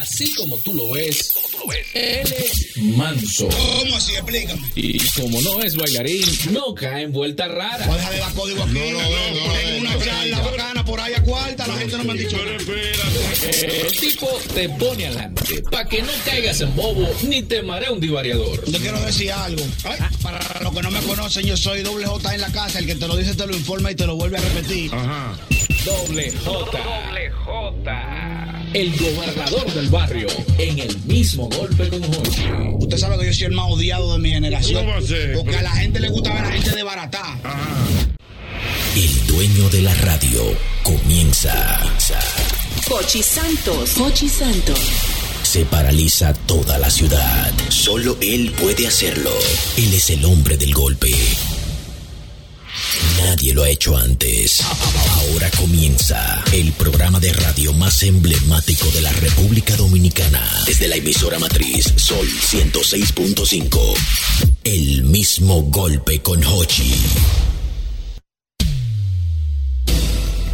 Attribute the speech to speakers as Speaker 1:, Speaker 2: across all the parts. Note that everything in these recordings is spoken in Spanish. Speaker 1: Así como tú lo ves, él es manso.
Speaker 2: ¿Cómo así? Explícame.
Speaker 1: Y como no es bailarín, no cae en vuelta rara.
Speaker 2: Pues déjame dar código aquí.
Speaker 3: No, no, no, no,
Speaker 2: Tengo
Speaker 3: no,
Speaker 2: una
Speaker 3: no,
Speaker 2: charla
Speaker 3: no.
Speaker 2: bacana por ahí a cuarta. La gente no me ha dicho
Speaker 3: Pero
Speaker 2: nada.
Speaker 3: espérate.
Speaker 1: El tipo te pone adelante para que no caigas en bobo ni te marea un divariador.
Speaker 2: Yo quiero decir algo. Ay, Para los que no me conocen, yo soy doble J en la casa. El que te lo dice te lo informa y te lo vuelve a repetir.
Speaker 3: Ajá.
Speaker 1: Doble J. Doble J. El gobernador del barrio en el mismo golpe con Jorge.
Speaker 2: Usted sabe que yo soy el más odiado de mi generación.
Speaker 3: ¿Cómo va a ser?
Speaker 2: Porque a la gente le gusta ver a la gente de barata.
Speaker 3: Ajá.
Speaker 4: El dueño de la radio comienza.
Speaker 5: Pochi Santos. Pochi Santos.
Speaker 4: Se paraliza toda la ciudad. Solo él puede hacerlo. Él es el hombre del golpe. Nadie lo ha hecho antes. Ahora comienza el programa de radio más emblemático de la República Dominicana. Desde la emisora matriz Sol 106.5. El mismo golpe con Hochi.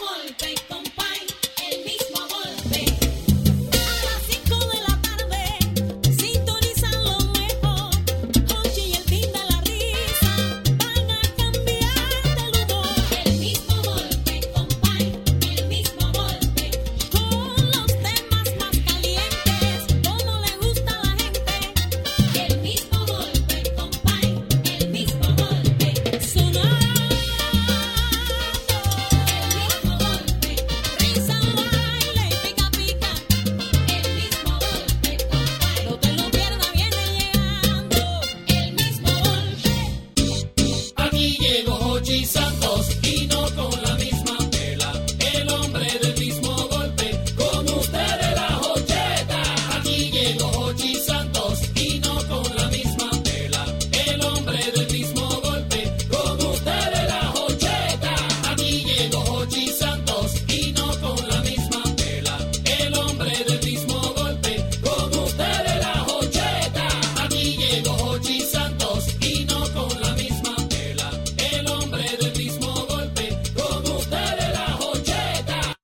Speaker 6: golpe, compay, el mismo golpe. A las 5 de la tarde, sintonizan lo mejor. Hochi y el fin de la risa van a cambiar de humor. El mismo golpe, compay, el mismo golpe. Con los temas más calientes, como le gusta a la gente. El mismo golpe, compay, el mismo golpe. Sonar. El mismo golpe, risa, baile y pica pica. El mismo golpe, compay. No te lo pierdas, viene llegando. El mismo golpe.
Speaker 7: Aquí llegó Hochi Santos y no con la misma tela. El hombre del mismo golpe, con ustedes la jocheta. Aquí llegó Hochi Santos y no con la misma tela. El hombre del mismo golpe, con ustedes la jocheta. Aquí llegó Hochi Santos y no con la misma tela. El hombre del mismo golpe, con ustedes la jocheta. Aquí llegó Hochi Santos y no con la misma tela. El hombre del mismo golpe, con ustedes la jocheta.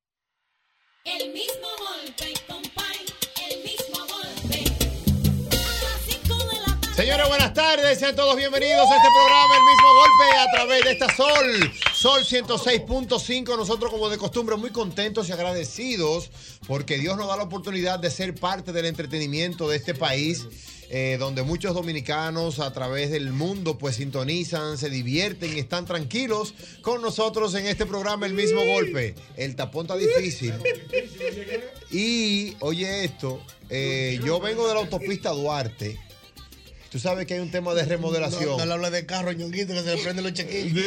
Speaker 6: El mismo golpe, compay, el mismo golpe. A las 5 de la tarde.
Speaker 8: Señores, buenas tardes. Sean todos bienvenidos a este programa El mismo golpe a través de esta Sol. Sol 106.5. Nosotros, como de costumbre, muy contentos y agradecidos porque Dios nos da la oportunidad de ser parte del entretenimiento de este país. eh, donde muchos dominicanos a través del mundo pues sintonizan, se divierten y están tranquilos con nosotros en este programa El mismo golpe. El tapón está difícil. Y oye esto, eh, yo vengo de la autopista Duarte. Tú sabes que hay un tema de remodelación.
Speaker 2: No, no le hables de carro, ñonguito, que se le prenden los chequillos.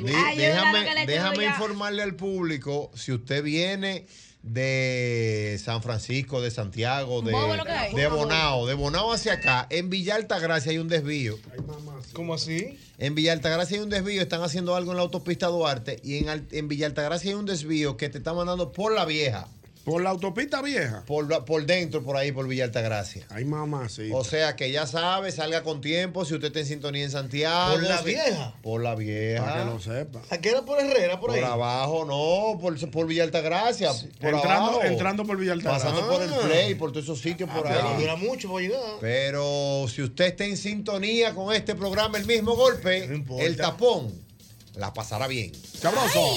Speaker 8: Di-
Speaker 9: Ay, yo claro que le
Speaker 8: déjame
Speaker 9: tengo
Speaker 8: déjame
Speaker 9: ya.
Speaker 8: informarle al público si usted viene de San Francisco, de Santiago, de,
Speaker 9: Bobo lo que hay.
Speaker 8: de Bonao, de Bonao hacia acá, en Villa Altagracia hay un desvío.
Speaker 10: ¿Cómo así?
Speaker 8: En Villa Altagracia hay un desvío, están haciendo algo en la autopista Duarte y en, Al- en Villa Altagracia hay un desvío que te está mandando por la vieja,
Speaker 10: Por la autopista vieja.
Speaker 8: por, la- por dentro, por ahí, por Villa Altagracia.
Speaker 10: Ay, mamá, sí.
Speaker 8: O sea que ya sabe, salga con tiempo si usted está en sintonía en Santiago.
Speaker 2: ¿Por la
Speaker 8: si-
Speaker 2: vieja?
Speaker 8: Por la vieja.
Speaker 10: para que lo sepa.
Speaker 2: Aquí era por Herrera, por
Speaker 8: Por
Speaker 2: ahí.
Speaker 8: abajo, no, por, por Villa Altagracia. Por
Speaker 10: entrando,
Speaker 8: abajo.
Speaker 10: entrando por Villa Altagracia.
Speaker 8: Pasando por el play, por todos esos sitios por
Speaker 2: Ah. Pero
Speaker 8: ahí.
Speaker 2: dura mucho pues, para llegar.
Speaker 8: Pero si usted está en sintonía con este programa, el mismo golpe,
Speaker 2: No importa.
Speaker 8: el tapón, la pasará bien.
Speaker 10: Cabroso.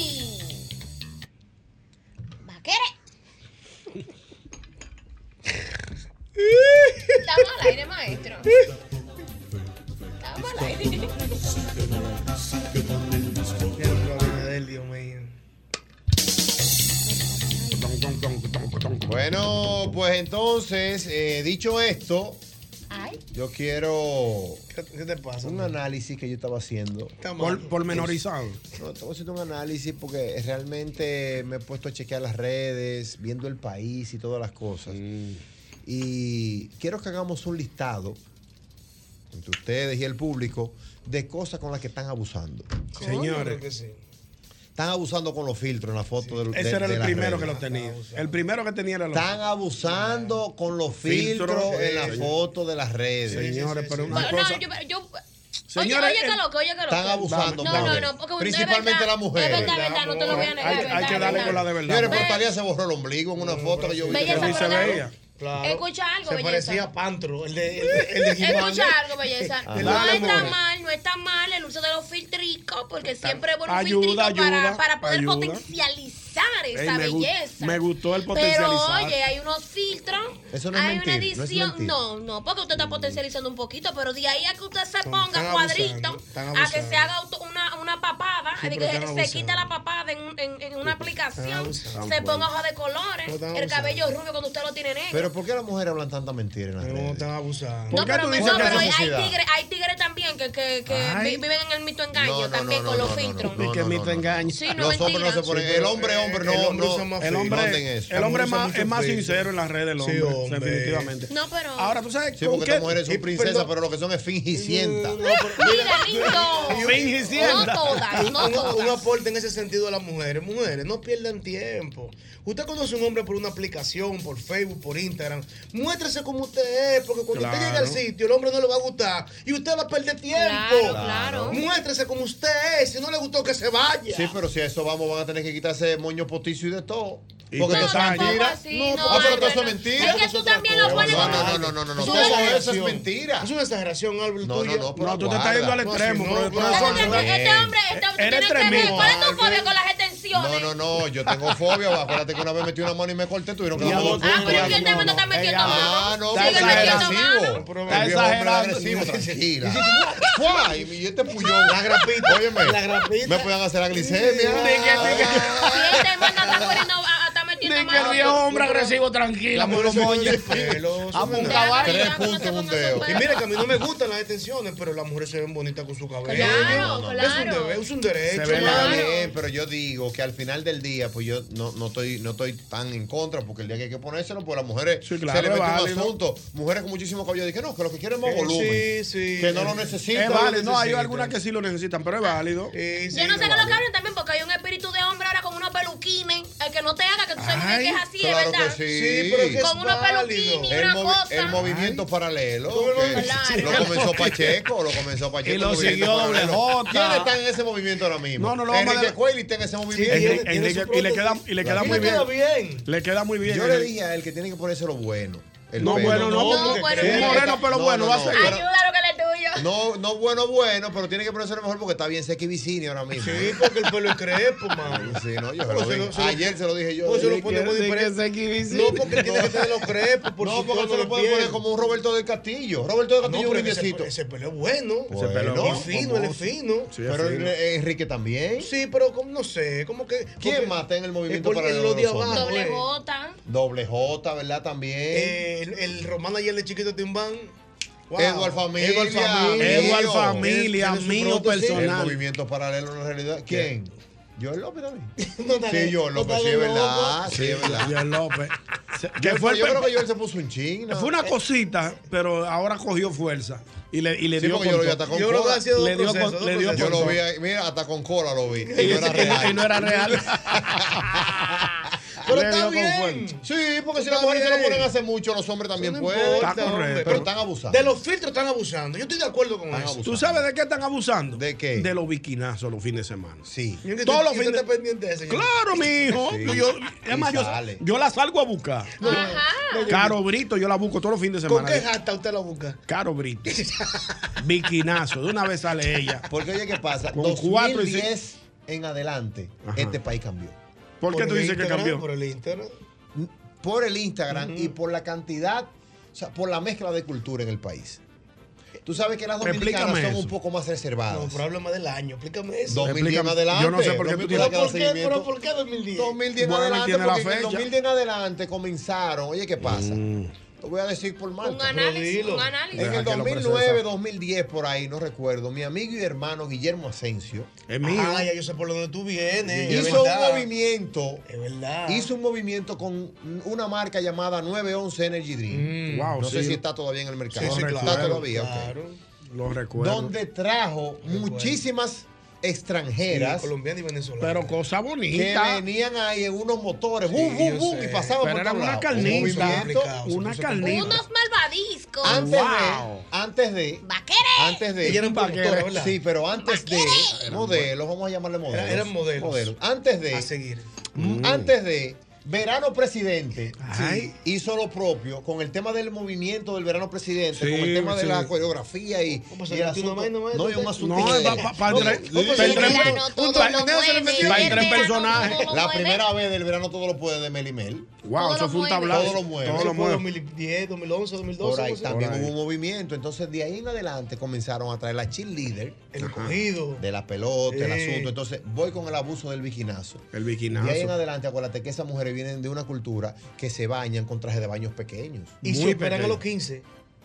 Speaker 9: Vaquera. Estamos al aire, maestro. Estamos al aire.
Speaker 2: Qué problema del Dios mío.
Speaker 8: Bueno, pues entonces, eh, dicho esto, yo quiero
Speaker 2: ¿Qué, qué te pasa?
Speaker 8: un análisis que yo estaba haciendo.
Speaker 2: Está mal.
Speaker 10: Por, pormenorizado.
Speaker 8: No, estaba haciendo un análisis porque
Speaker 10: Mm.
Speaker 8: realmente me he puesto a chequear las redes, viendo el país y todas las cosas. Y quiero que hagamos un listado entre ustedes y el público de cosas con las que están abusando.
Speaker 10: Señores.
Speaker 8: Están abusando con los filtros en la Ah, foto del
Speaker 10: Ese era el primero que lo tenía. El primero que tenía era los
Speaker 8: Están abusando con los filtros,
Speaker 10: Filtros,
Speaker 8: en la
Speaker 10: eh,
Speaker 8: foto de las redes.
Speaker 10: Señores, pero una
Speaker 9: Bueno, no, yo, yo-
Speaker 8: Señores,
Speaker 9: oye, oye, que loco, oye, que loco.
Speaker 8: están abusando,
Speaker 9: No, no,
Speaker 8: brother.
Speaker 9: no, porque
Speaker 8: Principalmente
Speaker 9: es verdad,
Speaker 8: la mujer.
Speaker 9: Es verdad, es verdad, no te lo voy a negar.
Speaker 8: Hay-
Speaker 9: es verdad,
Speaker 8: hay que
Speaker 9: es
Speaker 8: darle
Speaker 9: verdad.
Speaker 8: con la de verdad. Señores, pero Talía se borró el ombligo en una foto que yo vi.
Speaker 9: Belleza,
Speaker 8: Ni se
Speaker 9: pero-
Speaker 8: veía.
Speaker 9: Escucha algo,
Speaker 2: Se
Speaker 9: belleza.
Speaker 2: parecía a Pantro, el de, el de, el de He-Man.
Speaker 9: Escucha algo, belleza.
Speaker 8: Ah,
Speaker 2: Ajá.
Speaker 9: No
Speaker 2: Dale,
Speaker 9: está
Speaker 2: more.
Speaker 9: mal, no está mal el uso de los filtricos, porque siempre es bueno un
Speaker 10: Ayuda,
Speaker 9: filtrico para,
Speaker 10: ayuda,
Speaker 9: para poder
Speaker 10: ayuda.
Speaker 9: potencializar
Speaker 10: Ey,
Speaker 9: esa
Speaker 10: me gu-
Speaker 9: belleza.
Speaker 10: me gustó el
Speaker 9: Pero
Speaker 10: potencializar.
Speaker 9: oye, hay unos filtros,
Speaker 10: Eso no es
Speaker 9: hay una
Speaker 10: mentir, no es
Speaker 9: edición.
Speaker 10: mentir.
Speaker 9: No, no, porque usted está potencializando un poquito, pero de ahí a que usted se
Speaker 10: están
Speaker 9: ponga cuadrito,
Speaker 10: abusando, están
Speaker 9: a que se
Speaker 10: abusando.
Speaker 9: haga auto- una, una papada,
Speaker 10: Sí,
Speaker 9: a que
Speaker 10: pero están
Speaker 9: se quita
Speaker 10: abusando.
Speaker 9: la papada en, un- en- en una aplicación,
Speaker 8: abusando.
Speaker 9: se ponga hoja de colores,
Speaker 8: Pero están
Speaker 9: el cabello
Speaker 8: abusando.
Speaker 9: rubio cuando usted lo tiene negro.
Speaker 8: Pero ¿por qué las mujeres hablan tanta mentira en las redes? No están abusando.
Speaker 9: No, pero, no, pero hay, hay tigres hay tigres también que, que, que
Speaker 8: Ay.
Speaker 9: vi- viven en el mito engaño
Speaker 8: No, no,
Speaker 9: también
Speaker 8: no,
Speaker 9: con
Speaker 8: no,
Speaker 9: los
Speaker 8: no, no,
Speaker 9: filtros.
Speaker 8: no, no,
Speaker 10: que
Speaker 8: no, no,
Speaker 10: mito
Speaker 8: no.
Speaker 10: engaño.
Speaker 9: Sí, no,
Speaker 8: Los hombres no
Speaker 9: mentira.
Speaker 8: se ponen.
Speaker 10: Sí,
Speaker 8: el
Speaker 10: pero,
Speaker 8: hombre,
Speaker 10: eh,
Speaker 8: hombre,
Speaker 10: el
Speaker 8: no.
Speaker 10: hombre
Speaker 8: no
Speaker 10: usa más
Speaker 8: el
Speaker 10: filtro.
Speaker 8: hombre, eso.
Speaker 10: El hombre es más,
Speaker 8: Usa
Speaker 10: es más
Speaker 8: mucho
Speaker 10: sincero en las redes, el hombre.
Speaker 8: hombre.
Speaker 10: Definitivamente.
Speaker 9: No, pero.
Speaker 10: Ahora, ¿tú sabes
Speaker 8: Sí,
Speaker 10: con
Speaker 8: porque
Speaker 10: qué?
Speaker 8: las mujeres
Speaker 10: Y,
Speaker 8: son princesas,
Speaker 10: perdón,
Speaker 8: pero lo que son es fingicientas.
Speaker 2: Mm,
Speaker 9: Mira, lindo. No todas, no
Speaker 2: Un-
Speaker 9: todas.
Speaker 2: Un aporte en ese sentido a las mujeres. Mujeres, no pierdan tiempo. Usted conoce a un hombre por una aplicación, por Facebook, por Instagram. Muéstrese como usted es, porque cuando usted
Speaker 10: Claro.
Speaker 2: llegue al sitio, el hombre no le va a gustar y usted va a perder tiempo.
Speaker 9: Claro, claro.
Speaker 2: Muéstrese como usted es. Si no le gustó, que se vaya.
Speaker 8: Sí, pero si a eso vamos, van a tener que quitarse moño potizo y de todo.
Speaker 2: Y
Speaker 8: Porque
Speaker 2: no,
Speaker 8: todo eso es
Speaker 2: tampoco
Speaker 8: mentira.
Speaker 2: así, no,
Speaker 8: ah, pero todo
Speaker 2: ay,
Speaker 8: eso es
Speaker 2: bueno.
Speaker 8: mentira.
Speaker 2: Es que tú también lo pones
Speaker 8: No,
Speaker 2: como-
Speaker 8: no, no, no, no, no.
Speaker 2: Es
Speaker 8: Todo
Speaker 2: una
Speaker 8: eso es
Speaker 2: exageración.
Speaker 8: mentira.
Speaker 2: Es una exageración, Álvaro.
Speaker 8: No, no, no, pero
Speaker 10: No, tú te
Speaker 8: guarda.
Speaker 10: estás yendo al extremo,
Speaker 8: si no,
Speaker 10: pero el
Speaker 8: guarda.
Speaker 10: profesor- Este hombre-
Speaker 9: Este hombre, este hombre
Speaker 8: Eres
Speaker 9: tiene que ver.
Speaker 8: tremendo.
Speaker 9: ¿Cuál es tu fobia con las
Speaker 8: No,
Speaker 9: extensiones?
Speaker 8: no, no, yo tengo fobia. Acuérdate que una vez metí una mano y me corté, tuvieron que darme dos
Speaker 9: Ah,
Speaker 8: puntos.
Speaker 9: pero es que el tema no está metiendo
Speaker 8: Ah,
Speaker 9: mano.
Speaker 8: no,
Speaker 9: Sigue
Speaker 8: pero
Speaker 9: metiendo
Speaker 8: es agresivo.
Speaker 9: mano.
Speaker 8: Está exagerando. agresivo, tranquila. Fua, y- Y este puyó.
Speaker 2: La grapita.
Speaker 8: Óyeme.
Speaker 2: La grapita.
Speaker 8: Me pueden hacer la glicemia.
Speaker 9: Sí, este man está poniendo- ah, está metiendo
Speaker 10: Ni que
Speaker 9: mano.
Speaker 10: el viejo hombre agresivo, tranquilo, por los moños.
Speaker 2: Tres
Speaker 8: puntos en un dedo.
Speaker 2: Y mira que a mí no me gustan las detenciones, pero las mujeres se ven bonitas con su cabello.
Speaker 9: Claro,
Speaker 2: Es un
Speaker 9: claro.
Speaker 2: deber, es un derecho.
Speaker 8: Se ve
Speaker 2: mano.
Speaker 8: bien, pero yo digo que al final del día, pues yo no, no estoy, no estoy tan en contra, porque el día que hay que ponérselo, pues las mujeres
Speaker 10: claro,
Speaker 8: se le
Speaker 10: es
Speaker 8: mete un
Speaker 10: válido.
Speaker 8: asunto. Mujeres con muchísimo cabello dicen, no, que lo que quieren es más
Speaker 10: Sí,
Speaker 8: volumen.
Speaker 10: Eh, sí.
Speaker 8: Que no lo necesitan.
Speaker 10: Es válido, no, hay
Speaker 8: necesitan.
Speaker 10: algunas que sí lo necesitan, pero es válido.
Speaker 9: Yo no sé que lo que hablan también porque hay un espíritu de hombre ahora con unos peluquines. El que no te haga, que tú sabes
Speaker 10: Ay,
Speaker 9: que es así,
Speaker 8: claro
Speaker 9: es verdad.
Speaker 8: que sí. Sí, pero es que
Speaker 9: con
Speaker 8: es
Speaker 9: unos peluquines y
Speaker 8: El,
Speaker 9: una
Speaker 8: movi-
Speaker 9: cosa.
Speaker 8: el movimiento paralelo.
Speaker 9: Con el
Speaker 8: que Lo
Speaker 9: movimiento-
Speaker 8: comenzó Pacheco, lo comenzó Pacheco.
Speaker 10: Y lo
Speaker 8: el movimiento
Speaker 10: siguió Doble
Speaker 8: paralelo.
Speaker 10: J.
Speaker 8: ¿Quién está en ese movimiento ahora mismo?
Speaker 10: No, no, no, vamos a
Speaker 8: Enrique
Speaker 10: darle-
Speaker 8: Cuelli está en ese movimiento.
Speaker 10: Enrique- Enrique- y le queda, y le queda muy bien. Le queda muy bien.
Speaker 8: Yo le dije a él que tiene que ponerse lo bueno. El
Speaker 10: No,
Speaker 8: pelo.
Speaker 10: bueno, no, No, porque- bueno, sí, no. moreno, pero bueno, va a ser.
Speaker 8: pero-
Speaker 9: Ayuda lo que le tuyo.
Speaker 8: No, no bueno, bueno, pero tiene que ponerse lo mejor porque está bien vicini ahora mismo. Sí,
Speaker 2: porque el pelo es crepo, man.
Speaker 8: Sí, no, yo se
Speaker 2: Pues
Speaker 8: lo
Speaker 2: se lo-
Speaker 8: dije.
Speaker 2: se lo-
Speaker 8: Ayer se lo dije yo.
Speaker 2: Pues se lo pone muy diferente. No, porque tiene que tener los crepos. Por
Speaker 8: No,
Speaker 2: su
Speaker 8: porque
Speaker 2: tono
Speaker 8: se
Speaker 2: de
Speaker 8: lo puede
Speaker 2: piel.
Speaker 8: poner como un Roberto del Castillo. Roberto del
Speaker 2: Ah, No,
Speaker 8: Castillo
Speaker 2: pero
Speaker 8: es un
Speaker 2: ese
Speaker 8: indiecito.
Speaker 2: pe- Ese pelo es bueno.
Speaker 8: Ese pelo es
Speaker 2: es
Speaker 8: bueno.
Speaker 2: fino, él es fino.
Speaker 8: Sí, es Pero fino. eh, Enrique también.
Speaker 2: Sí, pero como, no sé, como que.
Speaker 8: ¿Quién mata en el movimiento
Speaker 2: porque
Speaker 8: paralelo de
Speaker 2: lo de
Speaker 8: los hombres?
Speaker 2: abajo,
Speaker 9: Doble
Speaker 2: eh.
Speaker 9: bota.
Speaker 8: Doble J, ¿verdad? También.
Speaker 2: Eh, el, el román ayer de chiquito Timbán.
Speaker 8: Edward Familia.
Speaker 2: Edward Familia.
Speaker 10: Edward Familia,
Speaker 8: Él tiene su
Speaker 10: mío
Speaker 8: producto, sí.
Speaker 10: personal.
Speaker 8: El movimiento paralelo en la realidad. ¿Quién? Joel López también.
Speaker 10: dale,
Speaker 8: Sí, Joel
Speaker 10: no
Speaker 8: López, sí,
Speaker 10: dale,
Speaker 8: es verdad.
Speaker 10: loco.
Speaker 8: Sí, es verdad.
Speaker 10: Joel López. Se- que
Speaker 8: Yo,
Speaker 10: fue el
Speaker 8: yo
Speaker 10: pe-
Speaker 8: creo que Joel se puso un ching. ¿no?
Speaker 10: Fue una cosita, pero ahora cogió fuerza. Y le, y le
Speaker 8: Sí,
Speaker 10: dio
Speaker 8: porque
Speaker 10: con
Speaker 8: yo lo vi
Speaker 10: todo.
Speaker 8: hasta con
Speaker 10: creo
Speaker 8: cola.
Speaker 10: que ha sido Le dos dio procesos, con- dos le dio procesos.
Speaker 8: yo
Speaker 10: con
Speaker 8: lo vi,
Speaker 10: todo.
Speaker 8: ahí, mira, hasta con cola lo vi. Y no
Speaker 10: Y,
Speaker 8: era real.
Speaker 10: y no era real.
Speaker 8: Pero
Speaker 10: Le
Speaker 8: está
Speaker 10: dio con
Speaker 8: bien.
Speaker 10: fuerza.
Speaker 8: Sí, porque si
Speaker 2: Está
Speaker 8: las mujeres se lo
Speaker 2: bien.
Speaker 8: ponen hace mucho, los hombres también
Speaker 2: No
Speaker 8: pueden.
Speaker 2: importa,
Speaker 10: Está correcto.
Speaker 2: hombre.
Speaker 8: Pero están abusando.
Speaker 2: De los filtros están abusando. Yo estoy de acuerdo con
Speaker 8: Ah,
Speaker 2: eso.
Speaker 10: ¿Tú sabes de qué están abusando? ¿De
Speaker 8: qué?
Speaker 10: De los biquinazos los fines de semana.
Speaker 8: Sí.
Speaker 10: Todos los fines
Speaker 2: está pendiente de eso. señor.
Speaker 10: Claro, mi hijo.
Speaker 2: Sí.
Speaker 10: Yo, es más, yo,
Speaker 2: Sale.
Speaker 10: yo la salgo a buscar.
Speaker 2: Ajá.
Speaker 10: Caro Brito, yo la busco todos los fines de
Speaker 2: ¿Con
Speaker 10: semana.
Speaker 2: qué hashtag usted lo busca?
Speaker 10: Caro Brito. Biquinazo. De una vez sale ella.
Speaker 8: Porque oye, ¿qué pasa?
Speaker 10: Con cuatro y
Speaker 8: 2010 en adelante, este país cambió.
Speaker 10: ¿Por qué tú
Speaker 8: el
Speaker 10: dices que
Speaker 8: Instagram,
Speaker 10: cambió?
Speaker 8: Por el Instagram. Por el Instagram y por la cantidad, o sea, por la mezcla de cultura en el país. Tú sabes que las dominicanas
Speaker 10: Explícame
Speaker 8: son
Speaker 10: eso.
Speaker 8: un poco más
Speaker 2: No,
Speaker 8: reservadas.
Speaker 2: pero háblame del año. Explícame eso.
Speaker 8: 2010 en
Speaker 10: Explícame.
Speaker 8: adelante.
Speaker 10: Yo no sé por qué tú
Speaker 8: 2010
Speaker 10: tienes-
Speaker 8: hay que dar
Speaker 10: ¿Por qué?
Speaker 8: seguimiento.
Speaker 2: Pero ¿por qué 2010?
Speaker 8: 2010 en
Speaker 10: Bueno,
Speaker 8: adelante,
Speaker 10: tiene la
Speaker 8: porque en el
Speaker 10: fecha. Mm.
Speaker 8: 2010 en adelante comenzaron. Oye, ¿qué pasa? Lo voy a decir por mal.
Speaker 9: Un análisis, Pero dilo. un análisis.
Speaker 8: En el
Speaker 9: Deja que lo
Speaker 8: 2009,
Speaker 9: procesa.
Speaker 8: 2010, por ahí, no recuerdo, mi amigo y hermano Guillermo Asensio.
Speaker 10: Es
Speaker 2: mío. Ah, ya yo sé por dónde tú vienes. Es
Speaker 8: Hizo un
Speaker 2: verdad.
Speaker 8: movimiento.
Speaker 2: Es verdad.
Speaker 8: Hizo un movimiento con una marca llamada 911 Energy Dream.
Speaker 10: Mm, wow,
Speaker 8: no sé
Speaker 10: sí.
Speaker 8: si está todavía en el mercado.
Speaker 10: Sí, sí,
Speaker 8: está
Speaker 10: claro,
Speaker 8: todavía, ok.
Speaker 10: claro. Lo recuerdo.
Speaker 8: Donde trajo muchísimas extranjeras.
Speaker 2: Colombiana y venezolana.
Speaker 10: Pero cosa
Speaker 8: que
Speaker 10: bonita.
Speaker 8: venían ahí en unos motores,
Speaker 10: Sí,
Speaker 8: bum, bum,
Speaker 10: yo
Speaker 8: bum,
Speaker 10: sé.
Speaker 8: y pasaban
Speaker 10: Pero
Speaker 8: por
Speaker 10: era
Speaker 8: todos
Speaker 10: una
Speaker 8: lados.
Speaker 10: carnita,
Speaker 8: Un movimiento,
Speaker 10: complicado, se puso complicado.
Speaker 9: Unos malvadiscos.
Speaker 8: Antes de, antes de, antes de,
Speaker 2: Ella era un
Speaker 8: Vaqueros,
Speaker 2: productora, ¿verdad?
Speaker 8: sí, pero antes
Speaker 10: Ah,
Speaker 8: de modelos, vamos a llamarle modelos,
Speaker 2: Era- eran modelos.
Speaker 8: antes de,
Speaker 2: A seguir.
Speaker 8: Mm. antes de verano presidente,
Speaker 10: Ay.
Speaker 8: sí, hizo lo propio con el tema del movimiento del verano presidente,
Speaker 10: Sí,
Speaker 8: con el tema de
Speaker 10: sí.
Speaker 8: la coreografía y,
Speaker 2: ¿Cómo se
Speaker 8: y el
Speaker 2: metió una
Speaker 8: asunto,
Speaker 2: vaina, maestro?
Speaker 8: no, y un asunto
Speaker 10: No,
Speaker 8: de-
Speaker 10: va pa- pa-
Speaker 8: no,
Speaker 10: entre-
Speaker 8: ¿cómo se
Speaker 10: pa-
Speaker 8: llama?
Speaker 10: entre-
Speaker 9: verano
Speaker 10: un-
Speaker 9: todo
Speaker 10: pa- Neo
Speaker 9: lo
Speaker 10: se le
Speaker 9: mueve,
Speaker 10: metió
Speaker 9: el
Speaker 10: ahí tres
Speaker 9: verano
Speaker 10: personajes.
Speaker 9: todo lo
Speaker 8: La
Speaker 9: mueve.
Speaker 8: primera vez del verano todo lo puede de Mel y Mel.
Speaker 10: Wow, eso fue un
Speaker 9: mueve.
Speaker 10: tablado.
Speaker 8: Todo lo mueve.
Speaker 10: Todo lo
Speaker 2: Eso fue
Speaker 10: mueve.
Speaker 2: 2010, 2011, 2012.
Speaker 8: Por ahí
Speaker 2: no sé.
Speaker 8: también
Speaker 10: Por ahí.
Speaker 8: hubo un movimiento. Entonces, de ahí en adelante comenzaron a traer la cheerleader
Speaker 2: El cogido.
Speaker 8: de la pelota, el
Speaker 2: Sí.
Speaker 8: asunto. Entonces, voy con el abuso del viginazo.
Speaker 10: El
Speaker 8: De ahí en
Speaker 10: bikinazo.
Speaker 8: adelante, acuérdate que esas mujeres vienen de una cultura que se bañan con trajes de baños pequeños.
Speaker 2: Y se
Speaker 10: Muy
Speaker 2: operan a
Speaker 10: pequeño.
Speaker 2: los 15.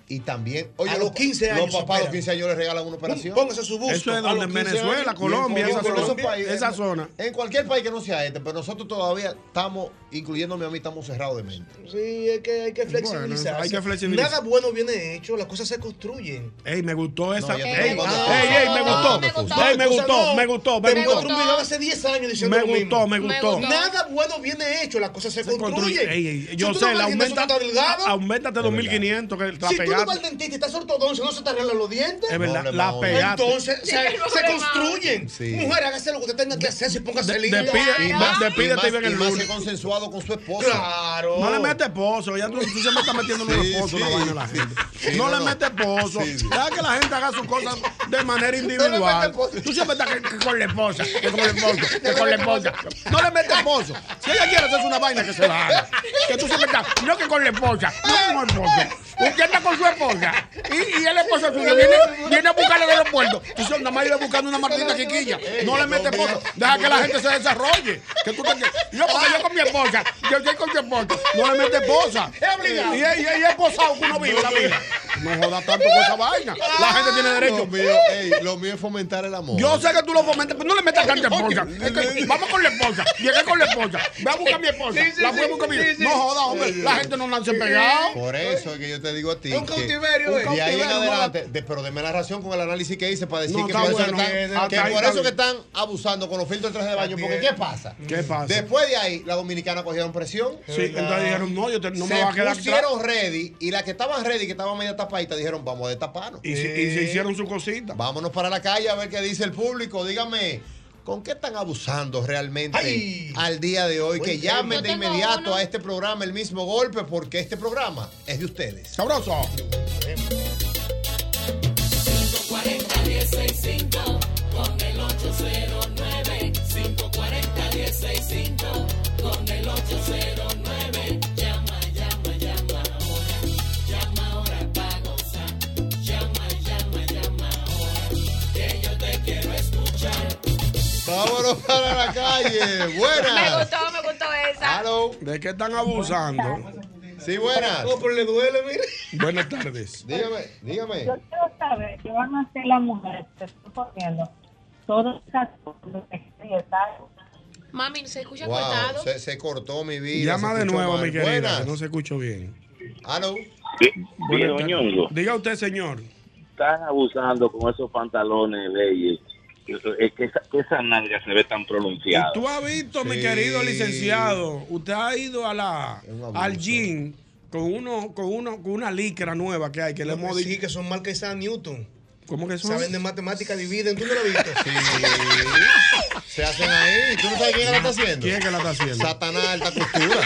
Speaker 8: Y también,
Speaker 2: A los 15 años
Speaker 8: los papás a
Speaker 2: se
Speaker 8: los
Speaker 2: operan.
Speaker 8: 15 años les regalan una operación.
Speaker 2: Póngase su busto.
Speaker 10: Eso
Speaker 2: a
Speaker 10: es donde
Speaker 2: los
Speaker 10: en
Speaker 2: 15
Speaker 10: Venezuela,
Speaker 2: años.
Speaker 10: Colombia,
Speaker 8: Y
Speaker 10: esa
Speaker 8: en esos
Speaker 10: zona.
Speaker 8: países-
Speaker 10: Esa zona.
Speaker 8: En cualquier país que no sea este, pero nosotros todavía estamos, incluyéndome a mí, estamos cerrados de mente.
Speaker 2: Sí, es que hay que flexibilizar.
Speaker 10: hay que flexibilizar.
Speaker 2: Nada bueno viene hecho, las cosas se construyen.
Speaker 10: Ey, me gustó esa.
Speaker 8: No, ya
Speaker 10: ey,
Speaker 8: tengo-
Speaker 10: ey, ey, me
Speaker 9: No, me
Speaker 10: gustó.
Speaker 9: gustó.
Speaker 10: Ey, me
Speaker 2: O sea,
Speaker 10: gustó,
Speaker 2: no,
Speaker 10: me gustó, me
Speaker 2: Te
Speaker 9: gustó.
Speaker 2: encuentro un video hace 10 años
Speaker 10: gustó.
Speaker 2: diciendo
Speaker 10: Me
Speaker 2: lo mismo.
Speaker 10: gustó, me gustó.
Speaker 9: gustó.
Speaker 2: Nada bueno viene hecho, las cosas se,
Speaker 10: Se construye.
Speaker 2: construyen.
Speaker 10: Ey, ey,
Speaker 2: Si
Speaker 10: yo
Speaker 2: tú
Speaker 10: sé,
Speaker 2: no vas
Speaker 10: la
Speaker 2: al gimnasio,
Speaker 10: aumenta,
Speaker 2: tú estás delgado.
Speaker 10: aumentate 2500 que la
Speaker 2: si tú no vas al
Speaker 10: pegaste.
Speaker 2: dentista y estás ortodoncia, no se te arreglan los dientes.
Speaker 10: Es verdad,
Speaker 8: No, le
Speaker 10: la
Speaker 8: vamos a-
Speaker 10: pegaste.
Speaker 2: Entonces, se,
Speaker 9: Sí, no,
Speaker 2: se
Speaker 9: no, no.
Speaker 2: construyen.
Speaker 8: Sí.
Speaker 2: Mujer, hágase lo que usted tenga que hacer si póngase
Speaker 10: De-
Speaker 2: linda.
Speaker 10: despide-
Speaker 9: más-
Speaker 10: Despídete y
Speaker 8: y
Speaker 10: ven
Speaker 8: más,
Speaker 10: el
Speaker 8: y más
Speaker 10: lunes.
Speaker 8: que consensuado con su esposa.
Speaker 2: Claro.
Speaker 10: No le metes pozo, ya tú, tú siempre estás metiendo en el
Speaker 8: Sí,
Speaker 10: pozo
Speaker 8: sí,
Speaker 10: una vaina a la
Speaker 8: sí.
Speaker 10: gente.
Speaker 8: Sí,
Speaker 10: no,
Speaker 8: no,
Speaker 10: le
Speaker 8: no.
Speaker 10: metes pozo,
Speaker 8: Sí, sí.
Speaker 10: deja que la gente haga sus cosas de manera individual. tú siempre estás que- que con la esposa, que con la esposa, que con la esposa. No le metes pozo. Si ella quiere hacerse una vaina, que se la haga. Que tú siempre estás, no que con la esposa, no con la esposa. Usted está con su esposa y, y el esposo suyo viene, viene a buscarle al aeropuerto. Tú siempre nada más ibas buscando una martita chiquilla. No le metes pozo. Deja que la gente se desarrolle. Que tú te- Yo, porque yo con mi esposa, yo estoy con mi esposa. No le metes poza. Es obligado. Y es, y es- y es posado que uno vive la vida. No jodas tanto con esa vaina. La gente tiene
Speaker 8: Lo
Speaker 10: derecho.
Speaker 8: mío, ey, lo mío es fomentar el amor.
Speaker 10: Yo sé que tú lo fomentas, pero no le metas tanta esposa. Es que vamos con la esposa. Llegué con la esposa. Ve a buscar a mi esposa. la fui a buscar a mi No jodas, hombre. La gente no nace pegado.
Speaker 8: Por eso es que yo te digo a ti.
Speaker 2: Un
Speaker 8: que
Speaker 2: cautiverio, eh.
Speaker 8: De ahí en
Speaker 10: cautiverio,
Speaker 8: adelante, de- pero deme la razón con el análisis que hice para decir
Speaker 10: No,
Speaker 8: que
Speaker 10: está
Speaker 8: por, eso,
Speaker 10: bueno.
Speaker 8: que están,
Speaker 10: Hasta
Speaker 8: que
Speaker 10: ahí
Speaker 8: por
Speaker 10: está
Speaker 8: eso que
Speaker 10: bien.
Speaker 8: están abusando con los filtros de traje de baño. Porque ¿qué pasa?
Speaker 10: ¿Qué pasa?
Speaker 8: Después de ahí, la dominicana cogieron presión.
Speaker 10: Sí, entonces dijeron, no, yo te- no
Speaker 8: se
Speaker 10: me va a quedar
Speaker 8: pusieron ready y las que estaban ready, que estaban media tapaditas, dijeron, vamos a destaparnos.
Speaker 10: Y, se- y se hicieron su cosita.
Speaker 8: Vámonos para la calle a ver qué dice el público. Dígame, ¿con qué están abusando realmente
Speaker 2: Ay.
Speaker 8: al día de hoy?
Speaker 2: Buen
Speaker 8: que
Speaker 2: tema.
Speaker 8: llamen
Speaker 9: Yo
Speaker 8: de
Speaker 9: tengo
Speaker 8: inmediato
Speaker 9: uno.
Speaker 8: a este programa el mismo golpe, porque este programa es de ustedes.
Speaker 10: Sabroso.
Speaker 7: 540-1065 con el 809 540-1065 con el 809 Llama, llama, llama ahora Llama ahora para gozar Llama, llama, llama ahora Que yo te quiero escuchar
Speaker 8: Vámonos para la calle.
Speaker 9: Me
Speaker 8: Buenas.
Speaker 9: gustó, me gustó esa.
Speaker 8: Hello.
Speaker 10: ¿De qué están abusando?
Speaker 8: Sí, buenas.
Speaker 2: No, pero le duele, mire.
Speaker 10: Buenas tardes.
Speaker 8: Dígame, dígame.
Speaker 5: Yo quiero saber qué van a hacer las mujeres que están poniendo todas esas cosas que se están-
Speaker 9: Mami, se escucha
Speaker 8: Wow,
Speaker 9: cortado.
Speaker 8: se, se cortó mi vida.
Speaker 10: Llama
Speaker 8: se
Speaker 10: de
Speaker 8: escuchó
Speaker 10: nuevo,
Speaker 8: mal.
Speaker 10: mi querida,
Speaker 8: Buenas.
Speaker 10: que no se escuchó bien.
Speaker 8: Hello.
Speaker 10: Buenas tardes. Diga usted, señor.
Speaker 11: están abusando con esos pantalones leyes. Es que esa, que esa nalga se ve tan pronunciada.
Speaker 10: Tú has visto, mi
Speaker 8: Sí.
Speaker 10: querido licenciado, usted ha ido a la,
Speaker 8: Es un abuso.
Speaker 10: al gym con uno, con uno, con una licra nueva que hay que le hemos
Speaker 2: Sí,
Speaker 10: dicho.
Speaker 2: que son marcas esas Newton.
Speaker 10: ¿Cómo que son?
Speaker 2: Saben de matemática, dividen. ¿Tú no lo has visto?
Speaker 8: Sí. Se hacen ahí. ¿Tú no sabes quién la está haciendo?
Speaker 10: ¿Quién es que la está haciendo?
Speaker 8: Satanás Alta Costura.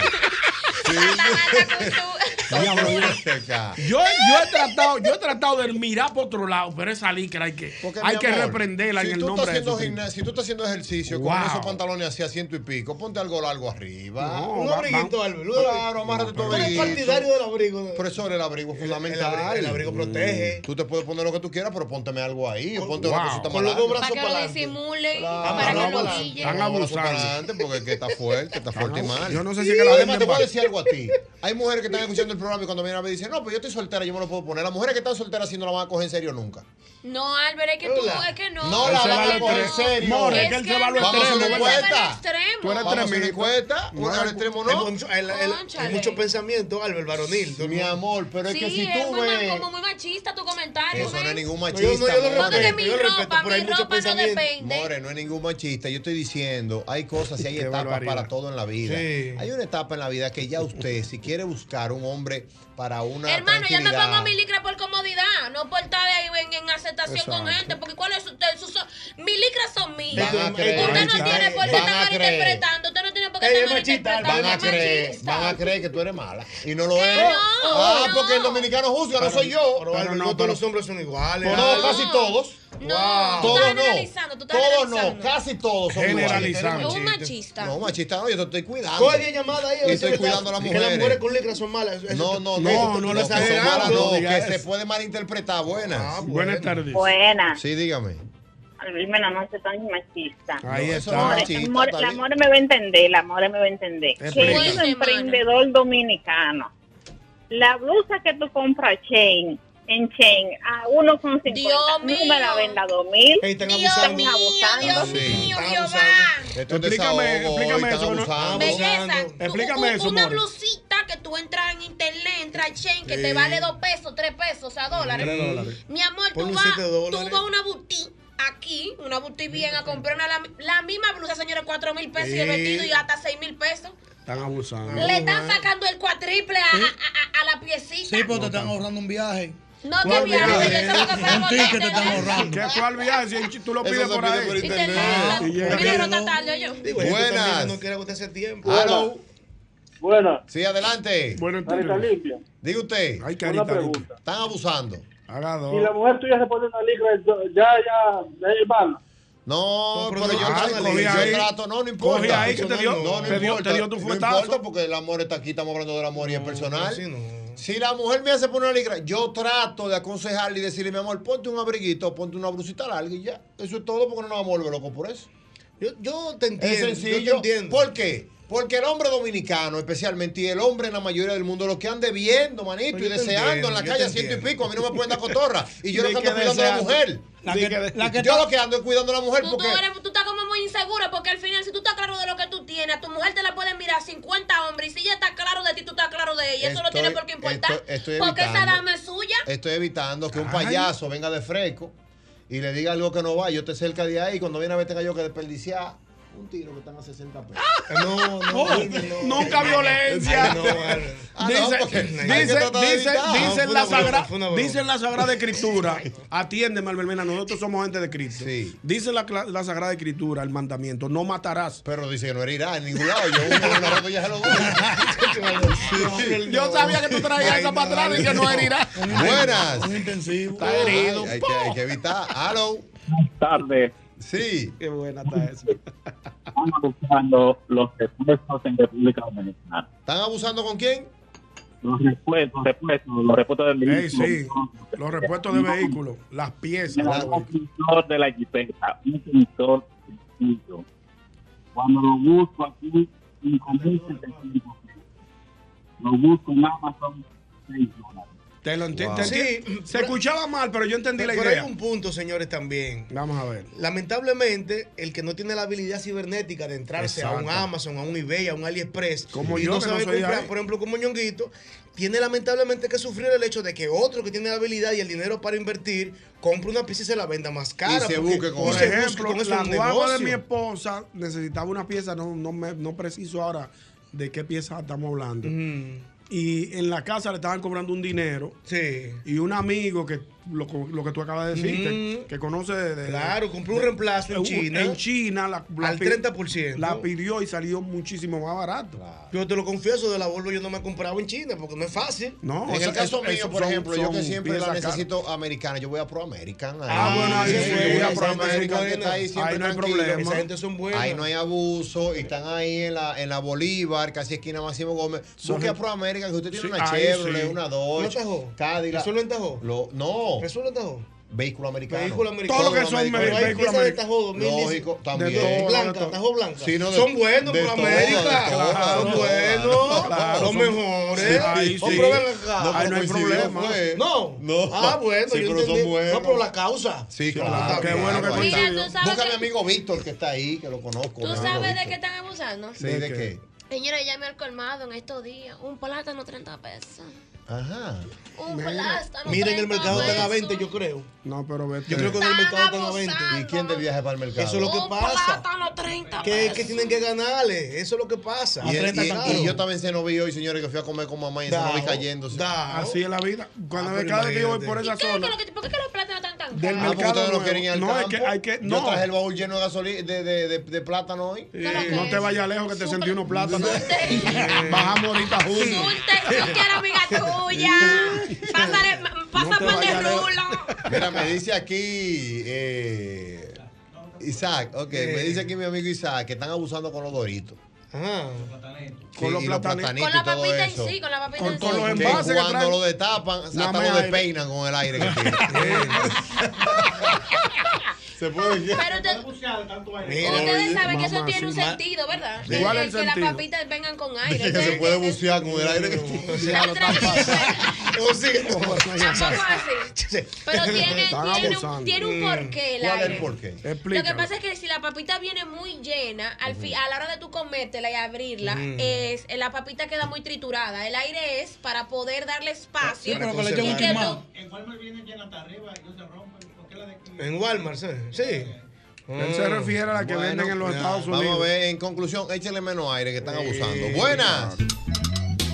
Speaker 8: Sí.
Speaker 10: Yo, yo he tratado, yo he tratado de mirar por otro lado, pero esa licra hay que,
Speaker 8: Porque,
Speaker 10: hay
Speaker 8: mi
Speaker 10: que
Speaker 8: amor,
Speaker 10: reprenderla
Speaker 8: si
Speaker 10: en el
Speaker 8: tú estás
Speaker 10: nombre de
Speaker 8: haciendo
Speaker 10: Jesucristo.
Speaker 8: gimna- Si tú estás haciendo ejercicio
Speaker 10: Wow.
Speaker 8: con esos pantalones así a ciento y pico, ponte algo largo arriba.
Speaker 10: No,
Speaker 2: Un
Speaker 10: va-
Speaker 2: abriguito,
Speaker 10: va-
Speaker 2: Álvaro. un abriguito.
Speaker 8: Claro, amárrate tu
Speaker 2: Tú eres
Speaker 8: abriguito.
Speaker 2: partidario del abrigo.
Speaker 8: Pero eso el abrigo es
Speaker 2: el abrigo-
Speaker 8: fundamental.
Speaker 2: el abrigo protege.
Speaker 8: Mm. Tú te puedes poner lo que tú quieras, pero pónteme algo ahí. O ponte
Speaker 10: Wow.
Speaker 8: una cosita más
Speaker 2: Con los dos
Speaker 8: larga.
Speaker 2: brazos
Speaker 9: Para que
Speaker 2: para
Speaker 9: lo
Speaker 2: adelante.
Speaker 9: disimulen,
Speaker 10: Ah,
Speaker 8: Claro.
Speaker 9: para
Speaker 8: Están
Speaker 9: que lo
Speaker 8: abusando.
Speaker 9: guillen.
Speaker 10: Están
Speaker 8: Con los brazos para
Speaker 10: abusando.
Speaker 8: adelante, porque es que está fuerte, está fuerte y mal.
Speaker 10: Yo no sé si es que la
Speaker 8: Además,
Speaker 10: venden
Speaker 8: te puedo
Speaker 10: para-
Speaker 8: decir algo a ti. Hay mujeres que están escuchando el programa y cuando viene a ver dice, no, pues yo estoy soltera, yo me lo puedo poner. Las mujeres que están solteras sí no la van a coger en serio nunca.
Speaker 9: No, Álvaro, es que tú,
Speaker 8: Hola.
Speaker 9: es que no.
Speaker 8: No la
Speaker 9: Es
Speaker 8: van
Speaker 9: que
Speaker 8: a coger en
Speaker 9: no.
Speaker 8: serio.
Speaker 9: Es que no,
Speaker 8: Vamos a
Speaker 9: no
Speaker 8: hacer
Speaker 9: se
Speaker 8: una
Speaker 9: va al
Speaker 8: encuesta.
Speaker 9: extremo.
Speaker 8: Tú eres
Speaker 2: Vamos a hacer
Speaker 8: tremendo.
Speaker 2: encuesta,
Speaker 8: No,
Speaker 2: al extremo no. Hay mucho, hay- hay- hay
Speaker 9: Cónchale.
Speaker 2: mucho pensamiento, Álvaro el varonil. Mi
Speaker 8: amor, pero
Speaker 9: sí, es muy, ma- como muy machista tu comentario.
Speaker 8: Eso no es ningún
Speaker 9: No,
Speaker 8: machista.
Speaker 9: yo- no, yo lo
Speaker 8: more.
Speaker 9: respeto, Porque mi yo lo ropa, respeto, pero hay mi mucho ropa no pensamiento. depende.
Speaker 8: More, no es ningún machista. Yo estoy diciendo, hay cosas y hay
Speaker 10: Qué
Speaker 8: etapas
Speaker 10: barbaridad.
Speaker 8: para todo en la vida.
Speaker 10: Sí.
Speaker 8: Hay una etapa en la vida que ya usted, si quiere buscar un hombre para una
Speaker 9: Hermano, ya me
Speaker 8: tranquilidad,
Speaker 9: pongo mi licra por comodidad, no por estar ahí en, en aceptación con
Speaker 8: Exacto.
Speaker 9: gente, porque cuál es su, usted- su- su- mis licras son mías.
Speaker 8: Van a creer.
Speaker 9: usted no tiene por qué
Speaker 8: Van
Speaker 9: estar
Speaker 8: a creer.
Speaker 9: malinterpretando, usted no tiene por qué
Speaker 8: Ey,
Speaker 9: estar
Speaker 8: es machista,
Speaker 9: malinterpretando.
Speaker 8: van a
Speaker 9: es
Speaker 8: creer,
Speaker 9: machista.
Speaker 8: van a creer que tú eres mala y no lo
Speaker 9: Que
Speaker 8: eres.
Speaker 9: no,
Speaker 8: ah,
Speaker 9: no.
Speaker 8: porque el dominicano juzga, no soy yo.
Speaker 2: Pero, Álvaro, no, todos los hombres son iguales.
Speaker 8: No,
Speaker 2: Álvaro.
Speaker 8: casi todos.
Speaker 9: No,
Speaker 8: Wow.
Speaker 9: tú
Speaker 8: Todos
Speaker 9: estás
Speaker 8: no.
Speaker 9: generalizando, tú estás
Speaker 8: Todos no,
Speaker 9: generalizando.
Speaker 8: casi todos son
Speaker 2: Generalizando.
Speaker 8: iguales.
Speaker 9: Es un machista.
Speaker 8: No, machista no, yo te estoy cuidando.
Speaker 2: Coge llamada ahí. a
Speaker 8: Y
Speaker 2: ver si
Speaker 8: estoy
Speaker 2: es verdad.
Speaker 8: cuidando a las
Speaker 2: Que las mujeres
Speaker 8: mujeres.
Speaker 2: con licra son malas. Eso-
Speaker 8: No, no, no.
Speaker 2: eso-
Speaker 8: no,
Speaker 2: tú
Speaker 8: que
Speaker 2: estás
Speaker 8: son malas,
Speaker 2: exagerando.
Speaker 8: no,
Speaker 2: Diga
Speaker 8: que
Speaker 2: eso.
Speaker 8: se puede malinterpretar. Buenas.
Speaker 10: Buenas tardes.
Speaker 12: Buenas.
Speaker 8: Sí, dígame.
Speaker 12: Alvilmena, no seas tan machista.
Speaker 8: Ahí
Speaker 12: No,
Speaker 8: está.
Speaker 12: el amor-
Speaker 8: Machista,
Speaker 12: el amor-
Speaker 8: está
Speaker 12: el
Speaker 8: bien.
Speaker 12: amor me va a entender, el amor me va a entender.
Speaker 8: Explica.
Speaker 12: Querido emprendedor dominicano, la blusa que tú compras Chain, en Chain a 1,50, no me la venda a 2,000.
Speaker 2: están
Speaker 12: Dios
Speaker 2: abusando.
Speaker 12: mío, Dios mío,
Speaker 8: Esto es
Speaker 10: explícame,
Speaker 8: desahogo,
Speaker 10: explícame
Speaker 8: hoy
Speaker 10: eso. que no-
Speaker 8: están abusando.
Speaker 9: Belleza, tú-
Speaker 10: Explícame
Speaker 9: u-
Speaker 10: eso,
Speaker 9: una
Speaker 10: More.
Speaker 9: blusita que tú entras en internet, entra a Chain, que
Speaker 10: Sí.
Speaker 9: te vale dos pesos, tres pesos, o sea, dólares.
Speaker 10: Tres dólares.
Speaker 9: Mi
Speaker 10: Ponle
Speaker 9: amor, tú
Speaker 10: un
Speaker 9: vas,
Speaker 10: siete
Speaker 9: tú
Speaker 10: dólares.
Speaker 9: vas a una boutique aquí, una boutique bien, a comprar una, la, la misma blusa, señores, cuatro mil pesos y el
Speaker 10: Sí. Ah,
Speaker 9: vestido y hasta seis mil pesos.
Speaker 10: Están abusando.
Speaker 9: Le están sacando el cuatriple a, a- a- a la piecita.
Speaker 13: Sí, pero te están ahorrando un viaje.
Speaker 9: No te viajes, eso es lo que ¿eh?
Speaker 13: Un
Speaker 9: podemos
Speaker 13: ticket te
Speaker 9: hacer,
Speaker 13: están
Speaker 9: ¿verdad?
Speaker 13: ahorrando.
Speaker 10: ¿Qué cuál viaje? Si tú lo
Speaker 13: Eso
Speaker 10: pides
Speaker 13: se
Speaker 10: por
Speaker 13: pide
Speaker 10: ahí.
Speaker 13: por
Speaker 9: Y te manda.
Speaker 10: Y llega.
Speaker 9: Mira, no está tarde, yo.
Speaker 2: Digo, esto también
Speaker 8: Buenas.
Speaker 2: No quiere que usted hace tiempo.
Speaker 8: Hello.
Speaker 1: Buenas.
Speaker 8: Sí, adelante.
Speaker 10: Buenas
Speaker 1: Carita limpia.
Speaker 8: Diga usted.
Speaker 1: carita Una pregunta.
Speaker 8: Están abusando.
Speaker 10: Haga
Speaker 1: Si la mujer tuya se pone una licra, yo- ya, ya, ya es mala.
Speaker 8: No, pero, yo,
Speaker 10: Ah,
Speaker 8: trato,
Speaker 10: cogí
Speaker 8: yo
Speaker 10: ahí.
Speaker 8: trato, no, no importa.
Speaker 10: Cogí ahí que te dio-
Speaker 8: no, no
Speaker 10: te dio-
Speaker 8: importa,
Speaker 10: te dio tu
Speaker 8: no
Speaker 10: fuetazo.
Speaker 8: importa porque el amor está aquí, estamos hablando del amor y es personal. Si la mujer me hace poner una licra, yo trato de aconsejarle y decirle, mi amor, ponte un abriguito, ponte una brusita larga y ya. Eso es todo porque no nos vamos a volver locos por eso.
Speaker 2: Yo, te entiendo,
Speaker 8: Es
Speaker 2: yo te
Speaker 8: sencillo.
Speaker 2: entiendo.
Speaker 8: ¿Por qué? Porque el hombre dominicano, especialmente, y el hombre en la mayoría del mundo, los que ande viendo, manito,
Speaker 13: Pues
Speaker 8: y
Speaker 13: yo te
Speaker 8: deseando
Speaker 13: entiendo,
Speaker 8: en la
Speaker 13: yo
Speaker 8: calle
Speaker 13: te
Speaker 8: ciento y
Speaker 13: entiendo.
Speaker 8: pico, a mí no me pueden dar cotorra. Y yo lo
Speaker 13: Di
Speaker 8: que ando
Speaker 13: que
Speaker 8: cuidando a la
Speaker 13: deseando.
Speaker 8: mujer.
Speaker 13: La que-
Speaker 8: Di que-
Speaker 13: la que
Speaker 8: yo
Speaker 13: está-
Speaker 8: lo que ando es cuidando a la mujer
Speaker 9: Tú, tú
Speaker 8: porque.
Speaker 9: eres- tú estás como muy inseguro porque al final si tú estás claro de lo que tú tienes, a tu mujer te la pueden mirar 50 hombres y si ella está claro de ti, tú estás claro de ella. Eso no
Speaker 8: Estoy-
Speaker 9: tiene por qué importar.
Speaker 8: estoy- estoy
Speaker 9: porque esa
Speaker 8: evitando.
Speaker 9: dama es suya.
Speaker 8: Estoy evitando que un
Speaker 10: Ay.
Speaker 8: payaso venga de fresco y le diga algo que no va. Yo te cerca de ahí y cuando viene a ver tenga yo que desperdiciar un tiro que están a 60 pesos.
Speaker 2: No,
Speaker 10: Oh, nunca violencia.
Speaker 8: Ah, no,
Speaker 10: Dice,
Speaker 8: porque hay que
Speaker 10: dice,
Speaker 8: tratar de
Speaker 10: dice,
Speaker 8: evitar. No,
Speaker 10: dice en
Speaker 8: fue
Speaker 10: la
Speaker 8: una broma,
Speaker 10: sagra-
Speaker 8: fue una broma.
Speaker 10: dice en la Sagrada Escritura, atiende, Malvermena, nosotros somos gente de Cristo. Dice la, cla- la Sagrada Escritura, el mandamiento, no matarás.
Speaker 8: Pero dice que no herirás en ningún lado. Yo uno, una roto ya se lo doy.
Speaker 10: Yo sabía que tú traías esa para atrás y que no herirás.
Speaker 8: Buenas.
Speaker 13: Un intensivo.
Speaker 8: Está herido. Hay que, hay que evitar. Hello.
Speaker 1: Tarde.
Speaker 8: Sí.
Speaker 10: Qué buena está eso.
Speaker 1: Están abusando los repuestos en República Dominicana.
Speaker 8: ¿Están abusando con quién?
Speaker 1: Los repuestos, repuestos, los repuestos del
Speaker 10: Ey,
Speaker 1: vehículo.
Speaker 10: sí, los repuestos de vehículos, las piezas.
Speaker 1: Un sensor de la jipeta, un sensor sencillo. Cuando lo busco aquí, 5.700 pesos. Lo busco en Amazon, 6 dólares.
Speaker 10: Te lo entiendo.
Speaker 2: Wow. Sí,
Speaker 10: se escuchaba mal, pero yo entendí la
Speaker 2: Pero
Speaker 10: idea.
Speaker 2: hay un punto, señores, también.
Speaker 10: Vamos a ver.
Speaker 2: Lamentablemente, el que no tiene la habilidad cibernética de entrarse a un
Speaker 10: Exacto.
Speaker 2: Amazon, a un eBay, a un AliExpress,
Speaker 10: Como
Speaker 2: y
Speaker 10: yo,
Speaker 2: no
Speaker 10: que no
Speaker 2: sabe
Speaker 10: soy
Speaker 2: comprar,
Speaker 10: ahí.
Speaker 2: por ejemplo, como Ñonguito, tiene lamentablemente que sufrir el hecho de que otro que tiene la habilidad y el dinero para invertir, compre una pieza y se la venda más cara.
Speaker 8: se
Speaker 2: porque-
Speaker 8: busque con
Speaker 2: y
Speaker 8: eso.
Speaker 2: se
Speaker 10: Por
Speaker 2: busque
Speaker 10: ejemplo,
Speaker 2: con eso
Speaker 10: la
Speaker 2: un
Speaker 10: guagua de
Speaker 2: negocio.
Speaker 10: mi esposa necesitaba una pieza, no, no, me, no preciso ahora de qué pieza estamos hablando. Y en la casa le estaban cobrando un dinero.
Speaker 2: Sí.
Speaker 10: Y un amigo que lo, lo que tú acabas de decirte, que conoce de, de-
Speaker 2: Claro, compró un
Speaker 10: de-
Speaker 2: reemplazo en
Speaker 10: un-
Speaker 2: China.
Speaker 10: En China, la, la
Speaker 2: Al
Speaker 10: pi-
Speaker 2: 30%.
Speaker 10: La pidió y salió muchísimo más barato.
Speaker 2: Yo te lo confieso, de la Volvo yo no me compraba en China porque no es fácil.
Speaker 10: No,
Speaker 8: en el caso mío, por ejemplo, yo que siempre la
Speaker 10: piezas
Speaker 8: necesito americana, yo voy a Pro American.
Speaker 10: Ah, bueno, ahí es buena,
Speaker 8: voy
Speaker 10: esa
Speaker 8: a
Speaker 10: gente
Speaker 8: Pro
Speaker 10: son
Speaker 8: American que está ahí
Speaker 10: buenas.
Speaker 8: siempre
Speaker 10: Ahí no hay
Speaker 8: tranquilo.
Speaker 10: problema.
Speaker 8: Esa gente
Speaker 2: son
Speaker 8: buenas. Ahí no hay abuso y están ahí en la, en la Bolívar, casi esquina Máximo Gómez.
Speaker 10: Son
Speaker 8: Busque a
Speaker 10: gente-
Speaker 8: Pro American, que usted tiene
Speaker 10: Sí,
Speaker 8: una
Speaker 10: ahí
Speaker 8: Chevrolet,
Speaker 10: sí.
Speaker 8: una
Speaker 10: ¿No
Speaker 8: Dodge,
Speaker 10: atajó?
Speaker 8: Cadillac.
Speaker 10: ¿Eso
Speaker 2: lo atajó?
Speaker 8: Lo- no.
Speaker 2: ¿Eso lo atajó?
Speaker 8: Vehículo americano.
Speaker 2: Vehículo americano. Todo lo que son
Speaker 8: americanos.
Speaker 2: ve- vehículo
Speaker 8: Pero hay piezas
Speaker 2: americano.
Speaker 8: de Tajo 2010. Lógico, también.
Speaker 2: De blanca, Tajo Blanca.
Speaker 8: Sí, no, de-
Speaker 2: son buenos
Speaker 8: de
Speaker 2: por
Speaker 8: todo,
Speaker 2: América.
Speaker 8: de todo,
Speaker 2: son
Speaker 8: claro,
Speaker 2: buenos.
Speaker 8: claro,
Speaker 2: los
Speaker 8: son-
Speaker 2: mejores.
Speaker 8: Sí, ahí
Speaker 2: Oh,
Speaker 8: sí.
Speaker 2: pero ven acá.
Speaker 8: No, pero Ahí no hay coincidió, problema. fue.
Speaker 2: No.
Speaker 8: No.
Speaker 2: Ah, bueno,
Speaker 8: Sí,
Speaker 2: yo
Speaker 8: pero son
Speaker 2: entendí.
Speaker 8: buenos.
Speaker 2: No, por la causa.
Speaker 8: Sí, claro.
Speaker 2: qué bueno que
Speaker 8: claro, ahí
Speaker 9: Mira,
Speaker 8: está.
Speaker 9: tú sabes
Speaker 8: Busca a mi
Speaker 9: que-
Speaker 8: amigo Víctor que está ahí, que lo conozco.
Speaker 9: ¿Tú
Speaker 8: mi amigo
Speaker 9: sabes de qué
Speaker 8: Víctor.
Speaker 9: están abusando?
Speaker 8: Sí, ¿de qué?
Speaker 9: Señora, llame al colmado en estos días. Un plátano, 30 pesos.
Speaker 8: Ajá.
Speaker 9: Un plátano.
Speaker 2: Miren, el mercado
Speaker 9: está
Speaker 2: están a 20, yo creo.
Speaker 10: No, pero vete.
Speaker 2: Yo creo que en el mercado están a 20.
Speaker 8: ¿Y quién del viaje para el mercado?
Speaker 2: Eso es lo que pasa.
Speaker 9: plátano, 30
Speaker 2: Que,
Speaker 9: pesos.
Speaker 2: que tienen que ganarle. Eso es lo que pasa.
Speaker 8: Y,
Speaker 2: A
Speaker 8: él-
Speaker 2: 30
Speaker 8: y-
Speaker 2: está
Speaker 8: y
Speaker 2: caro.
Speaker 8: yo también se no vi hoy, señores, que fui a comer con mamá y se no vi cayéndose.
Speaker 10: Así es la vida. Cuando
Speaker 8: Ah,
Speaker 10: me
Speaker 8: pero
Speaker 10: cada vez que yo voy por
Speaker 8: imagínate.
Speaker 10: esa
Speaker 9: ¿Qué es
Speaker 10: zona.
Speaker 9: lo que- ¿Por qué los plátanos están tan
Speaker 10: Del
Speaker 8: Ah, porque
Speaker 10: mercado
Speaker 8: ustedes no
Speaker 10: nuevo.
Speaker 8: quieren ir al
Speaker 10: No, es
Speaker 8: campo.
Speaker 10: que hay que-
Speaker 8: Yo
Speaker 10: no.
Speaker 8: traje el baúl lleno de gasolina, de, de, de, de plátano hoy.
Speaker 10: no te vayas lejos que te sentí unos plátanos. Bajamos ahorita juntos.
Speaker 9: Yo quiero amiga tuya. Pásale, ma- pasa
Speaker 8: te
Speaker 9: pan de
Speaker 8: vayas lejos.
Speaker 9: rulo.
Speaker 8: Mira, me dice aquí eh, Isaac, ok,
Speaker 10: Eh.
Speaker 8: me dice aquí mi amigo Isaac que están abusando con los doritos. Sí,
Speaker 10: Con los
Speaker 8: y los
Speaker 10: platanitos.
Speaker 8: platanitos
Speaker 9: Con la
Speaker 8: y todo
Speaker 9: papita en
Speaker 8: eso.
Speaker 9: sí, con la papita
Speaker 10: Con
Speaker 9: en
Speaker 10: todos
Speaker 9: sí.
Speaker 10: los
Speaker 8: Que
Speaker 10: envases que
Speaker 8: cuando
Speaker 10: traen.
Speaker 8: lo destapan,
Speaker 10: Nada
Speaker 8: hasta
Speaker 10: más
Speaker 8: lo
Speaker 10: aire.
Speaker 8: despeinan con el aire que tiene. Se puede
Speaker 9: Pero usted- ustedes saben que eso tiene un sentido, ¿verdad?
Speaker 8: Sí.
Speaker 9: Que-
Speaker 8: ¿Cuál es
Speaker 9: que
Speaker 8: el
Speaker 9: las
Speaker 8: sentido?
Speaker 9: papitas vengan con
Speaker 8: que
Speaker 9: aire. ¿eh?
Speaker 8: se puede bucear con el aire que tiene.
Speaker 9: Pero tiene,
Speaker 8: Están
Speaker 9: tiene,
Speaker 8: abusando.
Speaker 9: un, tiene
Speaker 10: Mm.
Speaker 9: un porqué el
Speaker 8: ¿Cuál es el
Speaker 9: aire.
Speaker 8: porqué?
Speaker 9: Lo que pasa es que si la papita viene muy llena, al fi- a la hora de tú comértela y abrirla,
Speaker 8: Mm.
Speaker 9: es, eh, la papita queda muy triturada. El aire es para poder darle espacio.
Speaker 2: Sí, pero que le
Speaker 9: y
Speaker 2: echen un
Speaker 9: que
Speaker 2: quemado.
Speaker 9: tú-
Speaker 2: En Walmart, sí. Sí.
Speaker 8: Él se refiere a la que venden en los Estados Unidos. Vamos a ver, en conclusión, échale menos aire que están abusando. Buenas.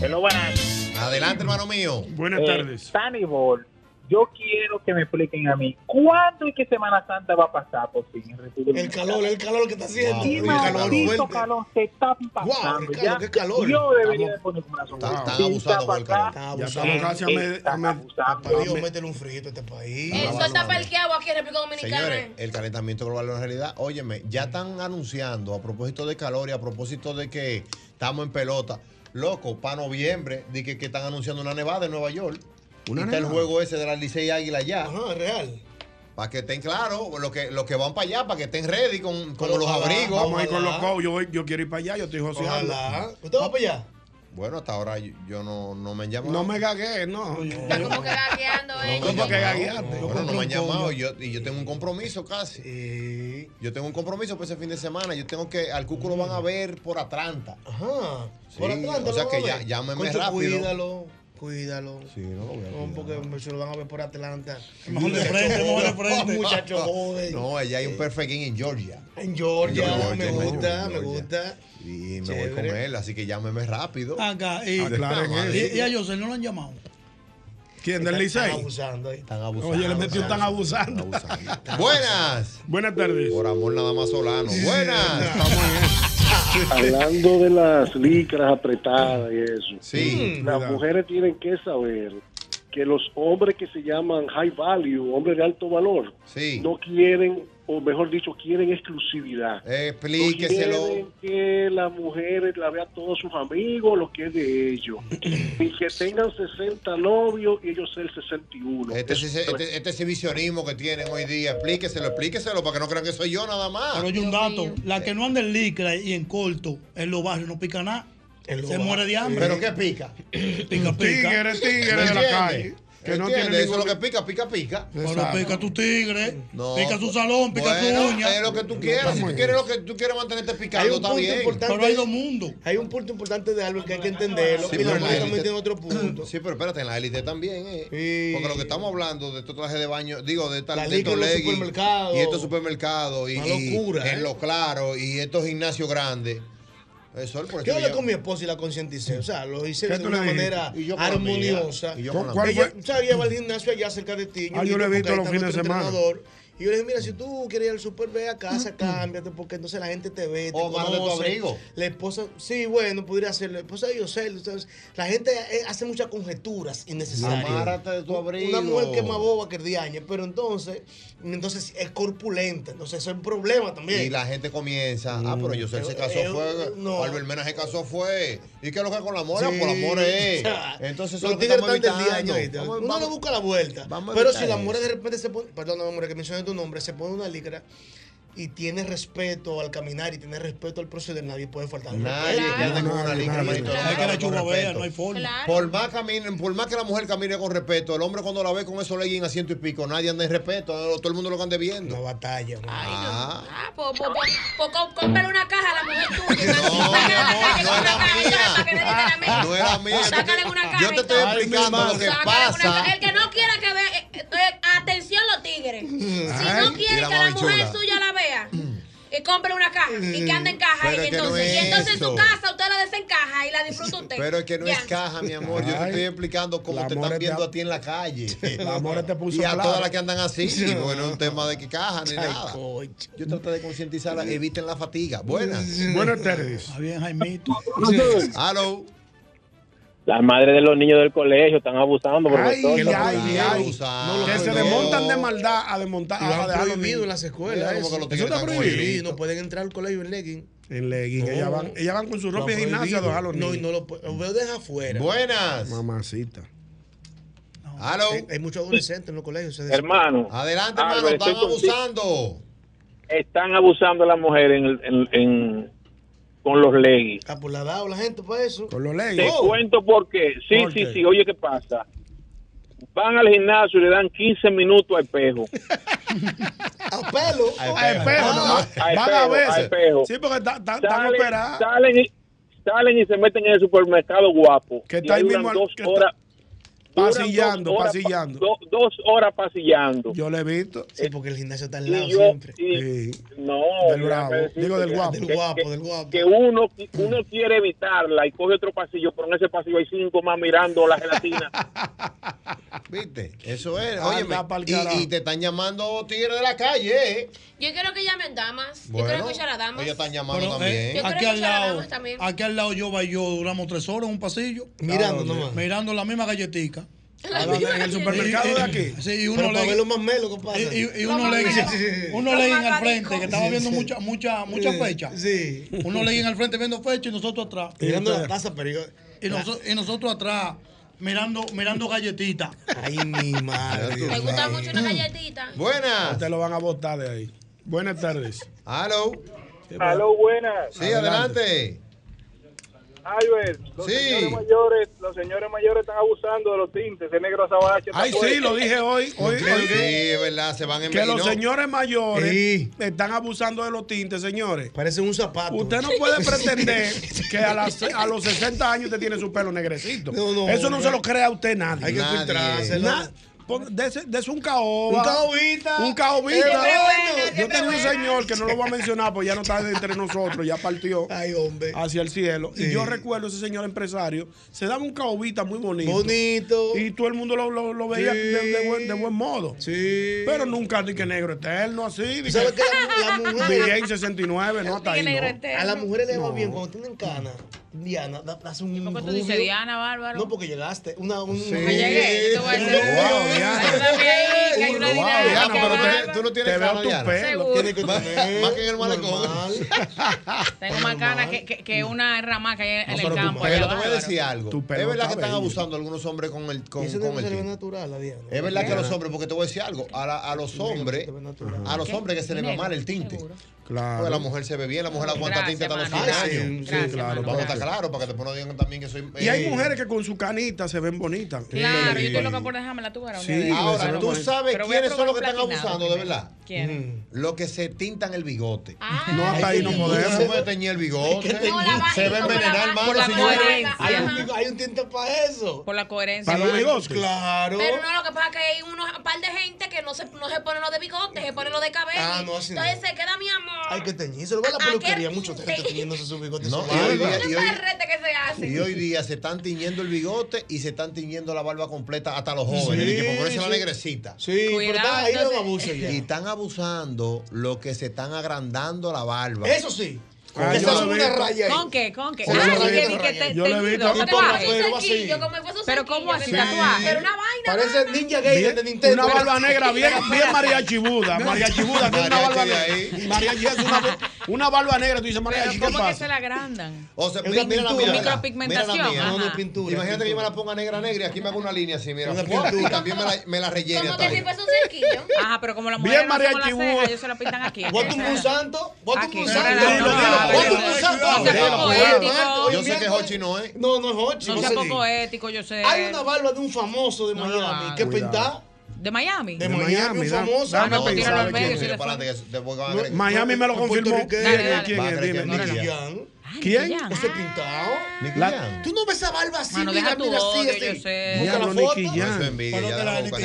Speaker 1: Hello, buenas.
Speaker 8: Adelante, hermano mío.
Speaker 10: Buenas
Speaker 1: tardes. Sanibol, yo quiero que me expliquen a mí, ¿cuándo y qué Semana Santa va a pasar por fin en República
Speaker 2: El calor, el calor que está haciendo.
Speaker 1: Sí,
Speaker 2: el calor
Speaker 1: maldito
Speaker 2: fuerte.
Speaker 1: calor, se están pasando.
Speaker 2: Guau, qué
Speaker 1: ya.
Speaker 2: calor, qué calor.
Speaker 1: Yo debería de poner una
Speaker 8: Están,
Speaker 1: sonrisa.
Speaker 8: están abusando con el calor.
Speaker 2: Ya estamos casi a med- a med- Papá Dios, métele un frito a este país.
Speaker 9: El sol está parqueado aquí en República Dominicana.
Speaker 8: Señores, el calentamiento global es una realidad. Óyeme, ya están anunciando a propósito de calor y a propósito de que estamos en pelota. Loco, para noviembre, di que, que están anunciando una nevada en Nueva York.
Speaker 10: Una
Speaker 8: y está el
Speaker 10: nevada.
Speaker 8: juego ese de la Licey Águila ya.
Speaker 2: Ajá, real.
Speaker 8: Para que estén claros, los que, los que van para allá, para que estén ready con, con
Speaker 10: Pero
Speaker 8: los
Speaker 10: ojalá,
Speaker 8: abrigos.
Speaker 10: Vamos a ir con
Speaker 2: Ah,
Speaker 10: los cobos. Yo, voy- yo quiero ir para allá, yo estoy joseando.
Speaker 8: Ojalá.
Speaker 2: ¿Usted va para allá?
Speaker 8: Bueno, hasta ahora yo, yo no, no me han llamado.
Speaker 10: No me gagué, no.
Speaker 9: Como que gagueando, eh.
Speaker 8: No,
Speaker 10: ¿Cómo que gagueaste?
Speaker 8: Bueno, no me han llamado y yo, y yo tengo un compromiso casi. Yo tengo un compromiso para ese fin de semana. Yo tengo que. Al Cucu lo van a ver por Atlanta.
Speaker 2: Mm. Ajá.
Speaker 8: Sí,
Speaker 2: Por Atlanta.
Speaker 8: o sea
Speaker 2: lo
Speaker 8: que
Speaker 2: van a
Speaker 8: ya-
Speaker 2: ver.
Speaker 8: llámeme
Speaker 2: Concho,
Speaker 8: rápido.
Speaker 2: Cuídalo, cuídalo.
Speaker 8: Sí, no lo voy a
Speaker 2: No,
Speaker 8: cuidar.
Speaker 2: porque se lo van a ver por Atlanta.
Speaker 8: Mejor de
Speaker 2: frente, mejor de frente.
Speaker 8: Muchacho joven. No, allá hay un perfect game en Georgia.
Speaker 2: En Georgia,
Speaker 8: En Georgia,
Speaker 2: me
Speaker 8: en
Speaker 2: gusta, me
Speaker 8: Georgia.
Speaker 2: gusta.
Speaker 8: Y me voy con
Speaker 2: Chévere.
Speaker 8: él, así que llámeme rápido.
Speaker 3: Acá, y,
Speaker 10: Ah,
Speaker 8: Aclaren
Speaker 3: y,
Speaker 8: eso.
Speaker 3: y a José no lo han llamado.
Speaker 10: ¿Quién
Speaker 3: del Licey?
Speaker 2: Están abusando ahí.
Speaker 8: Están abusando.
Speaker 10: Oye, le metió tan abusando.
Speaker 8: Buenas.
Speaker 10: Buenas tardes.
Speaker 8: Por amor nada más solano. Buenas.
Speaker 14: Hablando de las licras apretadas y eso. Mm.
Speaker 8: Sí.
Speaker 14: Las mujeres tienen que saber que los hombres que se llaman high value, hombres de alto valor, no quieren, o mejor dicho, quieren exclusividad.
Speaker 10: Eh,
Speaker 8: Explíqueselo.
Speaker 14: No quieren que las mujeres la vean todos sus amigos, lo que es de ellos. y que tengan 60 novios y ellos ser 61.
Speaker 8: Este,
Speaker 14: Eso
Speaker 8: este, este, este exhibicionismo que tienen hoy día, explíqueselo, explíqueselo para que no crean que soy yo nada más.
Speaker 3: Pero hay un dato, la que no anda en licra y en corto, en los barrios no pica nada.
Speaker 8: los
Speaker 3: Se
Speaker 8: barrios.
Speaker 3: muere de hambre.
Speaker 8: ¿Pero qué pica?
Speaker 3: pica, pica.
Speaker 8: ¿Entiendes? ¿Entiendes? Eso es lo que pica, pica, pica.
Speaker 3: Pero pica tu tigre, pica su
Speaker 8: pues,
Speaker 3: salón, pica
Speaker 8: bueno,
Speaker 3: tu uña.
Speaker 8: Es lo que tú quieras. Si tú quieres lo que tú quieres mantenerte
Speaker 2: Hay
Speaker 8: picando,
Speaker 2: un
Speaker 8: está
Speaker 2: punto
Speaker 8: bien.
Speaker 2: importante.
Speaker 3: mundos.
Speaker 2: Hay un punto importante de algo que hay que entenderlo.
Speaker 8: Sí,
Speaker 2: y la
Speaker 8: pero en la
Speaker 2: mujer también
Speaker 8: élite-
Speaker 2: tiene otro punto.
Speaker 8: Sí, pero espérate, en la élite también, ¿eh? Porque lo que estamos hablando de estos trajes de baño, digo, de
Speaker 2: La
Speaker 8: tal
Speaker 2: liga en los supermercados.
Speaker 8: y estos supermercados y,
Speaker 2: Una
Speaker 8: y
Speaker 2: locura,
Speaker 8: en
Speaker 2: ¿eh?
Speaker 8: los claros y estos gimnasios grandes. Eso es por
Speaker 2: Yo
Speaker 8: eso
Speaker 2: hablé
Speaker 8: yo-
Speaker 2: con mi esposa y la concienticé. O sea, lo hice
Speaker 8: ¿Qué
Speaker 2: de
Speaker 8: tú
Speaker 2: una
Speaker 8: le dijiste?
Speaker 2: manera
Speaker 8: Y yo con la
Speaker 2: armoniosa.
Speaker 8: mía. Y yo con la
Speaker 2: Ella,
Speaker 8: mía.
Speaker 2: o sea, ella va al gimnasio allá cerca de ti.
Speaker 10: Ah, yo
Speaker 2: digo,
Speaker 10: lo he
Speaker 2: porque
Speaker 10: visto
Speaker 2: ahí
Speaker 10: los
Speaker 2: está
Speaker 10: fines de
Speaker 2: nuestro
Speaker 10: semana.
Speaker 2: entrenador. Y yo le dije, mira, si tú quieres ir al super, ve a
Speaker 8: Ah,
Speaker 2: casa, cámbiate, porque entonces la gente te ve. Te
Speaker 8: O guarda tu
Speaker 2: conoce.
Speaker 8: abrigo.
Speaker 2: La esposa, sí, bueno, podría ser la esposa de Yosel. entonces, La gente eh, hace muchas conjeturas innecesarias.
Speaker 8: Amárrate de tu abrigo.
Speaker 2: Una mujer que es más boba que el diaño, pero entonces, entonces es corpulenta, entonces eso es un problema también.
Speaker 8: Y la gente comienza, ah, pero yo sé se
Speaker 2: Eh,
Speaker 8: casó
Speaker 2: eh,
Speaker 8: fue,
Speaker 2: no.
Speaker 8: Albert Mena se casó fue. ¿Y qué es lo que con la mora?
Speaker 2: Sí.
Speaker 8: Por la mora es.
Speaker 2: O sea,
Speaker 8: Entonces eso es
Speaker 2: los
Speaker 8: lo que
Speaker 2: tigres
Speaker 8: estamos
Speaker 2: están del
Speaker 8: evitando.
Speaker 2: diaño. ¿viste?
Speaker 8: Vamos-
Speaker 2: Uno le
Speaker 8: vamos-
Speaker 2: busca la vuelta.
Speaker 8: vamos a
Speaker 2: Pero
Speaker 8: evitar
Speaker 2: si la
Speaker 8: eso.
Speaker 2: mujer de repente se pone, perdón, amor, que mencioné tu nombre, se pone una licra y tiene respeto al caminar y tiene respeto al proceder, nadie puede faltar. al
Speaker 8: Nadie
Speaker 2: respeto.
Speaker 8: que ande con una licra, hermanito.
Speaker 2: Hay que la
Speaker 8: Con
Speaker 2: chupa
Speaker 8: respeto.
Speaker 2: vea, no hay forma. Claro.
Speaker 8: Por más, caminen- por más que la mujer camine con respeto, el hombre cuando la ve con esos leggings a ciento y pico, nadie anda en respeto, eh, todo el mundo lo que ande viendo. Una
Speaker 2: batalla.
Speaker 8: Ah,
Speaker 9: Ah, pues, pues, pues, pues, có- cómprale una caja a la mujer tuya.
Speaker 8: no era mía.
Speaker 9: Sácale una caja.
Speaker 8: Yo te estoy
Speaker 9: entonces.
Speaker 8: explicando lo que
Speaker 9: Sácale una
Speaker 8: pasa.
Speaker 9: caja. El que no quiera que vea, eh, eh, eh, atención los tigres. Si
Speaker 8: Ay,
Speaker 9: no quiere
Speaker 8: mira,
Speaker 9: que la
Speaker 8: mami
Speaker 9: mujer
Speaker 8: chula.
Speaker 9: suya la vea, y compre una caja y que ande en caja.
Speaker 8: Pero es
Speaker 9: Y
Speaker 8: que no
Speaker 9: entonces, y
Speaker 8: es
Speaker 9: entonces en
Speaker 8: eso.
Speaker 9: su casa usted la desencaja y la disfruta usted.
Speaker 8: Pero es que no
Speaker 9: Ya.
Speaker 8: es caja, mi amor. Yo te
Speaker 10: Ay.
Speaker 8: estoy explicando cómo
Speaker 10: La
Speaker 8: te
Speaker 10: mora
Speaker 8: están
Speaker 10: te
Speaker 8: viendo
Speaker 10: ha-
Speaker 8: a ti en la calle.
Speaker 10: La mora te puso
Speaker 8: Y a
Speaker 10: clara.
Speaker 8: todas las que andan así. Y bueno, es un tema de que caja ni
Speaker 10: Ay,
Speaker 8: nada. Yo trato de concientizarla. Eviten la fatiga. Buenas.
Speaker 10: Buenas tardes.
Speaker 3: Está bien, Jaimito.
Speaker 8: Aló.
Speaker 1: Las madres de los niños del colegio están abusando,
Speaker 10: Ay,
Speaker 1: profesor.
Speaker 10: ay, ay, ay.
Speaker 8: Abusando.
Speaker 10: que se
Speaker 8: No.
Speaker 10: desmontan de maldad a desmontar.
Speaker 2: Lo
Speaker 10: a dejar
Speaker 2: han
Speaker 10: los
Speaker 2: prohibido
Speaker 10: niños.
Speaker 2: en las escuelas.
Speaker 10: Mira, como que
Speaker 2: Eso,
Speaker 10: los tigres
Speaker 2: está
Speaker 10: están
Speaker 2: prohibido.
Speaker 10: cohibidos.
Speaker 2: No pueden entrar al colegio en legging.
Speaker 10: En legging.
Speaker 2: No.
Speaker 10: Ellas, van, ellas van con su
Speaker 2: Lo
Speaker 10: ropa de gimnasia a
Speaker 2: prohibido.
Speaker 10: dejar los niños.
Speaker 2: No, y no lo, pu- lo veo desde afuera.
Speaker 8: Buenas.
Speaker 10: Mamacita.
Speaker 2: Hay, hay muchos adolescentes en los colegios. se desesperan.
Speaker 1: Hermano.
Speaker 8: Adelante,
Speaker 14: Ah,
Speaker 1: hermano,
Speaker 8: hermano. Están abusando.
Speaker 1: Están abusando a las mujeres en el- en- en- con los leggings.
Speaker 2: Ah, pues la ha dado la gente para eso.
Speaker 10: Con los Oh.
Speaker 1: Te cuento por qué. Sí,
Speaker 2: ¿Por
Speaker 1: sí,
Speaker 2: qué?
Speaker 1: sí. Oye, ¿qué pasa? Van al gimnasio y le dan 15 minutos a espejo.
Speaker 2: A pelo.
Speaker 10: A espejo nomás. Van a
Speaker 1: a
Speaker 10: veces.
Speaker 1: espejo.
Speaker 10: Sí, porque están tan
Speaker 1: Salen-
Speaker 10: operadas.
Speaker 1: Salen y, salen y se meten en el supermercado guapo.
Speaker 10: Que
Speaker 1: Y
Speaker 10: está ahí
Speaker 1: duran
Speaker 10: mismo al-
Speaker 1: dos
Speaker 10: que está-
Speaker 1: horas. duran
Speaker 10: Pasillando,
Speaker 1: dos horas pa-
Speaker 10: pasillando.
Speaker 1: do- dos horas pasillando.
Speaker 10: Yo le he visto.
Speaker 2: Sí, porque el gimnasio está
Speaker 1: Y
Speaker 2: al lado
Speaker 1: yo-
Speaker 2: siempre.
Speaker 1: y- no,
Speaker 10: Del
Speaker 1: mira,
Speaker 10: bravo.
Speaker 1: que decirte
Speaker 10: Digo, del
Speaker 1: que-
Speaker 10: guapo.
Speaker 1: que-
Speaker 10: Del guapo,
Speaker 1: que-
Speaker 10: del guapo.
Speaker 1: Que uno, uno quiere evitarla y coge otro pasillo, pero en ese pasillo hay cinco más mirando la gelatina.
Speaker 8: ¿Viste? Eso es.
Speaker 10: Anda
Speaker 8: Óyeme.
Speaker 10: pa'l
Speaker 8: y-
Speaker 10: carajo.
Speaker 8: Y, te están llamando tigres de la calle. ¿eh?
Speaker 9: Yo quiero que llamen damas. Yo quiero
Speaker 8: Bueno,
Speaker 9: escuchar a damas.
Speaker 8: ellas están llamando
Speaker 3: Pero,
Speaker 8: también.
Speaker 3: eh,
Speaker 9: Yo creo
Speaker 3: aquí,
Speaker 9: que
Speaker 3: al
Speaker 9: ya la
Speaker 3: lado,
Speaker 9: damos también.
Speaker 3: aquí al lado yo y yo duramos tres horas en un pasillo.
Speaker 2: Mirando
Speaker 3: Claro,
Speaker 2: nomás.
Speaker 3: Mirando la misma galletica.
Speaker 10: La misma
Speaker 3: En el
Speaker 10: galletica.
Speaker 3: supermercado de aquí. Sí, y uno
Speaker 2: Pero para
Speaker 3: le-
Speaker 2: ver los más melos que pasa.
Speaker 3: Y, y- y uno le uno
Speaker 2: Los
Speaker 3: leía en
Speaker 2: más
Speaker 3: el frente,
Speaker 2: maricos.
Speaker 3: que estaba viendo
Speaker 2: Sí, sí.
Speaker 3: muchas muchas muchas
Speaker 2: Sí,
Speaker 3: fechas.
Speaker 2: Sí.
Speaker 3: Uno leía en el frente viendo fechas y nosotros atrás.
Speaker 2: Mirando la taza, pero yo.
Speaker 3: Y, noso- y nosotros atrás, mirando, mirando galletitas.
Speaker 2: Ay, mi madre.
Speaker 9: Me gusta mucho una galletita.
Speaker 8: Buenas.
Speaker 10: Ustedes lo van a botar de ahí. Buenas tardes.
Speaker 8: Aló.
Speaker 15: Aló, buenas.
Speaker 8: Sí, adelante.
Speaker 15: Albert, los, señores mayores, los señores mayores están abusando de los tintes. Ese negro azabache. está
Speaker 10: Ay, sí,
Speaker 15: fuerte.
Speaker 10: lo dije hoy. hoy, hoy
Speaker 8: Sí, es verdad, se van en
Speaker 10: que los señores mayores están abusando de los tintes, señores.
Speaker 2: Parece un zapato.
Speaker 10: Usted no puede pretender que a, las- a los 60 años usted tiene su pelo negrecito.
Speaker 2: No, no,
Speaker 10: Eso no
Speaker 2: no.
Speaker 10: se lo crea a usted nadie.
Speaker 2: Hay que
Speaker 10: Nadie.
Speaker 2: filtrárselo.
Speaker 10: Na- pon- Dese dese un caoba.
Speaker 2: Un caobita.
Speaker 10: Un caobita.
Speaker 2: Siempre bueno,
Speaker 10: Yo
Speaker 2: siempre
Speaker 10: tengo un
Speaker 2: bueno.
Speaker 10: señor que no lo voy a mencionar porque ya no está entre nosotros, ya partió hacia el cielo. Y
Speaker 2: Sí.
Speaker 10: yo recuerdo ese señor empresario, se daba un caobita muy bonito.
Speaker 2: Bonito.
Speaker 10: Y todo el mundo lo, lo- lo veía
Speaker 2: Sí.
Speaker 10: de, de buen, de buen modo.
Speaker 2: Sí.
Speaker 10: Pero nunca di que negro eterno así. di
Speaker 2: ¿Sabes
Speaker 10: que-
Speaker 2: que la, la mujer.
Speaker 10: Bien 69, no está ahí.
Speaker 16: este
Speaker 10: No.
Speaker 2: A las mujeres les va
Speaker 10: No.
Speaker 2: bien cuando tienen cana. Diana, da- hace un.
Speaker 16: ¿Por qué tú dices
Speaker 2: rubio.
Speaker 16: Diana, Bárbaro?
Speaker 2: No, porque llegaste. Una, un,
Speaker 16: Yo llegué, yo te voy a decir.
Speaker 2: Wow, Diana.
Speaker 16: Ayúdame ahí, que hay una
Speaker 2: Wow,
Speaker 16: dinámica.
Speaker 2: Diana, pero
Speaker 16: bárbara.
Speaker 8: Tú no tienes
Speaker 10: Te veo
Speaker 8: cara,
Speaker 10: tu
Speaker 8: Diana.
Speaker 10: pelo.
Speaker 16: Seguro.
Speaker 2: Tiene que tener.
Speaker 8: Más que en el malecón.
Speaker 16: Tengo más cara que, que, que una rama que hay en el
Speaker 8: pero
Speaker 16: campo. allá
Speaker 8: Pero te voy a
Speaker 16: bárbaro.
Speaker 8: decir algo.
Speaker 10: Tu pelo
Speaker 8: Es verdad
Speaker 10: está
Speaker 8: que están
Speaker 10: bello.
Speaker 8: abusando algunos hombres con el con,
Speaker 2: Eso
Speaker 8: con
Speaker 2: no
Speaker 8: el
Speaker 2: se le ve
Speaker 8: tipo.
Speaker 2: natural a Diana.
Speaker 8: Es verdad que
Speaker 2: Ajá.
Speaker 8: los hombres, porque te voy a decir algo, a, la- a los hombres, a los hombres que se les va mal el tinte.
Speaker 10: Claro.
Speaker 8: Porque la mujer se ve bien, la mujer aguanta
Speaker 10: Gracias,
Speaker 8: tinte hasta los 100
Speaker 10: mano. Ay, sí,
Speaker 8: años.
Speaker 10: sí, Gracias, claro, mano.
Speaker 8: Vamos a estar
Speaker 10: gracias.
Speaker 8: claros para que después no digan también que soy.
Speaker 10: Y hay
Speaker 8: eh,
Speaker 10: mujeres que con su canita se ven bonitas.
Speaker 16: Claro, yo estoy loca
Speaker 10: Sí.
Speaker 16: por dejarme la tuya.
Speaker 10: Sí, que se
Speaker 8: Ahora,
Speaker 10: ven
Speaker 8: tú
Speaker 10: bonitas.
Speaker 8: sabes
Speaker 16: Pero voy a
Speaker 8: quiénes son los que
Speaker 16: probar
Speaker 8: están
Speaker 16: platinado
Speaker 8: abusando, de
Speaker 16: primero.
Speaker 8: verdad.
Speaker 16: ¿Quiénes?
Speaker 8: Mm. Los que se tintan el bigote.
Speaker 10: No, hasta ahí no podemos.
Speaker 8: Se puede teñir el bigote.
Speaker 16: Es que no la va-
Speaker 8: Se va a
Speaker 16: no la va-
Speaker 8: envenenar,
Speaker 16: por
Speaker 8: hermano,
Speaker 16: la
Speaker 8: señores.
Speaker 16: coherencia.
Speaker 2: Hay un, hay un tinta para eso.
Speaker 16: Por la coherencia.
Speaker 8: ¿Para los
Speaker 16: hermano.
Speaker 8: bigotes?
Speaker 2: Claro.
Speaker 9: Pero no, lo que pasa es que hay unos un par de gente que no se, no se ponen lo de bigote, se ponen lo de cabello.
Speaker 2: Ah, no, así no.
Speaker 9: Entonces se queda mi amor.
Speaker 2: Hay que teñirse. Lo ve la
Speaker 9: Aquel
Speaker 2: peluquería. Mucho gente teñiéndose su bigote.
Speaker 8: No,
Speaker 2: su
Speaker 8: y hoy
Speaker 2: barba.
Speaker 8: día- y hoy-
Speaker 9: berrete que se hace.
Speaker 8: Y hoy día se están tiñendo el bigote y se están tiñendo la barba completa hasta los jóvenes.
Speaker 13: Sí,
Speaker 8: y que ponerse la
Speaker 13: sí.
Speaker 8: negrecita.
Speaker 13: Sí, pero Cuidado, está- ahí no entonces- abuso ya.
Speaker 8: Y están abusando los que se están agrandando la barba.
Speaker 13: Eso sí.
Speaker 8: Con-
Speaker 13: Esa es una raya ahí.
Speaker 16: ¿Con qué? ¿Con qué?
Speaker 8: Sí,
Speaker 16: Ah,
Speaker 8: yo
Speaker 16: sí,
Speaker 8: le
Speaker 16: que
Speaker 8: vi
Speaker 16: di que te,
Speaker 8: Yo le vi
Speaker 16: teñido,
Speaker 8: también.
Speaker 16: tatuaje.
Speaker 8: Como si fuera así.
Speaker 9: Yo como si fuese un
Speaker 16: Pero ¿cómo así?
Speaker 9: cerquillo,
Speaker 16: Tatuaje.
Speaker 9: Pero una vaina.
Speaker 10: Parece
Speaker 2: ninja
Speaker 10: gay
Speaker 2: de Nintendo.
Speaker 10: Una barba
Speaker 2: Pero-
Speaker 10: negra bien,
Speaker 2: Pero
Speaker 10: bien
Speaker 2: espérate.
Speaker 10: mariachi Buda. Mariachi Buda tiene una
Speaker 8: Mariachi
Speaker 10: barba
Speaker 8: de
Speaker 10: negra.
Speaker 8: ahí.
Speaker 10: Mariachi es una, una barba negra. Tú dices,
Speaker 16: Pero
Speaker 10: mariachi, ¿qué
Speaker 16: ¿cómo que
Speaker 10: pasa?
Speaker 16: se la agrandan?
Speaker 8: O sea,
Speaker 10: Es
Speaker 8: mira,
Speaker 10: una
Speaker 8: mira la
Speaker 10: pintura.
Speaker 8: mía,
Speaker 16: Micropigmentación,
Speaker 8: mira la mía.
Speaker 16: ajá. No, no es
Speaker 2: pintura,
Speaker 8: Imagínate
Speaker 2: es
Speaker 8: que yo me la ponga negra, negra y aquí me hago una línea así, mira.
Speaker 16: Una
Speaker 8: Y
Speaker 16: pintura.
Speaker 8: también me la, me la rellene
Speaker 16: Como
Speaker 8: hasta
Speaker 16: que
Speaker 8: ahí.
Speaker 16: si fuese un cerquillo. Ajá, pero como la mujer
Speaker 8: Bien
Speaker 16: no hacemos
Speaker 8: mariachi
Speaker 16: las
Speaker 8: Buda.
Speaker 16: cejas, ellos se la pintan aquí.
Speaker 8: Bota un
Speaker 2: gusanto, bota
Speaker 16: un
Speaker 8: gusanto. Dilo, dilo, bota un gusanto. Yo sé que Hochi no es.
Speaker 2: No, no es Hochi.
Speaker 16: No
Speaker 2: no
Speaker 16: sea
Speaker 2: sé
Speaker 16: poco
Speaker 2: ni.
Speaker 16: ético, yo sé.
Speaker 2: Hay una barba de un famoso de
Speaker 16: No lo
Speaker 2: Miami
Speaker 16: hagas.
Speaker 2: que
Speaker 16: Cuidado.
Speaker 2: pinta.
Speaker 16: ¿De Miami?
Speaker 2: De Miami, un famoso.
Speaker 8: Ah, no, tíralo al medio. Tira para adelante que después van a agregar.
Speaker 10: Miami me lo
Speaker 8: Un
Speaker 10: confirmó.
Speaker 8: puertorriqueño.
Speaker 10: ¿Quién es? ¿Quién
Speaker 8: Va a
Speaker 10: es?
Speaker 8: creer que
Speaker 10: Dime.
Speaker 8: es Nicky Jam.
Speaker 10: ¿Quién?
Speaker 2: Ese pintado.
Speaker 10: La-
Speaker 2: Tú no ves esa barba así,
Speaker 16: Mano,
Speaker 2: mira,
Speaker 16: deja tu
Speaker 2: mira, así,
Speaker 16: odio,
Speaker 2: así.
Speaker 16: yo sé.
Speaker 2: Busca la
Speaker 10: Diablo,
Speaker 2: foto.
Speaker 10: Nicky Jam. No, y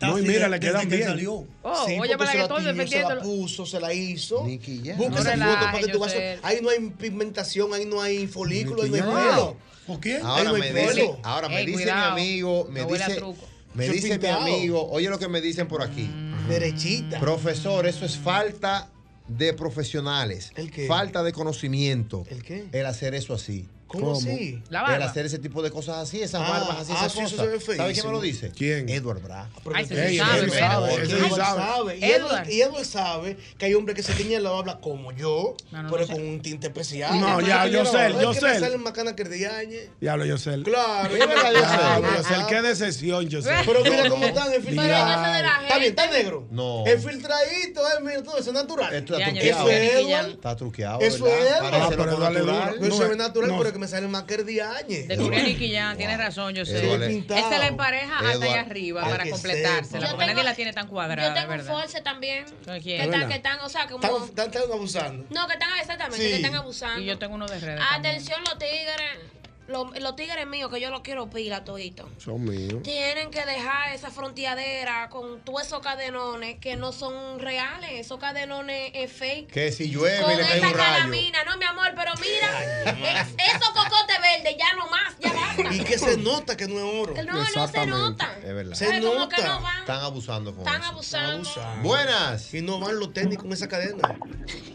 Speaker 3: así
Speaker 10: mira,
Speaker 3: de-
Speaker 10: le quedan
Speaker 3: desde que
Speaker 10: bien.
Speaker 3: salió.
Speaker 16: Oh,
Speaker 2: sí,
Speaker 16: oye,
Speaker 2: porque
Speaker 16: para
Speaker 2: se
Speaker 16: que
Speaker 2: la
Speaker 16: estoy
Speaker 2: tiñó, Se
Speaker 16: defendiéndolo.
Speaker 2: la puso, se la hizo. Busca
Speaker 16: No
Speaker 2: esa
Speaker 16: relaje,
Speaker 2: foto para que tú vas
Speaker 16: Yosel.
Speaker 2: Ahí no hay pigmentación, ahí no hay folículo, ahí no hay
Speaker 8: Nicky Jam.
Speaker 2: pelo.
Speaker 3: ¿Por qué?
Speaker 8: Ahora
Speaker 2: Ahí no
Speaker 8: me
Speaker 2: hay
Speaker 8: dice,
Speaker 2: pelo.
Speaker 8: ahora me
Speaker 2: Ey,
Speaker 8: dice
Speaker 2: eh, cuidado.
Speaker 8: mi amigo, me
Speaker 2: No huele a
Speaker 8: dice,
Speaker 2: truco.
Speaker 8: me
Speaker 2: Eso es
Speaker 8: dice mi
Speaker 2: pintado.
Speaker 8: amigo, oye lo que me dicen por aquí.
Speaker 2: Mm. Derechita.
Speaker 8: Profesor, eso es falta de profesionales. ¿El qué? Falta de conocimiento. ¿El
Speaker 2: qué?
Speaker 8: El hacer eso así.
Speaker 2: ¿Cómo así? La barba.
Speaker 8: El hacer ese tipo de cosas así, esas
Speaker 2: Ah,
Speaker 8: barbas así,
Speaker 2: ah,
Speaker 8: esas
Speaker 2: sí, eso
Speaker 8: cosas.
Speaker 2: se ve feísimo.
Speaker 8: ¿Sabes quién me lo dice?
Speaker 10: ¿Quién?
Speaker 8: Edward Bra.
Speaker 2: Ay,
Speaker 10: ese sí Ey, sabe, ese sí sabe,
Speaker 8: Edward.
Speaker 10: ese sí
Speaker 2: Edward sabe. Y Edward,
Speaker 16: Edward.
Speaker 2: y Edward sabe que hay hombres que se tiñen la barba como yo, pero con un tinte especial.
Speaker 10: No, ya, yo sé, yo
Speaker 2: Es que
Speaker 10: sé.
Speaker 2: me salen más canas que el de Áñez.
Speaker 10: Diablo, Yosel.
Speaker 2: Claro.
Speaker 10: Diablo,
Speaker 2: Claro.
Speaker 10: Yosel. Qué decepción, Yosel.
Speaker 2: Pero mira cómo están, el filtro.
Speaker 10: Diablo.
Speaker 2: Está bien, está negro.
Speaker 8: No.
Speaker 2: El filtradito, eh, mira, todo eso es natural.
Speaker 8: Esto está
Speaker 2: Ya, ya,
Speaker 8: truqueado.
Speaker 2: Eso es Edward.
Speaker 8: Está truqueado.
Speaker 2: Eso
Speaker 8: ¿verdad?
Speaker 2: es Edward.
Speaker 8: Parece
Speaker 2: Ah, pero
Speaker 8: loco
Speaker 2: dale
Speaker 8: natural.
Speaker 2: duro. Eso es natural, pero que me salen más que el de Áñez.
Speaker 16: Descubrí a Nicky Jam, tiene razón, yo sé.
Speaker 8: Edward es-
Speaker 16: Él se la empareja hasta allá
Speaker 8: Edward,
Speaker 16: arriba
Speaker 8: hay
Speaker 16: para
Speaker 8: que
Speaker 16: completársela,
Speaker 8: ser.
Speaker 16: porque
Speaker 9: Yo
Speaker 16: nadie la tiene tan cuadrada,
Speaker 9: Yo tengo un
Speaker 16: ¿verdad?
Speaker 9: force también.
Speaker 16: quién?
Speaker 9: Que
Speaker 16: ¿Es
Speaker 9: están,
Speaker 16: verdad?
Speaker 9: que están, o sea, como.
Speaker 2: Están, están, están abusando.
Speaker 9: No, que están exactamente,
Speaker 2: Sí.
Speaker 9: que están abusando.
Speaker 16: Y yo tengo uno de redes.
Speaker 9: Atención, los tigres. Los, los tigres míos, que yo los quiero pila todito.
Speaker 10: Son míos.
Speaker 9: Tienen que dejar esa fronteadera con todos esos cadenones que no son reales. Esos cadenones es fake.
Speaker 8: Que si llueve
Speaker 9: Con
Speaker 8: le cae
Speaker 9: esa
Speaker 8: un rayo.
Speaker 9: calamina, no, mi amor, pero mira, es- esos cocotes verdes ya no más, ya basta.
Speaker 2: Y que se nota que no es oro.
Speaker 9: No, no se nota.
Speaker 8: Es verdad.
Speaker 2: Se
Speaker 9: Ay, como que
Speaker 2: nota.
Speaker 9: no van.
Speaker 8: Están abusando con
Speaker 9: Están
Speaker 8: eso.
Speaker 9: abusando.
Speaker 8: Buenas.
Speaker 2: Y no van los tenis con esa cadena.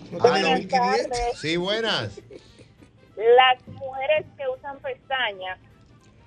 Speaker 2: No
Speaker 8: Aló.
Speaker 2: tienen la 1500.
Speaker 8: Sí, buenas.
Speaker 5: Las mujeres que usan pestañas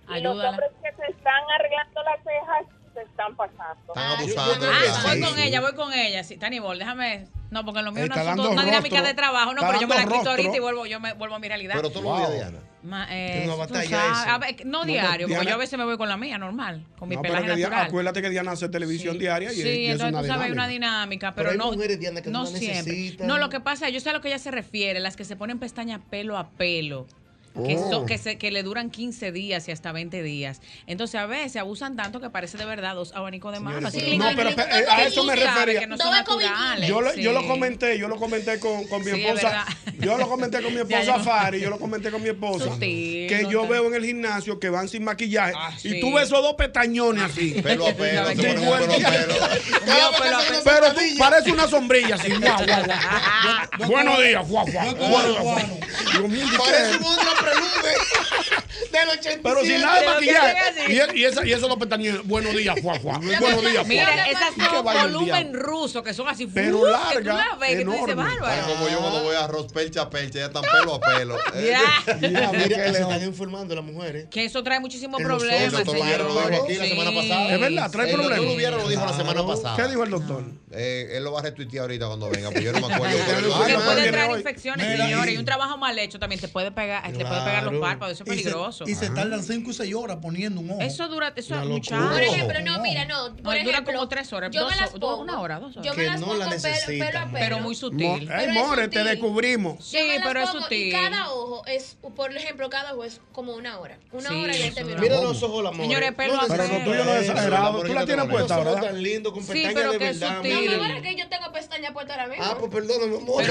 Speaker 5: y los
Speaker 16: Ayúdala.
Speaker 5: hombres que se están arreglando las cejas se están pasando.
Speaker 8: Están abusando.
Speaker 16: Ah,
Speaker 8: ¿verdad?
Speaker 16: voy con ella, voy con ella. Sí, Tanibol, déjame. No, porque lo mío
Speaker 8: Ey,
Speaker 16: es un
Speaker 8: está
Speaker 16: asunto-
Speaker 8: dando
Speaker 16: una dinámica
Speaker 8: rostro.
Speaker 16: de trabajo. No,
Speaker 8: Está
Speaker 16: pero yo me la
Speaker 8: dando
Speaker 16: quito
Speaker 8: rostro.
Speaker 16: ahorita y vuelvo, yo me, vuelvo a mi realidad.
Speaker 8: Pero todos los días, Diana.
Speaker 16: Ma- eh,
Speaker 10: Tiene una
Speaker 16: tú
Speaker 10: batalla
Speaker 16: sabes,
Speaker 10: esa.
Speaker 16: a ver, no
Speaker 10: No,
Speaker 16: diario, porque
Speaker 10: Diana-
Speaker 16: yo a veces me voy con la mía, normal, con mi
Speaker 10: No, pero
Speaker 16: pelaje
Speaker 10: que Diana,
Speaker 16: natural.
Speaker 10: acuérdate que Diana hace televisión diaria y,
Speaker 16: sí,
Speaker 10: y es
Speaker 16: entonces
Speaker 10: una
Speaker 16: tú sabes, hay una
Speaker 10: dinámica.
Speaker 16: dinámica, pero,
Speaker 10: Pero hay
Speaker 16: no,
Speaker 10: mujeres, Diana, que
Speaker 16: no
Speaker 10: no la
Speaker 16: siempre.
Speaker 10: necesitan.
Speaker 16: No, lo que pasa, yo sé a lo que ella se refiere, las que se ponen pestaña pelo a pelo. Que,
Speaker 10: Oh.
Speaker 16: son- que, se- que le duran 15 días y hasta 20 días. Entonces, a veces abusan tanto que parece de verdad dos abanicos de mano.
Speaker 10: Señores, pero- No, pero, pe- eh, a eso me refería.
Speaker 16: Que no son naturales.
Speaker 10: Yo lo, yo lo
Speaker 16: sí.
Speaker 10: comenté, yo lo comenté con, con mi
Speaker 16: Sí, es
Speaker 10: esposa. Yo lo comenté con mi
Speaker 16: Ya, yo
Speaker 10: esposa
Speaker 16: no-
Speaker 10: Fari, yo lo comenté con mi esposa.
Speaker 16: Sutil,
Speaker 10: que
Speaker 16: no
Speaker 10: yo
Speaker 16: tan-
Speaker 10: veo en el gimnasio que van sin maquillaje.
Speaker 16: sí.
Speaker 10: Y tú ves esos dos pestañones así.
Speaker 8: Ah, Pelo a pelo, se ponen un
Speaker 10: Igual-
Speaker 8: pelo a pelo.
Speaker 10: Cada vez que
Speaker 8: pelo a
Speaker 10: hacen
Speaker 8: pelo.
Speaker 10: una Pero tú- parece una sombrilla así. guau, guau, guau. Buenos días, guau, guau, guau, guau. Digo, mira, ¿qué
Speaker 2: Parece
Speaker 10: es?
Speaker 2: un otro prelude del 87.
Speaker 10: Pero sin nada de
Speaker 2: Pero que
Speaker 10: maquillaje.
Speaker 2: se
Speaker 10: Y,
Speaker 2: ve así.
Speaker 10: es- y, esa, y esos dos pestañones. Buenos días, Juan Juan.
Speaker 16: Lo que
Speaker 10: Buenos
Speaker 16: pasa-
Speaker 10: días, Juan.
Speaker 16: Mira, esas
Speaker 10: Y que
Speaker 16: son
Speaker 10: vaya el
Speaker 16: volumen
Speaker 10: diablo.
Speaker 16: ruso, que son así.
Speaker 10: Pero
Speaker 16: ¡fuu! que tú
Speaker 10: larga,
Speaker 16: la ves, que tú dices,
Speaker 10: enorme.
Speaker 16: bárbara.
Speaker 8: Como yo cuando voy a arroz pelcha a pelcha, ya están pelo a pelo. Eh, Mira,
Speaker 2: Mira, que
Speaker 8: que
Speaker 2: se
Speaker 8: le-
Speaker 2: están informando las mujeres.
Speaker 16: Que eso trae muchísimos
Speaker 2: En los
Speaker 16: problemas.
Speaker 8: El doctor Viera lo dijo aquí la semana pasada.
Speaker 10: Es verdad, trae
Speaker 8: el
Speaker 10: problemas.
Speaker 8: El doctor Viera lo dijo la semana pasada.
Speaker 10: ¿Qué dijo el doctor?
Speaker 8: Eh, él lo va a retuitear ahorita cuando venga, porque yo no me acuerdo.
Speaker 10: Porque
Speaker 8: Pero-
Speaker 16: Porque
Speaker 8: Ah, no,
Speaker 16: puede
Speaker 8: pero-
Speaker 16: traer infecciones,
Speaker 8: Mira,
Speaker 16: señores.
Speaker 8: y-
Speaker 16: Y un trabajo mal hecho también te puede pegar, te puede pegar los
Speaker 3: Claro.
Speaker 16: párpados. Eso es
Speaker 3: Y se-
Speaker 16: peligroso.
Speaker 3: Y se, tardan 5 y 6 horas poniendo un ojo.
Speaker 16: Eso dura, eso es mucho.
Speaker 9: Por ejemplo, no, mira, no. Por
Speaker 16: dura
Speaker 9: ejemplo,
Speaker 16: como tres horas,
Speaker 9: yo
Speaker 16: dos
Speaker 9: me las
Speaker 16: horas, dos-
Speaker 9: pongo.
Speaker 16: una hora, dos horas.
Speaker 9: Yo me
Speaker 10: Que
Speaker 9: las
Speaker 10: no
Speaker 9: pongo
Speaker 10: la
Speaker 9: pelo- pelo, a
Speaker 10: necesitan,
Speaker 9: pelo.
Speaker 16: Pero muy
Speaker 10: Mo-
Speaker 16: sutil.
Speaker 10: Ay, More, te descubrimos.
Speaker 9: Yo me las
Speaker 16: pero es
Speaker 9: pongo Y
Speaker 16: sutil.
Speaker 9: cada ojo es, por ejemplo, cada ojo es como una hora. Una
Speaker 16: Sí,
Speaker 9: hora y veinte
Speaker 16: eso
Speaker 9: minutos.
Speaker 2: Mira los ojos, la amor.
Speaker 9: Señores, pelo a
Speaker 10: Pero lo
Speaker 9: pelo.
Speaker 10: tuyo no es exagerado. Tú la tienes puesta,
Speaker 2: Los ojos
Speaker 10: ¿verdad?
Speaker 2: tan lindos, con
Speaker 9: Sí,
Speaker 2: pestañas
Speaker 9: pero
Speaker 2: de
Speaker 9: que es
Speaker 2: verdad.
Speaker 9: sutil.
Speaker 2: miren.
Speaker 9: No, ahora que yo tengo pestaña puesta ahora mismo.
Speaker 2: Ah, pues perdóname, amor.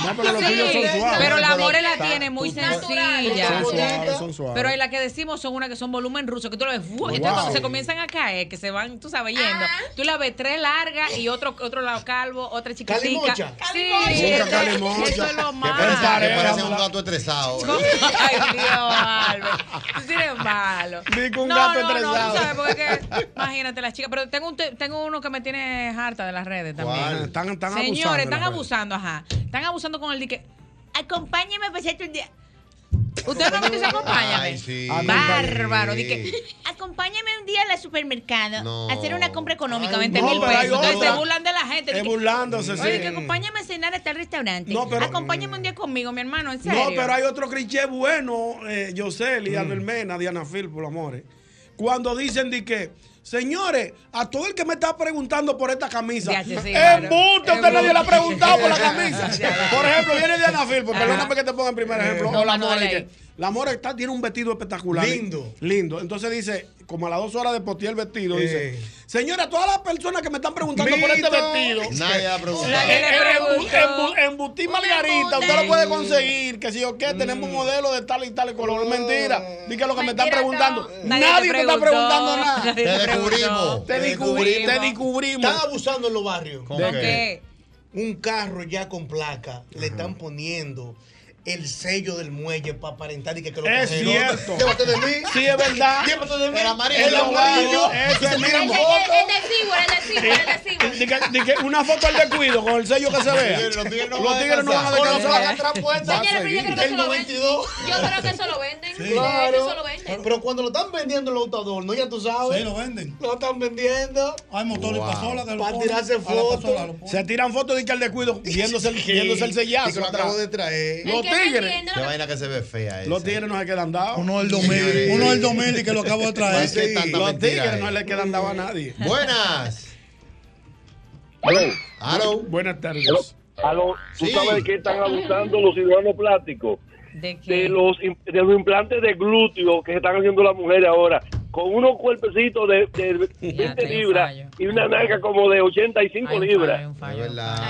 Speaker 10: No, pero los tuyos
Speaker 16: Sí,
Speaker 8: ah,
Speaker 10: son suaves.
Speaker 16: pero la
Speaker 10: Pero
Speaker 16: More la
Speaker 10: está-
Speaker 16: tiene muy
Speaker 9: Natural.
Speaker 16: sencilla.
Speaker 10: Son suaves, son suaves.
Speaker 16: Pero las que decimos son unas que son volumen ruso, que tú lo ves. ¡fua! Entonces,
Speaker 10: Wow.
Speaker 16: cuando se comienzan a caer, que se van, tú sabes, yendo, tú la ves tres largas y otro, otro lado calvo, otra chiquitica.
Speaker 8: Calimocha.
Speaker 16: Sí,
Speaker 8: Busca
Speaker 16: eso-
Speaker 8: calimocha.
Speaker 16: eso es lo
Speaker 8: Que
Speaker 16: más.
Speaker 8: parece, que parece un gato estresado.
Speaker 16: Ay, Dios, Albert. Tú sí eres malo.
Speaker 8: un
Speaker 16: no, no,
Speaker 8: gato
Speaker 16: No,
Speaker 8: estresado.
Speaker 16: tú sabes, porque es que, imagínate las chicas. Pero tengo, un te- tengo uno que me tiene harta de las redes también.
Speaker 10: ¿Cuál? Están, están abusando.
Speaker 16: Señores,
Speaker 10: de
Speaker 16: están
Speaker 10: las
Speaker 16: abusando, ajá. Están abusando con el de que acompáñeme a pasar un día. Ustedes no me dicen acompáñame.
Speaker 8: Ay, sí.
Speaker 10: Ah,
Speaker 16: Bárbaro.
Speaker 8: Sí.
Speaker 16: Di que, acompáñame un día al supermercado
Speaker 8: No.
Speaker 16: a hacer una compra económica,
Speaker 10: Ay,
Speaker 16: 20
Speaker 10: no,
Speaker 16: mil
Speaker 10: pero hay
Speaker 16: pesos. Entonces
Speaker 10: otra.
Speaker 16: se burlan de la gente. Di
Speaker 10: Es
Speaker 16: que,
Speaker 10: burlándose, sí.
Speaker 16: Oye, di que acompáñame a cenar a tal restaurante.
Speaker 10: No, pero-
Speaker 16: acompáñame un día conmigo, mi hermano, en serio.
Speaker 10: No, pero hay otro cliché bueno, eh, Yoseli,
Speaker 8: Mm.
Speaker 10: Albert Mena, Diana Phil, por amores. Cuando dicen de que, señores, a todo el que me está preguntando por esta camisa,
Speaker 16: Ya, sí, sí,
Speaker 10: es
Speaker 16: claro.
Speaker 10: busto, usted
Speaker 16: Es
Speaker 10: nadie le ha
Speaker 16: busto.
Speaker 10: preguntado por la camisa.
Speaker 16: Ya, ya.
Speaker 10: por ejemplo, viene Diana Phil, pues,
Speaker 16: Ajá. Eh,
Speaker 10: perdóname que te ponga en primer ejemplo.
Speaker 16: No,
Speaker 10: o la
Speaker 16: no,
Speaker 10: Mora,
Speaker 16: dale
Speaker 10: y
Speaker 16: ahí.
Speaker 10: que, la Mora está, tiene un vestido espectacular.
Speaker 2: Lindo.
Speaker 10: Lindo. Entonces dice, como a las dos horas de postear el vestido,
Speaker 2: Eh.
Speaker 10: dice, señora, todas las personas que me están preguntando por este
Speaker 2: Vito.
Speaker 10: vestido.
Speaker 8: Nadie ha preguntado.
Speaker 10: Eh, eh,
Speaker 8: Nadie
Speaker 10: embu-
Speaker 8: le
Speaker 10: embu-
Speaker 8: preguntó.
Speaker 10: Embutí Margarita, usted lo puede conseguir, que si yo qué, tenemos
Speaker 2: Mm.
Speaker 10: un modelo de tal y tal color. Mentira. Di que lo que me están preguntando.
Speaker 2: Nadie
Speaker 10: Nadie,
Speaker 2: te
Speaker 10: te, está
Speaker 2: preguntó.
Speaker 10: preguntando nada.
Speaker 2: Nadie te Te preguntó. descubrimos.
Speaker 10: Te
Speaker 2: Te
Speaker 10: descubrimos. Te descubrimos.
Speaker 2: Están abusando en los barrios.
Speaker 10: ¿Con ¿De qué?
Speaker 2: Un carro ya con placa le están poniendo el sello del muelle para aparentar y que, que lo
Speaker 10: Es
Speaker 2: cogieron.
Speaker 10: cierto.
Speaker 2: Llévate de mí.
Speaker 10: Sí, es verdad.
Speaker 2: Llévate de mí.
Speaker 10: El amarillo.
Speaker 2: El amarillo.
Speaker 10: Eso es
Speaker 2: Mira,
Speaker 10: mismo.
Speaker 2: mira,
Speaker 9: El de Seaward, el de Seaward, el de Seaward.
Speaker 10: Di que- di que una foto al descuido con el sello que se vea.
Speaker 8: Los tigres no
Speaker 10: Los
Speaker 8: van a
Speaker 10: tigres no van a
Speaker 8: descansar.
Speaker 10: descansar.
Speaker 8: Con los placas atrás puestas.
Speaker 10: Va a
Speaker 9: Señores, pero
Speaker 10: seguir.
Speaker 9: yo creo que eso lo venden. Yo creo que eso lo venden. Yo creo que
Speaker 2: Claro.
Speaker 9: eso lo venden.
Speaker 2: Pero cuando lo están vendiendo en los autoador, ¿no? Ya tú sabes.
Speaker 10: Sí, lo
Speaker 2: venden. Lo están vendiendo.
Speaker 10: Hay motores
Speaker 2: Wow.
Speaker 10: pasola que lo
Speaker 2: Para
Speaker 10: ponen.
Speaker 2: tirarse
Speaker 10: A la pasola lo
Speaker 2: fotos.
Speaker 10: ponen. Se tiran fotos de que al descuido viéndose el,
Speaker 2: Sí.
Speaker 10: viéndose el sellazo.
Speaker 2: Sí, que lo
Speaker 10: atrás.
Speaker 2: acabo de traer.
Speaker 10: Los
Speaker 2: El que está
Speaker 10: tigres.
Speaker 2: viendo lo Qué que-
Speaker 8: vaina que se ve fea
Speaker 10: Los tigres no se quedan dados.
Speaker 3: Uno del 2000, uno del 2000 que lo acabo de traer.
Speaker 10: Sí, Los tigres no le quedan dados a nadie.
Speaker 8: Buenas.
Speaker 10: Buenas tardes.
Speaker 1: Aló, ¿Tú
Speaker 10: Sí.
Speaker 1: sabes de qué están abusando los cirujanos plásticos?
Speaker 16: ¿De
Speaker 1: De los, im- de los implantes de glúteo que se están haciendo las mujeres ahora. Con unos cuerpecitos de, de 20 libras y una narca como de 85 libras.
Speaker 8: Pero las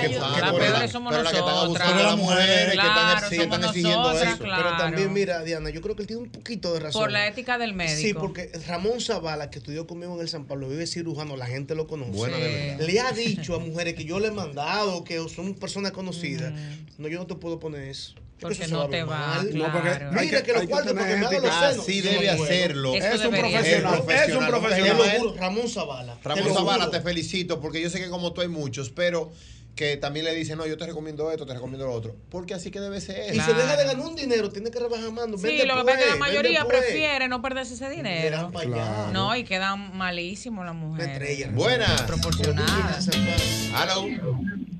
Speaker 8: que están abusando de las mujeres, que están, sí, están exigiendo eso.
Speaker 2: Pero también, mira, Diana, yo creo que él tiene un poquito de razón.
Speaker 16: Por la ética del médico.
Speaker 2: Sí, porque Ramón Zavala, que estudió conmigo en el San Pablo, vive cirujano, la gente lo conoce.
Speaker 8: Bueno, de verdad.
Speaker 2: Le ha dicho a mujeres que yo le he mandado, que son personas conocidas. No, yo no te puedo poner eso. Es que
Speaker 16: Porque
Speaker 2: eso se
Speaker 16: no
Speaker 2: a
Speaker 16: te
Speaker 2: ver
Speaker 16: va,
Speaker 2: mal.
Speaker 16: claro. No, porque
Speaker 2: Mira
Speaker 16: hay que-
Speaker 2: que,
Speaker 8: hay
Speaker 2: los
Speaker 8: que
Speaker 2: cuartos
Speaker 8: tener
Speaker 2: para que me hagan
Speaker 8: gente
Speaker 2: los
Speaker 8: que-
Speaker 2: senos.
Speaker 8: Así
Speaker 2: Yo
Speaker 8: debe
Speaker 2: no puedo.
Speaker 8: hacerlo. Eso
Speaker 10: Es un debería. profesional, es un profesional.
Speaker 2: Te lo juro, Ramón Zavala. te
Speaker 8: Ramón
Speaker 2: lo
Speaker 8: Zavala,
Speaker 2: juro.
Speaker 8: te felicito porque yo sé que como tú hay muchos, pero que también le dicen, no, yo te recomiendo esto, te recomiendo lo otro. Porque así que debe ser.
Speaker 2: Y se deja de ganar un dinero, tiene que rebajar mando.
Speaker 16: Sí,
Speaker 2: Vete
Speaker 16: lo que
Speaker 2: pues,
Speaker 16: pasa es que la
Speaker 2: vete
Speaker 16: mayoría
Speaker 2: pues.
Speaker 16: prefiere no perderse ese dinero.
Speaker 2: pa' allá. Claro.
Speaker 16: No, y quedan malísimos las mujeres.
Speaker 8: Buenas.
Speaker 16: Proporcionadas.
Speaker 8: Hello.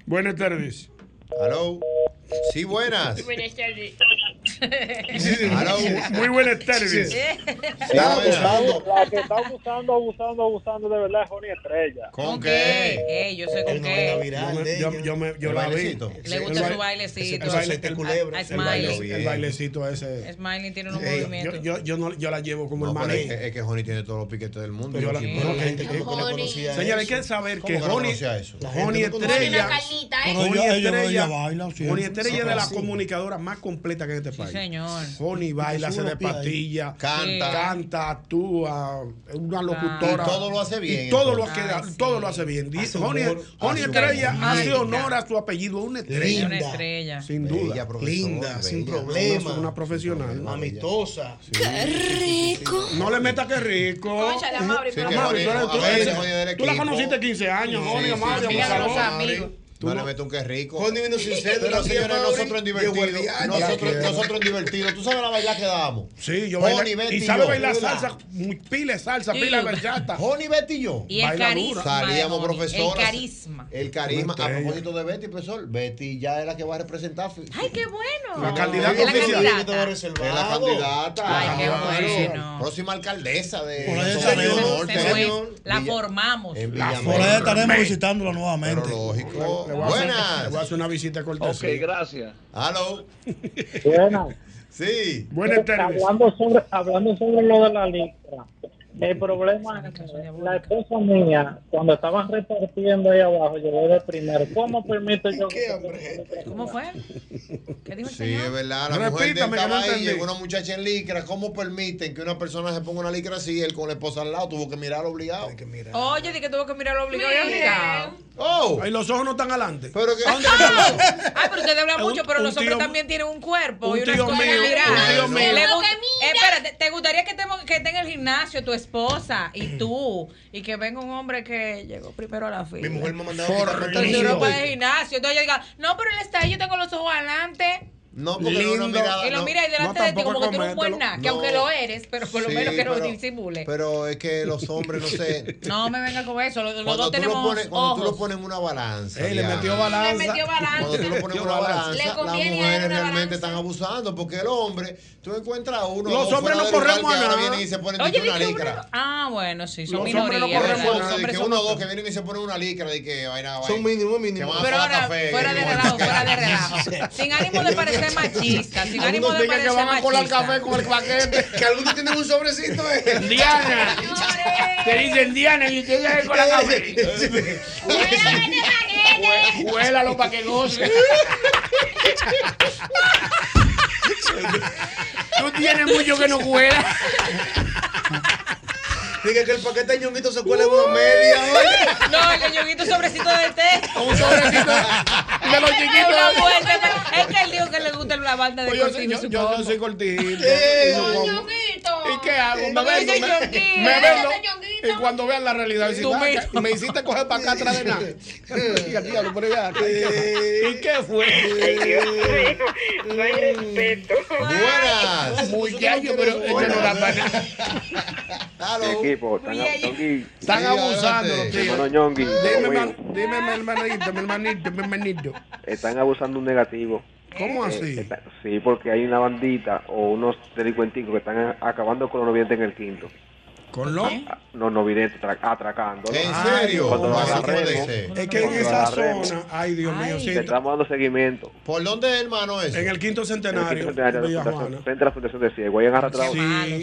Speaker 10: Buenas tardes.
Speaker 8: Hello. Sí, buenas.
Speaker 9: Buenas
Speaker 16: este
Speaker 9: tardes.
Speaker 8: Hello.
Speaker 10: Muy buenas tardes.
Speaker 8: Están abusando.
Speaker 15: La que está abusando, abusando, abusando de verdad es Joni Estrella.
Speaker 8: ¿Con
Speaker 16: qué? Eh, yo sé con qué.
Speaker 10: Yo me- yo, yo me- yo
Speaker 8: El
Speaker 10: la vi.
Speaker 8: bailecito.
Speaker 16: Le gusta su bailecito.
Speaker 10: El baile-
Speaker 16: Aceite
Speaker 10: el-
Speaker 16: culebra.
Speaker 10: el
Speaker 16: Smiley.
Speaker 10: baile- el bailecito ese.
Speaker 16: Smiley tiene unos
Speaker 10: Ey, yo,
Speaker 16: movimientos.
Speaker 10: yo, yo, no, yo la llevo como
Speaker 8: No,
Speaker 10: hermana.
Speaker 8: pero es que, es que Johnny tiene todos los piquetes del mundo.
Speaker 10: Pero la-
Speaker 8: Sí,
Speaker 10: no,
Speaker 8: pero
Speaker 10: la gente que-
Speaker 8: no
Speaker 10: que no
Speaker 8: conocía
Speaker 10: Señores,
Speaker 8: eso.
Speaker 10: hay que saber
Speaker 8: ¿Cómo
Speaker 10: que
Speaker 8: no
Speaker 10: Johnny,
Speaker 8: conocía eso?
Speaker 10: La gente Johnny no conocía. Estrella-
Speaker 9: Una carnita, ¿eh?
Speaker 10: Johnny
Speaker 3: Ella- ella-
Speaker 10: Estrella,
Speaker 3: ella baila, sí.
Speaker 10: Johnny Estrella es de las
Speaker 3: Sí.
Speaker 10: comunicadoras más completas que hay en este país.
Speaker 16: señor.
Speaker 10: Johnny baila,
Speaker 3: Es
Speaker 10: se
Speaker 3: una
Speaker 10: de
Speaker 3: pila ahí.
Speaker 10: patilla,
Speaker 8: Canta.
Speaker 10: canta, actúa, es una locutora.
Speaker 8: Y todo lo hace bien,
Speaker 10: Y todo lo,
Speaker 8: entonces.
Speaker 10: queda- todo lo
Speaker 16: Ah,
Speaker 10: hace bien. Dice,
Speaker 8: Hace
Speaker 10: Johnny,
Speaker 8: humor,
Speaker 10: Johnny
Speaker 8: hace
Speaker 10: Estrella
Speaker 8: humor.
Speaker 10: hace
Speaker 8: Linda.
Speaker 10: honor a su apellido, una estrella.
Speaker 16: Una estrella.
Speaker 10: Sin duda.
Speaker 2: Linda, sin
Speaker 10: Una,
Speaker 2: problema.
Speaker 10: una profesional.
Speaker 2: Amistosa.
Speaker 10: rico. No le metas que rico.
Speaker 16: Cónchale, Amaury,
Speaker 10: Sí,
Speaker 16: pero-
Speaker 10: que
Speaker 8: Amaury,
Speaker 10: tú eres-
Speaker 8: a
Speaker 10: tú-
Speaker 8: veces,
Speaker 10: esa-
Speaker 8: Johnny, del
Speaker 10: Tú la
Speaker 8: equipo.
Speaker 10: conociste 15 años,
Speaker 8: Sí,
Speaker 10: Johnny,
Speaker 8: sí,
Speaker 10: Amaury,
Speaker 8: sí,
Speaker 10: vamos
Speaker 8: sí,
Speaker 10: a
Speaker 8: sí,
Speaker 10: hablar.
Speaker 8: sí. No le meto un que rico.
Speaker 2: Johnny vino sin cédula,
Speaker 8: Pero
Speaker 2: sí,
Speaker 8: señores,
Speaker 2: Mauri.
Speaker 8: nosotros en
Speaker 2: Llegó
Speaker 8: divertido.
Speaker 2: el diario.
Speaker 8: Nosotros,
Speaker 2: Ya.
Speaker 8: nosotros en divertido. Tú sabes la bailar que dábamos.
Speaker 10: Sí, yo
Speaker 8: Johnny,
Speaker 10: bailo.
Speaker 8: Betty
Speaker 10: Y
Speaker 8: y
Speaker 10: sabe
Speaker 8: yo.
Speaker 10: bailar
Speaker 8: Hola.
Speaker 10: salsa, muy- pila de salsa,
Speaker 8: Sí.
Speaker 10: pila de bachata.
Speaker 8: Johnny, Betty y yo.
Speaker 16: Y el
Speaker 8: Baila dura.
Speaker 16: carisma de
Speaker 8: Salíamos,
Speaker 16: Johnny, el
Speaker 8: profesora.
Speaker 16: carisma.
Speaker 8: El carisma. A
Speaker 10: Una estrella.
Speaker 8: propósito de Betty, profesor, Betty ya es la que va a representar.
Speaker 16: Ay, qué bueno.
Speaker 8: La
Speaker 10: candidata
Speaker 16: Es la
Speaker 10: oficial.
Speaker 16: candidata.
Speaker 8: Es la candidata.
Speaker 16: Ay, qué
Speaker 8: Claro.
Speaker 16: bueno.
Speaker 8: Próxima alcaldesa de
Speaker 3: Por ahí
Speaker 8: Santo
Speaker 3: está
Speaker 8: Domingo
Speaker 3: Dios.
Speaker 8: Norte.
Speaker 16: Se fue. La
Speaker 8: Villa-
Speaker 16: formamos.
Speaker 8: en
Speaker 3: Por ahí
Speaker 8: Villamella.
Speaker 3: estaremos visitándola nuevamente.
Speaker 8: lógico.
Speaker 10: Le voy a hacer-
Speaker 8: Buenas.
Speaker 10: le voy a hacer una visita cortesía.
Speaker 3: Ok,
Speaker 10: gracias.
Speaker 8: Hello.
Speaker 10: Sí. Buenas tardes.
Speaker 17: Hablando sobre, hablando sobre lo de la licra. El problema es que la esposa mía, cuando estaban repartiendo ahí abajo, llegó de primero. ¿Cómo permito yo? que-
Speaker 16: ¿Cómo fue? ¿Qué dijo el
Speaker 8: Sí, es verdad. La mujer de él
Speaker 16: Repítame, que
Speaker 8: estaba
Speaker 16: no
Speaker 8: ahí,
Speaker 16: entendí.
Speaker 8: llegó una muchacha en licra. ¿Cómo permiten que una persona se ponga una licra así? Él con la esposa al lado tuvo que mirar obligado.
Speaker 16: Oye, di que tuvo que mirar lo obligado y
Speaker 10: Miren.
Speaker 16: obligado.
Speaker 8: Oh.
Speaker 10: Ahí los ojos no están adelante.
Speaker 8: Pero que.
Speaker 16: Ay, pero ustedes hablan
Speaker 10: Un-
Speaker 16: mucho, pero
Speaker 10: un
Speaker 16: los hombres
Speaker 10: tío-
Speaker 16: también tienen un cuerpo
Speaker 10: un
Speaker 16: y unas
Speaker 10: tío
Speaker 16: cosas
Speaker 10: mío,
Speaker 16: que mirar.
Speaker 10: un tío mío.
Speaker 16: Le
Speaker 10: Lo
Speaker 16: gu- Espérate, ¿te gustaría que esté, que esté en el gimnasio tu esposa y tú? Y que venga un hombre que llegó primero a la fila. Mi mujer
Speaker 2: me ha
Speaker 16: Con su ropa de gimnasio. Entonces yo diga, no, pero él está ahí, yo tengo los ojos adelante.
Speaker 8: No, porque no, no,
Speaker 10: Lindo.
Speaker 8: mirada,
Speaker 16: y lo
Speaker 8: no.
Speaker 16: mira ahí delante
Speaker 8: No,
Speaker 16: de ti como que tú eres un
Speaker 8: tampoco
Speaker 16: buen na, que
Speaker 8: coméntelo.
Speaker 16: aunque lo eres, pero por lo
Speaker 8: Sí,
Speaker 16: menos que lo
Speaker 8: pero-
Speaker 16: disimule.
Speaker 8: Pero es que los hombres, no sé.
Speaker 16: no me venga con eso, los, los
Speaker 8: Cuando,
Speaker 16: dos
Speaker 8: tú lo,
Speaker 16: tenemos
Speaker 8: pones, cuando tú lo
Speaker 16: ojos.
Speaker 8: pones en una balanza.
Speaker 10: Él le
Speaker 8: Diana,
Speaker 10: metió balanza. Le metió balanza.
Speaker 8: Cuando tú lo pones en una
Speaker 10: Le
Speaker 8: balanza, las
Speaker 10: conviene a él
Speaker 8: mujeres
Speaker 10: una
Speaker 8: realmente están abusando. Porque el hombre, tú encuentras a uno. o
Speaker 10: Los
Speaker 8: dos
Speaker 10: hombres
Speaker 8: fuera del
Speaker 10: no
Speaker 8: lugar
Speaker 10: corremos
Speaker 8: que
Speaker 10: a
Speaker 8: ahora
Speaker 10: nada.
Speaker 8: vienen y se ponen
Speaker 16: Oye,
Speaker 8: dique
Speaker 16: di
Speaker 8: una
Speaker 16: que
Speaker 8: licra.
Speaker 16: Ah, bueno, sí, son
Speaker 8: Los
Speaker 16: minorías.
Speaker 8: hombres no
Speaker 16: ¿verdad?
Speaker 8: corremos
Speaker 16: Los
Speaker 8: nada. De
Speaker 16: hombres
Speaker 8: que
Speaker 16: son
Speaker 8: uno o dos que vienen y se ponen una licra. De que vaina, vaina.
Speaker 2: Son mínimos, mínimos.
Speaker 8: Que van a
Speaker 16: Pero
Speaker 8: tomar
Speaker 16: ahora,
Speaker 8: café.
Speaker 16: fuera
Speaker 8: que
Speaker 16: de
Speaker 8: van a-
Speaker 16: relajo, fuera de relajo. Sin ánimo de parecer machista, sin
Speaker 8: Algunos
Speaker 16: ánimo de
Speaker 8: digan que
Speaker 16: parecer
Speaker 8: van a colar
Speaker 16: machista.
Speaker 8: café con el
Speaker 2: paquete. Que algunos tienen un sobrecito. eh.
Speaker 10: Diana. Te dicen Diana y usted llega con la cabeza. Huélalo para que goce. Tú tienes mucho que no cuela.
Speaker 2: Dije que el paquete de ñonguito se cuela en una media. oye.
Speaker 16: No, el que yoguito sobrecito de té.
Speaker 10: Un sobrecito de los chiquitos.
Speaker 16: Este- Una vuelta, pero es que él dijo que le gusta la banda de
Speaker 10: Pues yo,
Speaker 16: Cortina y
Speaker 10: soy-
Speaker 16: su
Speaker 10: yo, yo soy cortito. y
Speaker 16: Eh,
Speaker 10: su combo. ¿Y qué hago? Me
Speaker 16: Ay,
Speaker 10: vendo, me,
Speaker 16: ñonguito.
Speaker 10: me vendo.
Speaker 16: Ay,
Speaker 10: Y cuando vean la realidad, dicen,
Speaker 16: Tú
Speaker 10: "Ah, que me hiciste coger para acá atrás de nada. Y aquí, diablo, pero ya, ¿qué- ¿Y qué fue?
Speaker 18: No hay respeto.
Speaker 8: Buenas.
Speaker 10: Muy gallo, pero este no da para nada.
Speaker 1: Equipo, están,
Speaker 10: Están abusando los tíos.
Speaker 1: Hermano Ñongui,
Speaker 10: Dime,
Speaker 1: Robin,
Speaker 10: man- dime, mi hermanito, mi hermanito, mi hermanito.
Speaker 1: están abusando un negativo.
Speaker 10: ¿Cómo
Speaker 1: Eh,
Speaker 10: así?
Speaker 1: está- sí, porque hay una bandita o unos delincuenticos que están a- acabando con los novidentes en el quinto. Ah,
Speaker 10: ¿Con los?
Speaker 1: Los novidentes tra- atracando. Ah,
Speaker 10: ¿En serio?
Speaker 1: Cuando los
Speaker 10: ¿Cómo así?
Speaker 1: agarremos.
Speaker 10: Es que en
Speaker 1: cuando los
Speaker 10: esa
Speaker 1: agarremos,
Speaker 10: zona, ay Dios mío, sí.
Speaker 1: le estamos dando seguimiento.
Speaker 8: ¿Por dónde es, hermano, eso?
Speaker 10: En el quinto
Speaker 1: En el
Speaker 10: centenario.
Speaker 1: quinto centenario de
Speaker 10: Villa
Speaker 1: la
Speaker 10: Juana.
Speaker 1: Fundación- frente a la Fundación de Ciego. Ahí agarra atrás.
Speaker 10: Sí,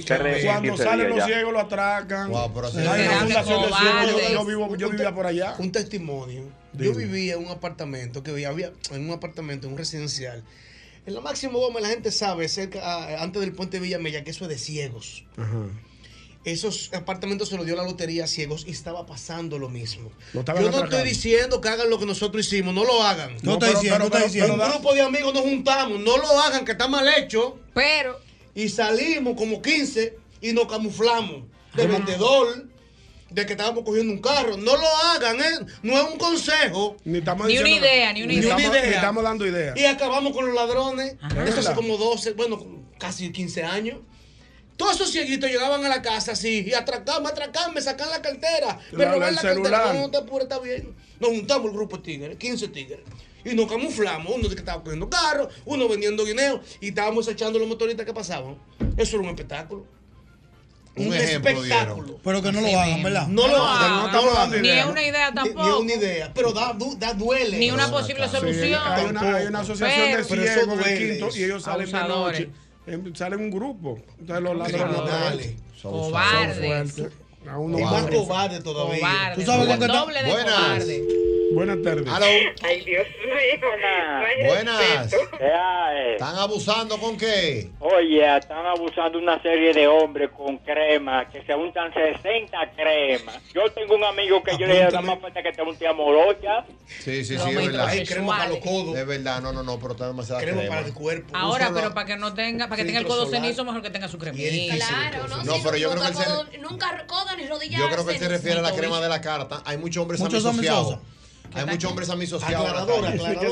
Speaker 1: Cerre-
Speaker 10: cuando
Speaker 1: 15
Speaker 10: salen
Speaker 1: días
Speaker 10: los
Speaker 1: ya.
Speaker 10: ciegos lo atracan.
Speaker 2: sí.
Speaker 10: Hay una
Speaker 2: Serán
Speaker 10: fundación de ciegos, yo- yo
Speaker 2: cobardes.
Speaker 10: vivo- yo vivía por allá.
Speaker 2: Un testimonio. Yo vivía en un apartamento que había en un apartamento, en un residencial. En la Máximo Gómez la gente sabe, cerca a- antes del puente Villamella, que eso es de ciegos. Esos apartamentos se los dio la lotería a ciegos y estaba pasando lo mismo.
Speaker 10: Lo
Speaker 2: Yo
Speaker 10: estaban
Speaker 2: no
Speaker 10: atracando.
Speaker 2: estoy diciendo que hagan lo que nosotros hicimos, no lo hagan.
Speaker 10: No No, está pero- diciendo, pero- no está pero- diciendo.
Speaker 2: Un grupo de amigos nos juntamos, no lo hagan, que está mal hecho.
Speaker 16: Pero.
Speaker 2: Y salimos como 15 y nos camuflamos de vendedor, de que estábamos cogiendo un carro. No lo hagan, ¿eh? No es un consejo.
Speaker 10: Ni, estamos
Speaker 2: Ni una
Speaker 10: diciendo-
Speaker 2: idea, ni una idea.
Speaker 10: Estamos,
Speaker 2: Ni una idea.
Speaker 10: estamos dando ideas.
Speaker 2: Y acabamos con los ladrones.
Speaker 10: Ajá.
Speaker 2: Eso hace
Speaker 10: Hola.
Speaker 2: como 12, bueno, casi 15 años. Todos esos cieguitos llegaban a la casa así y atracaban, atracaban, me sacan la cartera, me
Speaker 10: La-
Speaker 2: roban
Speaker 10: el
Speaker 2: la
Speaker 10: celular.
Speaker 2: cartera. No, no te apures, está bien. Nos juntamos el grupo de tigres, 15 tigres. Y nos camuflamos, uno que estaba cogiendo carros, uno vendiendo guineo y estábamos echando los motoristas que pasaban. Eso era un espectáculo.
Speaker 8: Un
Speaker 2: Un,
Speaker 8: ejemplo
Speaker 2: espectáculo.
Speaker 3: Pero que no lo hagan,
Speaker 10: Ah,
Speaker 3: ¿verdad?
Speaker 2: No lo hagan, no lo hagan.
Speaker 16: Ni es una idea
Speaker 2: Ni-
Speaker 16: tampoco.
Speaker 2: Ni una idea, pero da, du- da duele.
Speaker 16: Ni una posible
Speaker 10: Sí,
Speaker 16: solución.
Speaker 10: hay, una, hay una asociación de
Speaker 2: Pero eso
Speaker 10: ciegos del
Speaker 2: duele.
Speaker 10: quinto y ellos salen de
Speaker 2: Abusadores.
Speaker 10: noche. Em, Salen un grupo. Entonces los ladrones
Speaker 2: Criminales.
Speaker 10: atracan. Son
Speaker 2: Son Cobardes.
Speaker 10: fuertes. A uno
Speaker 2: Y más
Speaker 10: preso.
Speaker 2: cobarde todavía.
Speaker 10: Cobarde.
Speaker 2: ¿Tú sabes
Speaker 10: Cobarde.
Speaker 2: con qué está-
Speaker 10: Doble de cobarde. Buenas tardes.
Speaker 18: Ay, Dios mío.
Speaker 8: Buenas.
Speaker 18: ¿Están
Speaker 8: abusando con qué?
Speaker 19: eh. Oye, están abusando una serie de hombres con crema, que se untan 60 cremas. Yo tengo un amigo que yo le digo, "Nada más falta que te unte a morocha.
Speaker 8: Sí, sí,
Speaker 19: Los
Speaker 8: sí, es verdad.
Speaker 19: homosexuales. Hay crema para los
Speaker 8: codos. Es verdad, no, no, no, pero está demasiada crema. para el
Speaker 2: cuerpo.
Speaker 16: Ahora, pero para que no tenga, para que tenga el codo
Speaker 8: Filtro solar.
Speaker 16: cenizo, mejor que tenga su cremita.
Speaker 9: Claro, no,
Speaker 8: No,
Speaker 9: si
Speaker 8: pero yo creo que él
Speaker 9: nunca,
Speaker 8: se-
Speaker 9: codo, nunca codo ni rodillas.
Speaker 8: Yo creo que él se
Speaker 9: cenizas,
Speaker 8: refiere a
Speaker 9: ni
Speaker 8: la crema
Speaker 9: tobillo.
Speaker 8: de la carta. Hay muchos hombres
Speaker 9: Muchos
Speaker 8: amisociados.
Speaker 3: amisosos.
Speaker 8: Hay muchos hombres amisociados.
Speaker 3: Aclaradora, aclaradora. Yo,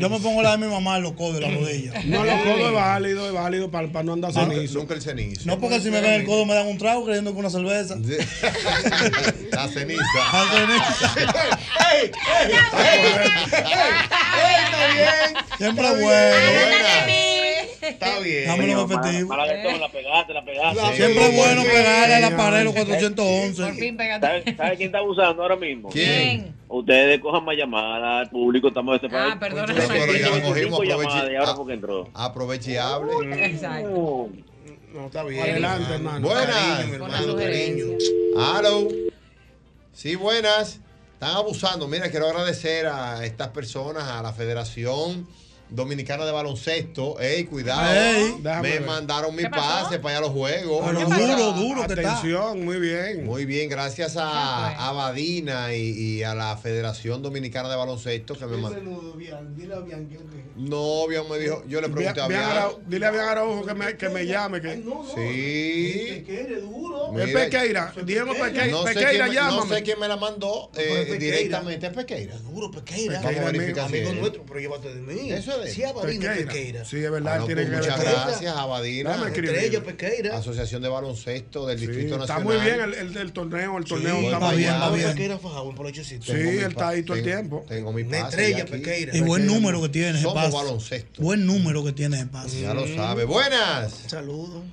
Speaker 3: yo me pongo la de mi mamá en los codos y la rodilla.
Speaker 10: No, los codos es válido, es válido para, para no andar cenizo.
Speaker 8: Nunca el cenizo.
Speaker 3: No, porque si me ven el codo me dan un trago creyendo que una cerveza.
Speaker 8: La ceniza.
Speaker 3: La
Speaker 2: ¡Ey! ¡Ey! ¡Está bien!
Speaker 3: Siempre bueno.
Speaker 2: Está bien.
Speaker 3: Dámelo en efectivo.
Speaker 19: la pegaste, la pegaste.
Speaker 3: Sí. Siempre es bueno pegar a la pared
Speaker 10: pues,
Speaker 3: los 411.
Speaker 19: ¿Sabes sabe quién está abusando ahora mismo?
Speaker 16: ¿Quién?
Speaker 19: Ustedes cojan más llamadas, el público estamos
Speaker 1: este
Speaker 19: desesperados.
Speaker 16: Ah, perdona,
Speaker 19: Muchos-
Speaker 8: Pero ya la
Speaker 19: 25
Speaker 8: cogimos,
Speaker 19: llamadas
Speaker 8: aproveche-
Speaker 19: y ahora fue que entró.
Speaker 8: Aproveche y hable.
Speaker 16: Uh, Exacto.
Speaker 2: No, está bien.
Speaker 8: Adelante, hermano. Buenas.
Speaker 2: Cariño, mi hermano, cariño.
Speaker 8: Hello. Sí, buenas. Están abusando. Mira, quiero agradecer a estas personas, a la Federación Dominicana de Baloncesto. Ey, Ah, cuidado.
Speaker 10: Ey, déjame
Speaker 8: Me
Speaker 10: ver.
Speaker 8: mandaron mi
Speaker 10: ¿Qué pasó?
Speaker 8: pase para allá a los juegos.
Speaker 10: Pero duro, duro que está.
Speaker 8: Atención, muy bien. Muy bien, gracias a, a Badina y, y a la Federación Dominicana de Baloncesto que me mandó.
Speaker 2: Dile a Bianqueo que.
Speaker 8: No, bien, me dijo, yo le pregunté a
Speaker 10: Bien
Speaker 8: Bianca.
Speaker 10: Arau- dile a Bian Araujo que me, que me llame. Que...
Speaker 8: Sí.
Speaker 10: Es
Speaker 8: Mira,
Speaker 10: Pequeira. Diego Pequeira,
Speaker 8: no sé,
Speaker 10: Pequeira,
Speaker 8: quién, me- no
Speaker 10: llámame.
Speaker 8: sé quién me la mandó eh,
Speaker 10: pero es Pequeira.
Speaker 8: directamente. Es Pequeira.
Speaker 2: Duro, Pequeira.
Speaker 8: Vamos a verificar si
Speaker 2: Amigo
Speaker 8: es.
Speaker 2: nuestro, pero llévate de mí.
Speaker 8: Eso es de-
Speaker 2: Sí, Abadina
Speaker 8: Pequeira.
Speaker 2: Pequeira.
Speaker 10: Sí, es verdad.
Speaker 8: Ah, no,
Speaker 10: tiene
Speaker 8: pues
Speaker 10: que ver
Speaker 8: muchas
Speaker 10: con-
Speaker 8: gracias a Badina.
Speaker 10: Dame escribir. Ah,
Speaker 2: Estrella Pequeira.
Speaker 8: Asociación de Baloncesto del Distrito
Speaker 10: Está
Speaker 8: Nacional.
Speaker 10: muy bien el, el, el torneo. El torneo
Speaker 8: voy
Speaker 10: está
Speaker 8: para
Speaker 10: muy bien.
Speaker 8: allá.
Speaker 10: está bien.
Speaker 2: Pequeira Fajado en Polochocito.
Speaker 10: Sí, él está ahí todo el tiempo.
Speaker 8: Tengo mi
Speaker 10: Una
Speaker 8: pase
Speaker 10: estrella
Speaker 8: ya aquí.
Speaker 3: Y buen número que tiene ese
Speaker 8: Somos
Speaker 3: pase.
Speaker 8: baloncesto.
Speaker 3: Buen número que tiene ese pase.
Speaker 8: Ya lo sabe. Buenas.
Speaker 2: Saludos.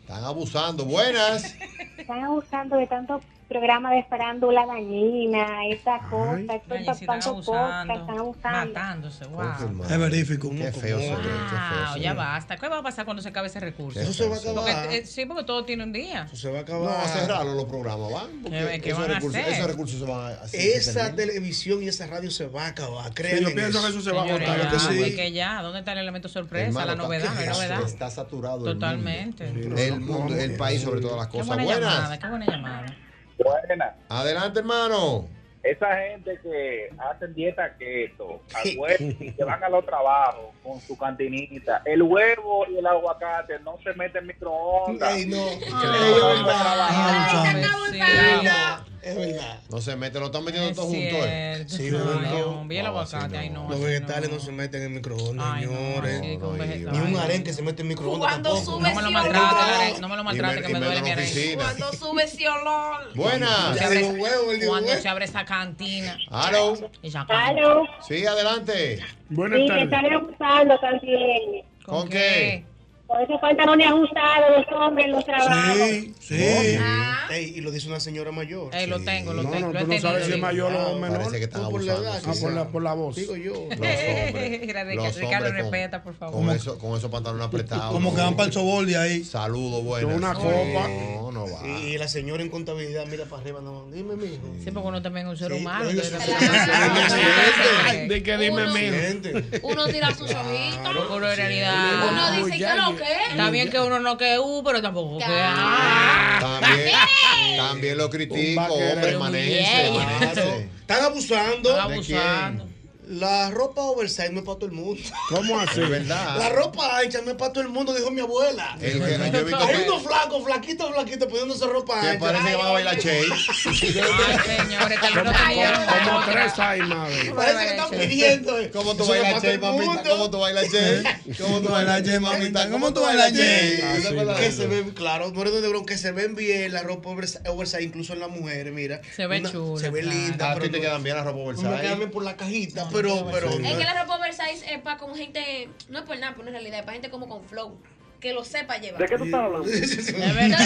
Speaker 8: Están abusando. Buenas.
Speaker 5: Están abusando de tantos programas de farándula dañina, esa cosa, tantas tantas cosas, están abusando.
Speaker 16: Matándose, wow.
Speaker 3: Es verífico.
Speaker 8: Qué feo se ve, qué feo
Speaker 16: Wow,
Speaker 8: se
Speaker 16: ya
Speaker 8: ve.
Speaker 16: basta. ¿Qué va a pasar cuando se acabe ese recurso?
Speaker 8: Eso se va a acabar.
Speaker 16: Porque, eh, sí, porque todo tiene un día.
Speaker 2: Se va a acabar.
Speaker 8: No, a cerrarlo los programas, ¿van?
Speaker 16: Eh, ¿qué
Speaker 8: esos,
Speaker 16: van a
Speaker 8: recursos,
Speaker 16: hacer?
Speaker 8: esos recursos se van a... así se
Speaker 2: Esa
Speaker 8: terminan.
Speaker 2: televisión y esa radio se va a acabar. Créeme.
Speaker 8: yo pienso que eso se va a
Speaker 16: Señores,
Speaker 8: agotar.
Speaker 16: ya,
Speaker 8: Claro que sí.
Speaker 16: Porque ya, ¿dónde está el elemento sorpresa?
Speaker 8: Hermano,
Speaker 16: la
Speaker 8: está-
Speaker 16: novedad, no hay
Speaker 8: está-
Speaker 16: novedad.
Speaker 8: Está saturado el
Speaker 16: Totalmente.
Speaker 8: mundo. El mundo, el país sobre todas las
Speaker 16: Qué
Speaker 8: cosas.
Speaker 16: buena
Speaker 8: Buenas.
Speaker 16: llamada, qué buena llamada.
Speaker 8: Buenas. Adelante, hermano.
Speaker 1: Esa gente que hacen dieta keto, al huevo, y que van a los trabajos con su cantinita, el huevo y el aguacate no se meten en microondas.
Speaker 2: Ey, no.
Speaker 8: Es verdad. No se mete, lo están metiendo todos juntos. eh.
Speaker 2: Sí, no,
Speaker 16: Vi el aguacate, ay no.
Speaker 2: Los vegetales no. se meten en microondas, señores. Ni un
Speaker 16: vegetal.
Speaker 2: harén que se mete en microondas.
Speaker 9: Cuando
Speaker 2: tampoco.
Speaker 9: sube No me lo ese maltrate, olor. Aren, no me lo maltrate,
Speaker 8: que me duele mi
Speaker 16: Aren.
Speaker 9: Cuando sube ese olor.
Speaker 8: Buenas.
Speaker 16: Se
Speaker 8: Ya
Speaker 16: abre-
Speaker 8: digo huevo, él digo
Speaker 16: Cuando
Speaker 8: huevo.
Speaker 16: se abre esa cantina.
Speaker 8: Hello.
Speaker 5: Hello.
Speaker 8: Sí, adelante.
Speaker 5: Sí, que están abusando también.
Speaker 8: ¿Con, qué?
Speaker 5: Por eso pantalones ajustados los hombres en los trabajos.
Speaker 2: Sí, sí. Ey, y lo dice una señora mayor.
Speaker 16: Ah. Ey, lo tengo, lo
Speaker 2: no,
Speaker 16: tengo,
Speaker 2: No,
Speaker 16: lo
Speaker 2: tú
Speaker 16: he
Speaker 2: no sabes
Speaker 16: tenido,
Speaker 2: si es
Speaker 16: digo.
Speaker 2: mayor o menor.
Speaker 8: Parece que están
Speaker 2: No, por la
Speaker 8: abusando.
Speaker 2: edad,
Speaker 8: sí,
Speaker 2: sí,
Speaker 8: sí.
Speaker 2: sabe.
Speaker 10: Ah, Por la voz.
Speaker 2: Digo yo.
Speaker 8: Los hombres.
Speaker 16: Ricardo,
Speaker 8: Los
Speaker 16: Ricardo,
Speaker 8: hombres con-
Speaker 16: respeta, por favor.
Speaker 8: Con, eso, con esos pantalones apretados.
Speaker 3: Como que van para el soborno ahí.
Speaker 8: Saludos, buenas.
Speaker 3: Una
Speaker 2: copa.
Speaker 8: No, no va.
Speaker 2: Y la señora en contabilidad mira para arriba. No, dime, mijo.
Speaker 16: Sí, porque uno también es un ser humano.
Speaker 2: oye,
Speaker 16: entonces-
Speaker 2: sí, sí, sí,
Speaker 10: De que dime,
Speaker 16: Uno-
Speaker 10: mira.
Speaker 9: Uno tira sus ojitos.
Speaker 16: Pero en realidad.
Speaker 9: Uno dice que lo que.
Speaker 16: Está bien que uno no que u, pero tampoco que
Speaker 8: También, también lo critico, hombre, manéjense,
Speaker 16: bien.
Speaker 8: manéjense.
Speaker 2: Están abusando.
Speaker 8: Están abusando.
Speaker 2: La ropa oversize no es para todo el mundo.
Speaker 10: ¿Cómo así?
Speaker 8: Es verdad.
Speaker 2: La ropa ancha no es para todo el mundo, dijo mi abuela.
Speaker 8: El que- yo he visto
Speaker 2: Hay
Speaker 8: que-
Speaker 2: unos flacos, flaquitos, flaquitos poniéndose ropa
Speaker 8: Que
Speaker 2: ancha.
Speaker 8: parece que van a bailar Che.
Speaker 16: señores,
Speaker 10: Como tres hay, madre.
Speaker 2: Parece que están pidiendo. eh.
Speaker 8: ¿Cómo tú
Speaker 2: Eso
Speaker 8: bailas
Speaker 2: para
Speaker 8: Che,
Speaker 2: todo el
Speaker 8: mamita? ¿Cómo tú bailas Che? ¿Cómo tú bailas Che, mamita? ¿Cómo tú bailas Che? ¿Te acuerdas de
Speaker 2: Que
Speaker 8: eso?
Speaker 2: se ven, claro, no eres de bronca, que se ven bien la ropa oversize, oversize, incluso en las mujeres, mira.
Speaker 16: Se ve chula,
Speaker 2: Se ve
Speaker 16: claro.
Speaker 2: linda.
Speaker 8: A ti te quedan bien las ropas
Speaker 2: Me quedan
Speaker 8: oversize.
Speaker 2: bien por la cajita, pero, pero. no
Speaker 9: Es
Speaker 2: es-
Speaker 9: que la ropa oversize es para con gente, no es por nada, pero en realidad es para gente como con flow, que lo sepa llevar.
Speaker 1: ¿De qué tú estás hablando?
Speaker 9: Te voy a
Speaker 16: Sí,
Speaker 9: creer un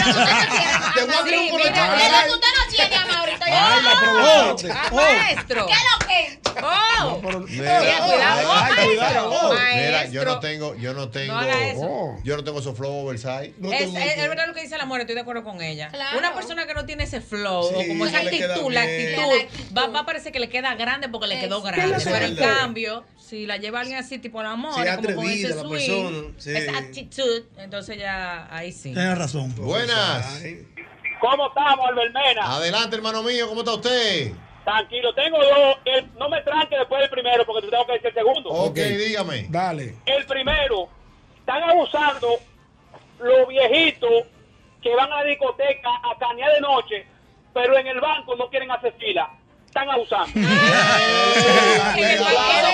Speaker 16: mira,
Speaker 9: colocado.
Speaker 16: mira.
Speaker 9: Eso tú te lo tienes, Amaurito.
Speaker 16: Ay,
Speaker 9: Yo-
Speaker 16: la provocaste.
Speaker 9: Ah,
Speaker 16: Oh.
Speaker 9: maestro. ¿Qué lo que? Oh.
Speaker 8: Mira,
Speaker 9: Mira,
Speaker 8: ay,
Speaker 9: cuidado,
Speaker 8: ay,
Speaker 9: maestro.
Speaker 8: cuidado. Mira,
Speaker 16: Maestro.
Speaker 8: yo no tengo, yo no tengo,
Speaker 16: haga eso.
Speaker 8: oh, yo no tengo esos flow oversize.
Speaker 16: Es, es- es verdad lo que dice la mujer, estoy de acuerdo con ella.
Speaker 9: Claro.
Speaker 16: Una persona que no tiene ese flow, o
Speaker 8: Sí,
Speaker 16: como esa
Speaker 8: no le queda
Speaker 16: actitud, la
Speaker 8: bien.
Speaker 16: actitud, va, va a parecer que le queda grande porque le quedó
Speaker 9: Es-
Speaker 16: grande.
Speaker 9: Es
Speaker 16: Pero en
Speaker 9: verdad.
Speaker 16: cambio, si la lleva alguien así, tipo la amor,
Speaker 2: Sí,
Speaker 16: como con
Speaker 2: atrevida
Speaker 16: ese
Speaker 2: la
Speaker 16: swing,
Speaker 2: persona, sí.
Speaker 16: esa actitud, entonces ya ahí sí.
Speaker 3: Tienes razón.
Speaker 8: Buenas.
Speaker 1: ¿Cómo estamos, Albermena?
Speaker 8: Adelante, hermano mío, ¿cómo está usted?
Speaker 1: Tranquilo, tengo dos. El- no me tranque después del primero porque te tengo que decir el segundo.
Speaker 8: Ok, dígame.
Speaker 10: Dale.
Speaker 1: El primero, están abusando los viejitos que van a la discoteca a cañar de noche, pero en el banco no quieren hacer fila. Están abusando.
Speaker 16: En el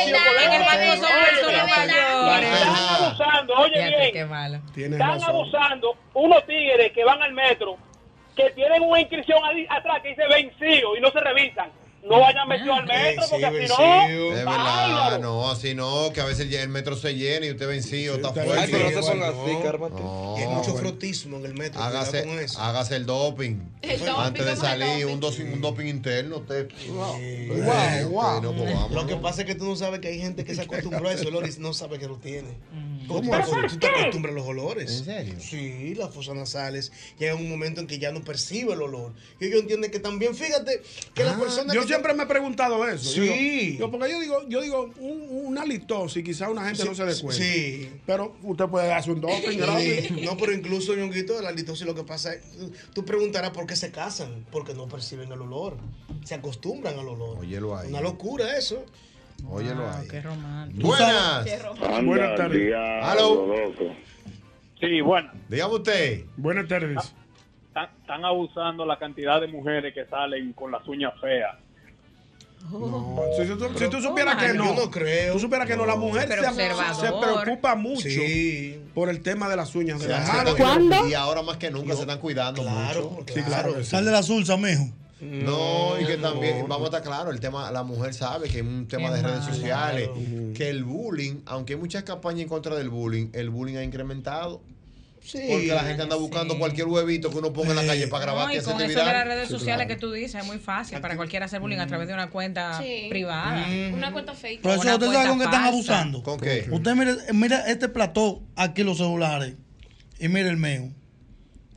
Speaker 16: banco son- en el banco son personas mayores.
Speaker 1: Están abusando, oye
Speaker 16: Fíjate
Speaker 1: bien.
Speaker 16: qué malo.
Speaker 1: Están abusando unos tigres que van al metro, que tienen una inscripción ahí atrás que dice vencido y no se revisan.
Speaker 18: No vayan metido al metro, porque así no.
Speaker 8: Es verdad, no, así no, que a veces el metro se llena y usted vencido, está fuerte.
Speaker 2: Ay, pero no te pongas así,
Speaker 8: cármate. Y hay mucho frotismo en el metro. Oh, Hágase, hágase el doping.
Speaker 2: El doping,
Speaker 8: Antes de
Speaker 2: ¿cómo es el
Speaker 8: salir,
Speaker 2: doping?
Speaker 8: un, doping, un doping interno. Usted,
Speaker 2: Guau, guau.
Speaker 8: no, pues vamos.
Speaker 2: Lo que pasa es que tú no sabes que hay gente que se acostumbró a eso, Loris, no sabe que lo tiene.
Speaker 10: Mm.
Speaker 2: Tú
Speaker 8: ¿Cómo
Speaker 2: te
Speaker 8: así?
Speaker 2: acos- Tú te acostumbras a los olores.
Speaker 8: ¿En serio?
Speaker 2: Sí, las fosas nasales. Llega un momento en que ya no percibe el olor. Y ellos entienden que también, fíjate, que
Speaker 8: Ah,
Speaker 2: las personas.
Speaker 10: Yo
Speaker 2: que-
Speaker 10: siempre me he preguntado eso.
Speaker 2: Sí.
Speaker 10: Yo, yo- porque yo digo, yo digo un- una litosis, quizá una gente
Speaker 2: Sí,
Speaker 10: no se dé cuenta.
Speaker 2: sí.
Speaker 10: Pero usted puede darse un doping grande.
Speaker 2: Sí. No, pero incluso, Ñonguito, la litosis lo que pasa es, tú preguntarás por qué se casan, porque no perciben el olor, se acostumbran al olor.
Speaker 8: Óyelo ahí.
Speaker 2: Una locura eso.
Speaker 8: Óyelo
Speaker 10: Ah,
Speaker 8: ahí.
Speaker 16: Qué romántico.
Speaker 8: Buenas.
Speaker 10: Buenas tardes.
Speaker 8: Aló.
Speaker 1: Sí, bueno.
Speaker 8: Dígame usted.
Speaker 10: Buenas tardes.
Speaker 1: Están, están abusando la cantidad de mujeres que salen con las uñas feas.
Speaker 10: Si tú, si tú supieras que no, tú supieras que no, la mujer
Speaker 1: Pero
Speaker 10: se,
Speaker 1: observador.
Speaker 10: se preocupa mucho por el tema de las uñas de
Speaker 8: Se
Speaker 10: la
Speaker 8: hace-
Speaker 10: mano.
Speaker 8: ¿Cuándo? Y ahora más que nunca se están cuidando mucho.
Speaker 10: Sí, claro. que sí.
Speaker 3: Sal de la Zulsa, mijo.
Speaker 8: Mm. No, y que también, vamos a estar claro, el tema, la mujer sabe que es un tema de redes sociales, que el bullying, aunque hay muchas campañas en contra del bullying, el bullying ha incrementado. Porque la gente anda buscando cualquier huevito que uno ponga en la calle para grabar
Speaker 16: No,
Speaker 8: que
Speaker 16: y
Speaker 8: hace
Speaker 16: con eso de las
Speaker 8: viral.
Speaker 16: redes sociales que tú dices, es muy fácil para cualquiera hacer bullying a través de una cuenta
Speaker 9: Sí.
Speaker 16: privada.
Speaker 9: Una cuenta fake.
Speaker 3: Pero eso
Speaker 16: Una
Speaker 3: ustedes saben con qué
Speaker 16: cuenta
Speaker 3: están
Speaker 16: falsa.
Speaker 3: abusando.
Speaker 8: ¿Con qué?
Speaker 3: Usted mira, mira este plató, aquí los celulares, y mira el mío.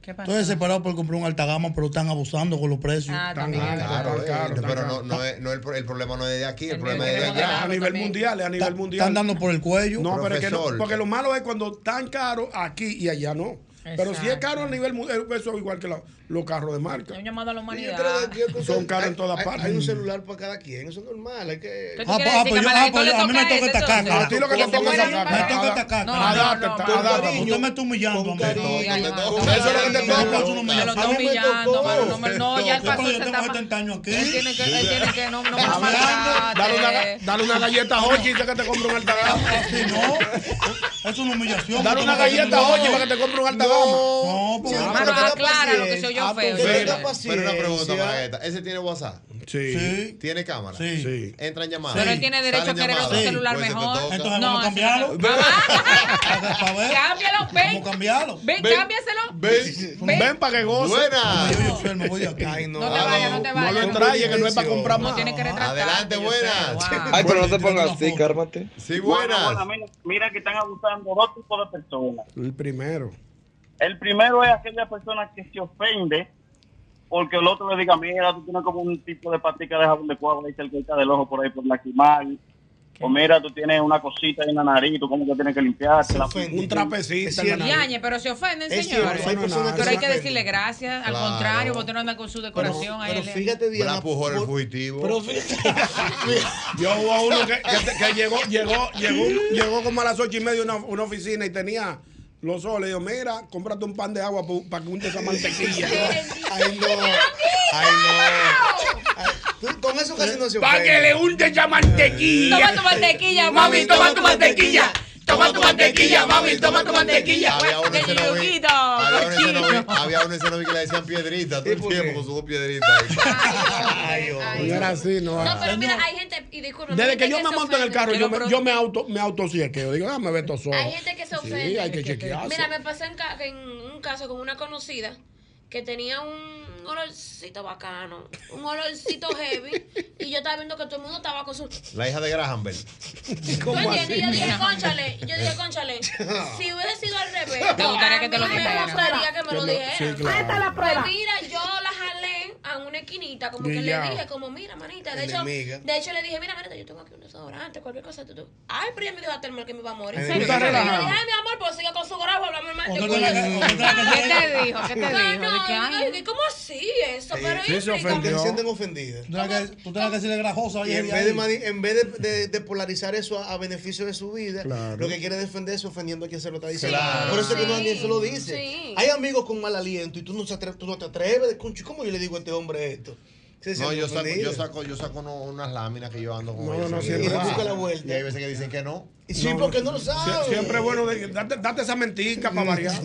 Speaker 16: ¿Qué pasa?
Speaker 3: Estoy desesperado por comprar un alta gama, pero están abusando con los precios.
Speaker 16: Ah,
Speaker 8: pues, Tan
Speaker 16: también.
Speaker 8: caro, eh,
Speaker 10: caro, tan
Speaker 8: pero no, no es, no es el, pro- el problema no es de aquí, el, problema es de allá.
Speaker 10: a nivel mundial, a nivel mundial.
Speaker 3: Están dando por el cuello.
Speaker 10: No, pero es que no,
Speaker 8: Profesor.
Speaker 10: porque lo malo es cuando tan caro aquí y allá no. Pero si es caro a nivel mundial, eso es igual que la- los carros de marca.
Speaker 16: Un llamado a la
Speaker 2: Yo
Speaker 16: humanidad.
Speaker 2: creo que- yo creo que
Speaker 10: Son caros en
Speaker 2: hay-
Speaker 10: todas
Speaker 2: hay-
Speaker 10: partes.
Speaker 2: Hay un celular para cada quien, eso es normal. Hay que...
Speaker 16: ¿Qué tú Ah, quieres pa- ah, decir, pues yo- camarada, ah, que pues tú yo- le a mí me tocas toca esta ese caca. entonces?
Speaker 2: A ti lo que
Speaker 16: Que se
Speaker 2: te toca esta
Speaker 16: mueran
Speaker 2: caca.
Speaker 3: Me toca esta caca.
Speaker 2: No, no,
Speaker 10: Adáptate,
Speaker 2: no,
Speaker 10: adáptate.
Speaker 2: con cariño.
Speaker 3: Usted me está humillando, hombre.
Speaker 10: Eso es lo que
Speaker 16: Lo
Speaker 10: te toca.
Speaker 16: está
Speaker 3: A mí me
Speaker 16: humillando,
Speaker 3: tocó.
Speaker 16: mano, no me- no, ya él
Speaker 3: Pero
Speaker 16: pasó
Speaker 3: yo
Speaker 16: esa
Speaker 3: tengo
Speaker 16: etapa.
Speaker 3: 70 años aquí.
Speaker 16: Él tiene que, él tiene que, no, no me
Speaker 10: Dale una-
Speaker 16: maltrate.
Speaker 10: dale, una, dale una galleta a Hochi y dice que te compre un alta gama.
Speaker 16: Ah.
Speaker 3: Es una humillación.
Speaker 10: Dale una galleta a Hochi para que te compre un alta gama.
Speaker 3: No, pues.
Speaker 8: Ah,
Speaker 16: Mano,
Speaker 8: pero tenga
Speaker 16: aclara lo que
Speaker 8: paciencia.
Speaker 16: se oyó
Speaker 8: Ah,
Speaker 16: feo.
Speaker 8: pero-
Speaker 16: Tenga
Speaker 8: Pero una pregunta,
Speaker 16: paciencia.
Speaker 8: Maeta. ¿Ese tiene WhatsApp?
Speaker 10: Sí.
Speaker 8: ¿Tiene cámara?
Speaker 10: Sí. Sí.
Speaker 8: Entra en llamada.
Speaker 16: Pero él tiene derecho a
Speaker 8: Salen
Speaker 16: querer otro
Speaker 8: llamadas.
Speaker 16: celular
Speaker 8: Pues,
Speaker 16: mejor.
Speaker 8: entonces,
Speaker 16: No, eso no. Cámbialo, ven.
Speaker 3: cambiarlo?
Speaker 16: Ven,
Speaker 8: Ven.
Speaker 16: cámbiaselo.
Speaker 8: Ven,
Speaker 16: Ven.
Speaker 10: para que goce.
Speaker 8: Buenas.
Speaker 16: No te vayas, no te vayas.
Speaker 10: No lo traes, que no es para comprar más.
Speaker 8: Adelante, buenas.
Speaker 4: Ay, pero no te pongas así, cármate.
Speaker 8: Sí,
Speaker 10: buenas.
Speaker 4: mira, mira que están abusando dos tipos de personas.
Speaker 10: El primero.
Speaker 4: El primero es aquella persona que se ofende porque el otro le diga, mira, tú tienes como un tipo de patica de jabón de cuadro ahí cerquita del ojo por ahí por la quimal. O mira, tú tienes una cosita ahí en la nariz, tú como que tienes que limpiarte. la-
Speaker 10: Un trapecito. en la nariz.
Speaker 16: Yañe, pero se ofenden, señores.
Speaker 10: Es cierto, hay personas que
Speaker 16: pero
Speaker 10: se
Speaker 16: hay que
Speaker 10: ofenden.
Speaker 16: decirle gracias. Al
Speaker 8: Claro.
Speaker 16: contrario, porque usted no anda con su decoración. a
Speaker 2: pero
Speaker 16: él.
Speaker 2: fíjate, Diana,
Speaker 8: Blas Pujol, el fugitivo.
Speaker 2: Pero fíjate,
Speaker 10: Yo hubo a uno que, que te- que llegó, llegó, llegó, llegó como a las ocho y media a una, una oficina y tenía los ojos. Le digo, mira, cómprate un pan de agua para que unte esa mantequilla.
Speaker 2: Ay, no. Ay, no. Ay, tú- con eso casi no se
Speaker 10: Para que
Speaker 2: ofende.
Speaker 10: le unte esa mantequilla.
Speaker 16: Toma tu mantequilla, mami, toma tu mantequilla.
Speaker 10: Toma tu mantequilla, mami, toma tu
Speaker 16: mantequilla. pues,
Speaker 8: Había uno en
Speaker 16: Del
Speaker 8: Cenoví-
Speaker 16: yuguito.
Speaker 8: había uno en Cenoví- Había uno en Cenoví que le decían piedrita. Todo el tiempo con su piedrita.
Speaker 2: Ay,
Speaker 10: No era así, no.
Speaker 9: No, pero
Speaker 10: Señor,
Speaker 9: mira, hay gente, y disculpa,
Speaker 10: Desde
Speaker 9: hay
Speaker 10: que
Speaker 9: gente
Speaker 10: yo me
Speaker 9: se
Speaker 10: monto en el
Speaker 9: ofende.
Speaker 10: carro, yo me, yo me auto, me autosiequeo. Digo, déjame ver estos ojos.
Speaker 9: Hay gente que se ofende.
Speaker 10: Sí, hay que chequearse.
Speaker 9: Mira, me pasó en, ca- en un caso con una conocida que tenía un olorcito bacano, un olorcito heavy, y yo estaba viendo que todo el mundo estaba con su...
Speaker 8: La hija de Graham Bell.
Speaker 9: ¿Tú entiendes? Y yo dije,
Speaker 8: Mira.
Speaker 9: conchale, yo dije, conchale, si hubiese sido al revés,
Speaker 16: Te gustaría que te lo
Speaker 9: a mí
Speaker 16: dijeran.
Speaker 9: Me gustaría que me
Speaker 16: Que
Speaker 9: lo
Speaker 16: me- sí,
Speaker 9: dijeran.
Speaker 16: claro. Ahí está la prueba.
Speaker 9: Pues Mira, yo la jalé a una esquinita, como que le
Speaker 16: Guillao.
Speaker 9: dije, como, mira, manita, de hecho,
Speaker 10: Enemiga.
Speaker 9: de hecho le dije, mira, manita, yo tengo aquí un desodorante, cualquier cosa, tú, tú. Ay, pero ella me dijo a Telmer que me iba a morir.
Speaker 10: ¿En
Speaker 9: Yo
Speaker 10: serio?
Speaker 9: le dije,
Speaker 10: ¿Tú estás relajando?
Speaker 9: ay, mi amor, pues sigue con su grabo, hablame más.
Speaker 16: ¿Qué
Speaker 9: te
Speaker 16: te
Speaker 9: cuidas".
Speaker 16: dijo? ¿Qué te dijo? ¿Qué te
Speaker 9: No,
Speaker 16: dijo?
Speaker 9: no,
Speaker 16: ¿De qué
Speaker 9: yo
Speaker 16: año?
Speaker 9: dije, ¿cómo así eso? Pero
Speaker 3: Sí, se
Speaker 9: explícame.
Speaker 3: ofendió.
Speaker 2: Se sienten ofendidas.
Speaker 3: Tú tienes que- tú tienes que decirle grajosa.
Speaker 2: Y
Speaker 3: oye,
Speaker 2: en
Speaker 3: de
Speaker 2: vez, de,
Speaker 3: ahí.
Speaker 2: mani- en vez de, de- de polarizar eso a, a beneficio de su vida,
Speaker 3: Claro.
Speaker 2: lo que quiere defender es ofendiendo a quien se lo está diciendo.
Speaker 8: Claro.
Speaker 2: Por eso es que
Speaker 8: Sí,
Speaker 2: no nadie se lo dice.
Speaker 8: sí.
Speaker 2: Hay amigos con mal aliento y tú no, se atre- tú no te atreves. Concho, ¿Cómo yo le digo a este hombre esto? Se
Speaker 8: No,
Speaker 2: siente
Speaker 8: yo saco,
Speaker 2: ofendido.
Speaker 8: yo saco, yo saco uno- unas láminas que yo ando con
Speaker 10: No,
Speaker 8: ellas.
Speaker 10: no,
Speaker 8: Sí,
Speaker 10: siempre.
Speaker 8: y
Speaker 10: Y busca
Speaker 2: la vuelta.
Speaker 8: Y hay veces que dicen que no.
Speaker 2: Sí, porque no lo
Speaker 10: Sie-
Speaker 2: sabe.
Speaker 10: Siempre es bueno, de- date, date esa mentica para variar.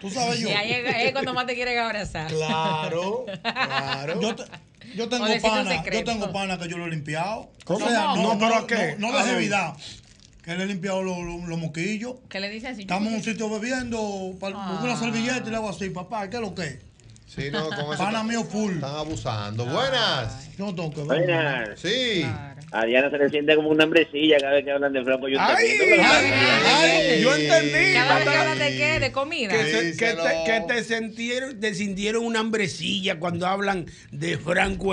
Speaker 2: Tú
Speaker 16: Ya llega, es cuando más te quieren abrazar.
Speaker 2: Claro, claro.
Speaker 3: Yo te- Yo tengo
Speaker 16: O decirte un
Speaker 3: pana, yo
Speaker 16: secreto.
Speaker 3: tengo pana que yo lo he limpiado.
Speaker 10: ¿Cómo?
Speaker 3: O sea,
Speaker 10: No, ¿pero a qué?
Speaker 3: No, no
Speaker 10: A
Speaker 3: de
Speaker 8: Ah.
Speaker 10: ver.
Speaker 3: bebida. Que le he limpiado los los- los moquillos.
Speaker 16: ¿Qué le dice así?
Speaker 3: Estamos en un sitio bebiendo, pa-
Speaker 16: Ah.
Speaker 3: con una servilleta y le hago así, papá, ¿qué es lo que es?
Speaker 8: Sí, no, con eso.
Speaker 3: Pana mío full.
Speaker 8: Están abusando. Buenas.
Speaker 3: Yo no tengo que ver.
Speaker 8: Buenas. Sí.
Speaker 20: A Diana se le siente como una hambrecilla cada vez que hablan de Franco. Yo
Speaker 10: Yo entendí.
Speaker 16: Cada vez que
Speaker 10: Batalla.
Speaker 16: hablas de qué, de comida.
Speaker 10: Que, se- que te, que te sintieron, te sintieron una hambrecilla cuando hablan de Franco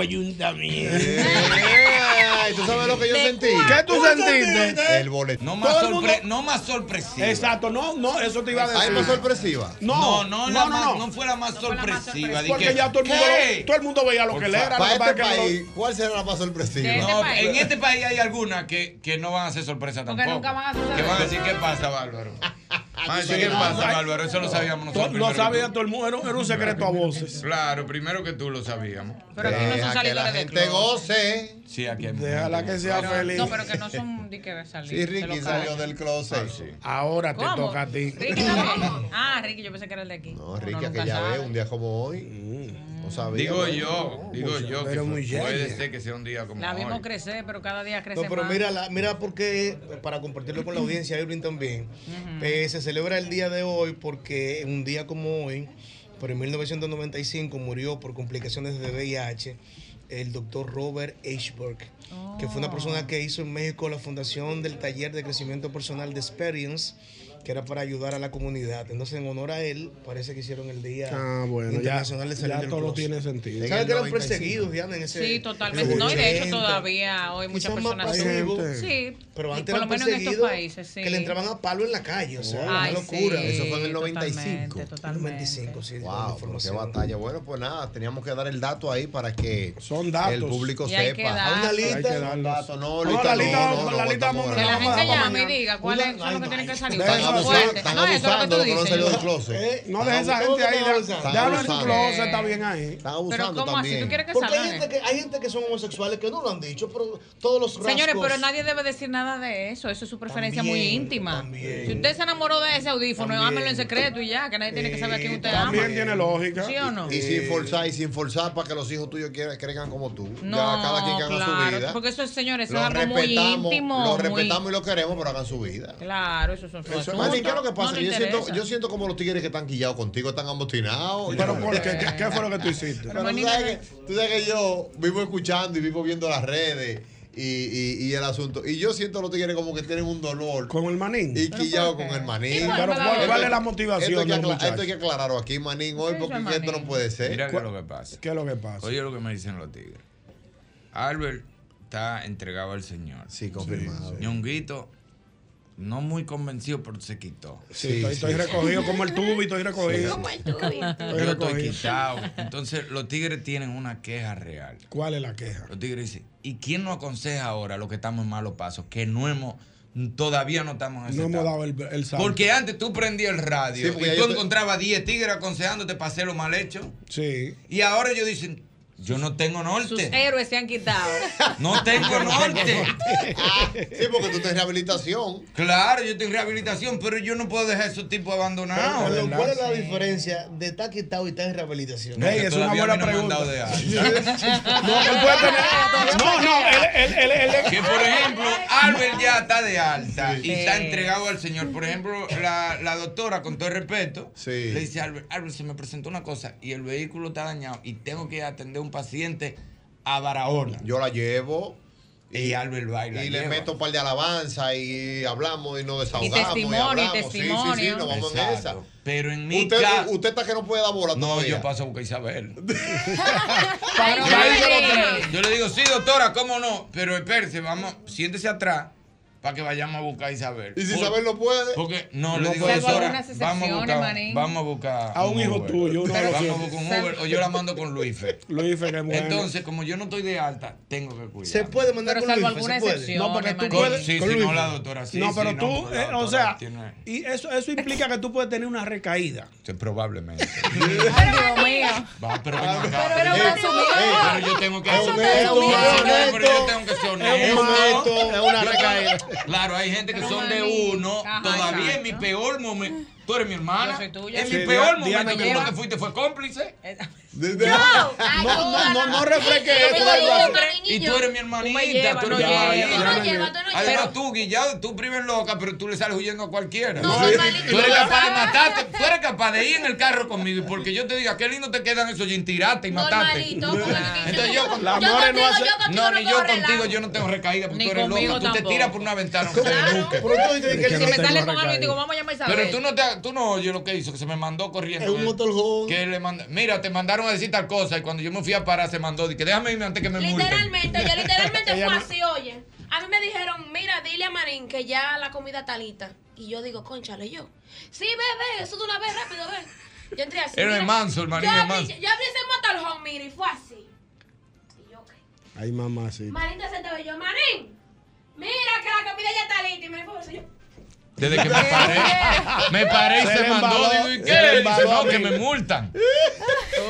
Speaker 10: Ayuntamiento.
Speaker 8: Ay, ¿Tú sabes lo que yo sentí?
Speaker 10: ¿Qué tú sentiste?
Speaker 8: El boletín.
Speaker 10: No
Speaker 8: más sorpre-
Speaker 10: no más sorpresiva. Exacto, no, no, eso te iba a decir.
Speaker 8: Hay más sorpresiva.
Speaker 10: No,
Speaker 21: no,
Speaker 10: no,
Speaker 21: la
Speaker 10: no,
Speaker 21: más-
Speaker 10: no.
Speaker 21: no fue la más sorpresiva. di
Speaker 10: Porque
Speaker 21: que-
Speaker 10: ya todo el, mundo
Speaker 21: ¿Qué?
Speaker 10: lo- todo el mundo veía lo que le era.
Speaker 8: Para
Speaker 10: lo que
Speaker 8: este
Speaker 10: pasa es que
Speaker 8: país, ¿cuál será la más sorpresiva?
Speaker 21: No, en este país hay algunas que, que no van a ser sorpresa
Speaker 16: Porque
Speaker 21: tampoco.
Speaker 16: nunca van a suceder.
Speaker 21: Que van a decir qué pasa, Bárbaro. Van a decir qué
Speaker 10: No,
Speaker 21: pasa,
Speaker 10: no,
Speaker 21: Bárbaro. Eso lo sabíamos
Speaker 10: no-
Speaker 21: nosotros.
Speaker 10: Lo
Speaker 21: primero
Speaker 10: sabía
Speaker 21: que
Speaker 10: todo el mundo, era, era un secreto a voces.
Speaker 21: tú. Claro, primero que tú lo sabíamos.
Speaker 16: Pero aquí
Speaker 21: Eh,
Speaker 16: no son Deja que salidores la de gente closet.
Speaker 8: goce.
Speaker 21: Sí, aquí hay
Speaker 10: Déjala que sea
Speaker 16: Pero-
Speaker 10: feliz.
Speaker 16: No, pero que no son de que salir.
Speaker 10: Sí,
Speaker 16: se lo
Speaker 10: Ricky
Speaker 16: cago.
Speaker 10: salió
Speaker 8: del closet.
Speaker 10: Ah,
Speaker 8: Ah,
Speaker 10: Ahora te
Speaker 16: ¿Cómo?
Speaker 10: toca a ti.
Speaker 16: Ricky también. Ah, Ricky, yo pensé que era el de aquí.
Speaker 8: No, Ricky,
Speaker 16: nunca
Speaker 8: aquella
Speaker 16: sabe. Mm.
Speaker 8: vez, un día como hoy. No sabía.
Speaker 21: Digo
Speaker 8: bueno.
Speaker 21: yo,
Speaker 8: No,
Speaker 21: digo
Speaker 8: mucha-
Speaker 21: yo, que
Speaker 8: pero
Speaker 21: fue-
Speaker 8: muy
Speaker 21: puede
Speaker 8: seria.
Speaker 21: ser que sea un día como
Speaker 16: La
Speaker 21: hoy.
Speaker 16: vimos crecer, pero cada día crece
Speaker 2: No, pero
Speaker 16: más.
Speaker 2: mira, la, mira porque, para compartirlo con la audiencia, Irving también,
Speaker 16: Mm.
Speaker 2: eh, se celebra el día de hoy porque un día como hoy, pero en 1995 murió por complicaciones de VIH el doctor Robert H. Burke, que fue una persona que hizo en México la fundación del taller de crecimiento personal de Experience, que era para ayudar a la comunidad. Entonces, en honor a él, parece que hicieron el Día
Speaker 10: Ah, bueno, ya,
Speaker 2: Internacional de Salir
Speaker 10: ya
Speaker 2: del
Speaker 10: todo
Speaker 2: Closet.
Speaker 10: tiene sentido.
Speaker 2: ¿Sabes que eran perseguidos, Diana, en ese
Speaker 16: Sí, totalmente. No, y de hecho todavía hoy muchas
Speaker 2: Quizás más
Speaker 16: personas
Speaker 2: pasivo.
Speaker 16: Sí,
Speaker 2: Pero antes
Speaker 16: por lo
Speaker 2: eran
Speaker 16: menos en estos
Speaker 2: perseguidos
Speaker 16: países, sí.
Speaker 2: que le entraban a palo en la calle, o sea,
Speaker 8: Ay,
Speaker 2: una locura.
Speaker 8: sí, Eso fue en el 95.
Speaker 2: En el 95, sí.
Speaker 8: Wow, pero qué batalla. Bueno, pues nada, teníamos que dar el dato ahí para que
Speaker 10: datos.
Speaker 8: el público
Speaker 10: Y
Speaker 8: sepa.
Speaker 10: hay que darlos. Hay
Speaker 8: Una
Speaker 10: que
Speaker 8: lista.
Speaker 10: darlos.
Speaker 8: un dato, no,
Speaker 10: No,
Speaker 8: lista,
Speaker 10: la
Speaker 8: no,
Speaker 10: lista,
Speaker 8: no, no,
Speaker 10: la lista
Speaker 8: aguantamos
Speaker 10: vamos-
Speaker 8: nada.
Speaker 16: Que la gente
Speaker 10: vamos
Speaker 16: llame y
Speaker 10: mañana.
Speaker 16: diga cuáles son los que tienen que salir. Fuerte,
Speaker 10: Están abusando,
Speaker 21: Ah,
Speaker 16: fuerte.
Speaker 8: están
Speaker 16: No, eso es lo que
Speaker 8: abusando,
Speaker 16: tú
Speaker 8: que no
Speaker 16: dices.
Speaker 8: salió del closet.
Speaker 10: Eh, no dejes esa
Speaker 2: Están
Speaker 10: gente ahí.
Speaker 2: abusando.
Speaker 10: de- Déjalo en su
Speaker 8: Están
Speaker 10: closet,
Speaker 8: abusando.
Speaker 10: está bien ahí.
Speaker 8: Están
Speaker 2: Porque hay gente, que, hay gente que son homosexuales que no lo han dicho, pero todos los rasgos...
Speaker 16: Señores, pero nadie debe decir nada de eso. Eso es su preferencia muy
Speaker 2: También,
Speaker 16: íntima. Si usted se enamoró de ese audífono, hámelo en secreto y ya, que nadie tiene que saber a quién usted ama.
Speaker 10: lógica.
Speaker 16: ¿Sí o no?
Speaker 8: Y sin forzar, y sin forzar para que los hijos tuyos quieran- crezcan como tú.
Speaker 16: No,
Speaker 8: ya cada quien que haga
Speaker 16: claro,
Speaker 8: su vida.
Speaker 16: porque eso es, señores, eso
Speaker 8: Lo
Speaker 16: es algo muy
Speaker 8: respetamos,
Speaker 16: íntimo,
Speaker 8: Lo
Speaker 16: muy-
Speaker 8: respetamos y lo queremos, pero hagan su vida.
Speaker 16: Claro, eso son
Speaker 10: Pues,
Speaker 8: Eso, Manny, ¿qué es lo que pasa?
Speaker 16: No, no
Speaker 8: yo, siento,
Speaker 16: interesa.
Speaker 8: yo siento como los tigres que están quillados contigo, están amostinados.
Speaker 10: Pero ¿por qué? ¿Qué- qué fue lo que tú hiciste?
Speaker 8: Pero tú, sabes que, tú sabes que yo vivo escuchando y vivo viendo las redes y, y- y el asunto. Y yo siento a los tigres como que tienen un dolor.
Speaker 10: ¿Con el manín?
Speaker 8: Y quillado con el manín.
Speaker 10: Pero, ¿cuál- cuál
Speaker 8: Esto-
Speaker 10: es la motivación
Speaker 8: Esto hay que,
Speaker 10: del
Speaker 8: acla-
Speaker 10: muchacho?
Speaker 8: esto hay que aclararlo aquí, manín, hoy, porque
Speaker 21: el
Speaker 8: esto no puede ser.
Speaker 21: Mira qué es lo que pasa.
Speaker 10: ¿Qué es lo que pasa?
Speaker 21: Oye lo que me dicen los tigres. Albert está entregado al Señor. Sí,
Speaker 8: confirmado.
Speaker 21: Ñonguito, no muy convencido, pero se quitó.
Speaker 10: Sí, estoy, estoy recogido como el tubi, estoy recogido. Estoy
Speaker 21: Yo estoy
Speaker 10: recogido.
Speaker 21: quitado. Entonces, los tigres tienen una queja real.
Speaker 10: ¿Cuál es la queja?
Speaker 21: Los tigres dicen, ¿y quién nos aconseja ahora los que estamos en malos pasos? Que no hemos, todavía no estamos en esa
Speaker 10: No hemos
Speaker 21: etapa?
Speaker 10: dado el, el salto.
Speaker 21: Porque antes tú prendías el
Speaker 10: Sí,
Speaker 21: radio
Speaker 10: porque
Speaker 21: y
Speaker 10: ya
Speaker 21: tú
Speaker 10: yo te-
Speaker 21: encontrabas 10 tigres aconsejándote para hacer lo mal hecho.
Speaker 10: Sí.
Speaker 21: Y ahora ellos dicen, yo no tengo
Speaker 16: Sus
Speaker 21: norte.
Speaker 16: héroes se han quitado.
Speaker 21: No tengo norte.
Speaker 8: sí, porque tú estás en rehabilitación.
Speaker 21: Claro, yo estoy en rehabilitación, pero yo no puedo dejar a esos tipos
Speaker 2: Pero,
Speaker 21: abandonados.
Speaker 2: pero, ¿Cuál Ah, es la diferencia de estar quitado y estar en rehabilitación?
Speaker 21: No, que todavía a mí no me han dado de alta.
Speaker 2: No, que él puede tener- No, no, él- él- él- él-
Speaker 21: Que por ejemplo, Albert ya está de alta
Speaker 10: Sí.
Speaker 21: y está
Speaker 10: Sí.
Speaker 21: entregado al señor. Por ejemplo, la, la doctora, con todo el respeto, le dice a Albert, Albert, se me presentó una cosa y el vehículo está dañado y tengo que atender a un paciente a Barahona.
Speaker 8: Yo la llevo.
Speaker 21: Y Albert baila.
Speaker 8: Y le meto un par de alabanza y hablamos y nos desahogamos.
Speaker 21: testimonio, y
Speaker 8: hablamos. Sí, sí, sí,
Speaker 21: testimonio.
Speaker 8: nos vamos en esa.
Speaker 21: Exacto. Pero en mi
Speaker 8: usted,
Speaker 21: caso-
Speaker 8: Usted está que no puede dar bola
Speaker 21: No,
Speaker 8: todavía.
Speaker 21: yo paso a buscar a Isabel.
Speaker 8: Para-
Speaker 21: Yo le digo- Yo le digo, sí, doctora, ¿cómo no? Pero espérese, vamos, siéntese atrás para que vayamos a buscar a Isabel.
Speaker 8: Y si
Speaker 21: Por-
Speaker 8: Isabel no puede.
Speaker 21: Porque no, le
Speaker 8: No
Speaker 21: digo,
Speaker 8: puede.
Speaker 21: doctora,
Speaker 8: Salvo algunas
Speaker 21: vamos a
Speaker 8: excepciones,
Speaker 21: buscar,
Speaker 8: manín.
Speaker 21: vamos a buscar
Speaker 10: A un hijo
Speaker 21: Uber.
Speaker 10: tuyo, uno
Speaker 21: vamos
Speaker 10: lo
Speaker 21: a buscar un
Speaker 10: siente.
Speaker 21: Uber o yo la mando con Luife.
Speaker 10: Luife, que bueno.
Speaker 21: Entonces, como yo no estoy de alta, tengo que cuidar.
Speaker 2: Se puede mandar
Speaker 16: Pero
Speaker 2: con
Speaker 16: salvo
Speaker 2: Luis,
Speaker 16: alguna
Speaker 2: se puede.
Speaker 16: excepción,
Speaker 10: No, porque tú
Speaker 16: Manín.
Speaker 10: puedes.
Speaker 21: Sí,
Speaker 10: con
Speaker 21: sí,
Speaker 10: Luis.
Speaker 21: no, la doctora, sí,
Speaker 10: No,
Speaker 21: sí,
Speaker 10: pero
Speaker 21: no,
Speaker 10: tú,
Speaker 21: la
Speaker 10: eh, o
Speaker 21: doctora
Speaker 10: sea,
Speaker 21: tiene-
Speaker 10: y eso, eso implica que tú puedes tener una recaída.
Speaker 21: Sí, probablemente.
Speaker 16: Ay, Dios mío.
Speaker 21: Va, pero ven acá.
Speaker 16: Pero era
Speaker 21: Ey,
Speaker 16: presumido.
Speaker 21: ey, pero yo tengo que
Speaker 16: Es
Speaker 21: ser
Speaker 16: honesto,
Speaker 21: honesto,
Speaker 16: es
Speaker 21: pero yo
Speaker 16: honesto.
Speaker 21: tengo que ser
Speaker 16: Es
Speaker 21: honesto.
Speaker 16: honesto,
Speaker 2: es una
Speaker 21: Yo-
Speaker 2: recaída.
Speaker 21: Claro, hay gente que
Speaker 16: Pero,
Speaker 21: son de
Speaker 16: mami,
Speaker 21: uno.
Speaker 16: ajá,
Speaker 21: Todavía en
Speaker 16: exacto.
Speaker 21: mi peor momento. Tú eres mi hermana.
Speaker 16: Yo soy tuya.
Speaker 21: En
Speaker 16: Sí,
Speaker 21: mi
Speaker 16: Diana-
Speaker 21: peor
Speaker 16: Diana
Speaker 21: momento. Tú lo
Speaker 16: lleva-
Speaker 21: que fuiste fue cómplice. No,
Speaker 2: no, no, no, no refresque
Speaker 21: Pero
Speaker 2: eso.
Speaker 21: tú eres-
Speaker 2: Eduardo.
Speaker 21: Y tú eres mi hermanita.
Speaker 2: me llevas,
Speaker 21: tú
Speaker 2: no
Speaker 21: eres mi
Speaker 2: llevas. Tú
Speaker 21: hermanita.
Speaker 2: no llevas, tú no llevas.
Speaker 21: Además, tú, Guillado, tú prives loca, pero tú le sales huyendo a cualquiera.
Speaker 2: No,
Speaker 21: tú,
Speaker 2: normalito.
Speaker 21: tú eres capaz de matarte. Tú eres capaz de ir en el carro conmigo y porque yo te diga, qué lindo te quedan esos jeans, tirarte y matarte.
Speaker 9: Normalito, porque
Speaker 21: Ah, Entonces yo con-
Speaker 9: yo La more no contigo- hace- yo contigo
Speaker 21: No,
Speaker 9: no
Speaker 21: ni yo
Speaker 9: corro
Speaker 21: contigo,
Speaker 9: relajo.
Speaker 21: yo no tengo recaída porque tú
Speaker 9: Ni
Speaker 21: eres
Speaker 9: conmigo
Speaker 21: loca. Tú te
Speaker 9: tampoco.
Speaker 21: tiras por una ventana. aunque te eduques.
Speaker 16: Si me sale con algo y digo, vamos a llamar a Isabel.
Speaker 21: Pero tú no, te, tú no oyes lo que hizo, que se me mandó corriendo. eh,
Speaker 16: Es un
Speaker 2: motorhome.
Speaker 21: Que le manda, mira, te mandaron a decir tal cosa y cuando yo me fui a parar se mandó. Dije, déjame irme antes que me multen.
Speaker 9: Literalmente, yo literalmente
Speaker 21: Ella
Speaker 9: fue
Speaker 21: no-
Speaker 9: así, oye. A mí me dijeron, mira, dile a Marín que ya la comida talita. Y yo digo, conchale, yo. Sí, ve, ve, eso de una vez rápido, ve. Yo entré así.
Speaker 21: Era
Speaker 9: mira.
Speaker 21: el manso, el
Speaker 9: Yo abrí,
Speaker 21: marín
Speaker 9: yo
Speaker 21: el manso.
Speaker 9: abrí ese motorhome, mira, y fue así.
Speaker 10: Ay, mamá, sí.
Speaker 9: Marín te sentaba y yo, Marín, mira que la comida ya está lista. Y me fue así, yo,
Speaker 21: Desde que me paré, me paré y se,
Speaker 10: Se le
Speaker 21: mandó.
Speaker 10: embaló,
Speaker 21: Digo, ¿y
Speaker 10: se
Speaker 21: qué?
Speaker 10: le
Speaker 21: Dice,
Speaker 10: embaló a
Speaker 21: no, que
Speaker 10: mí.
Speaker 21: me multan.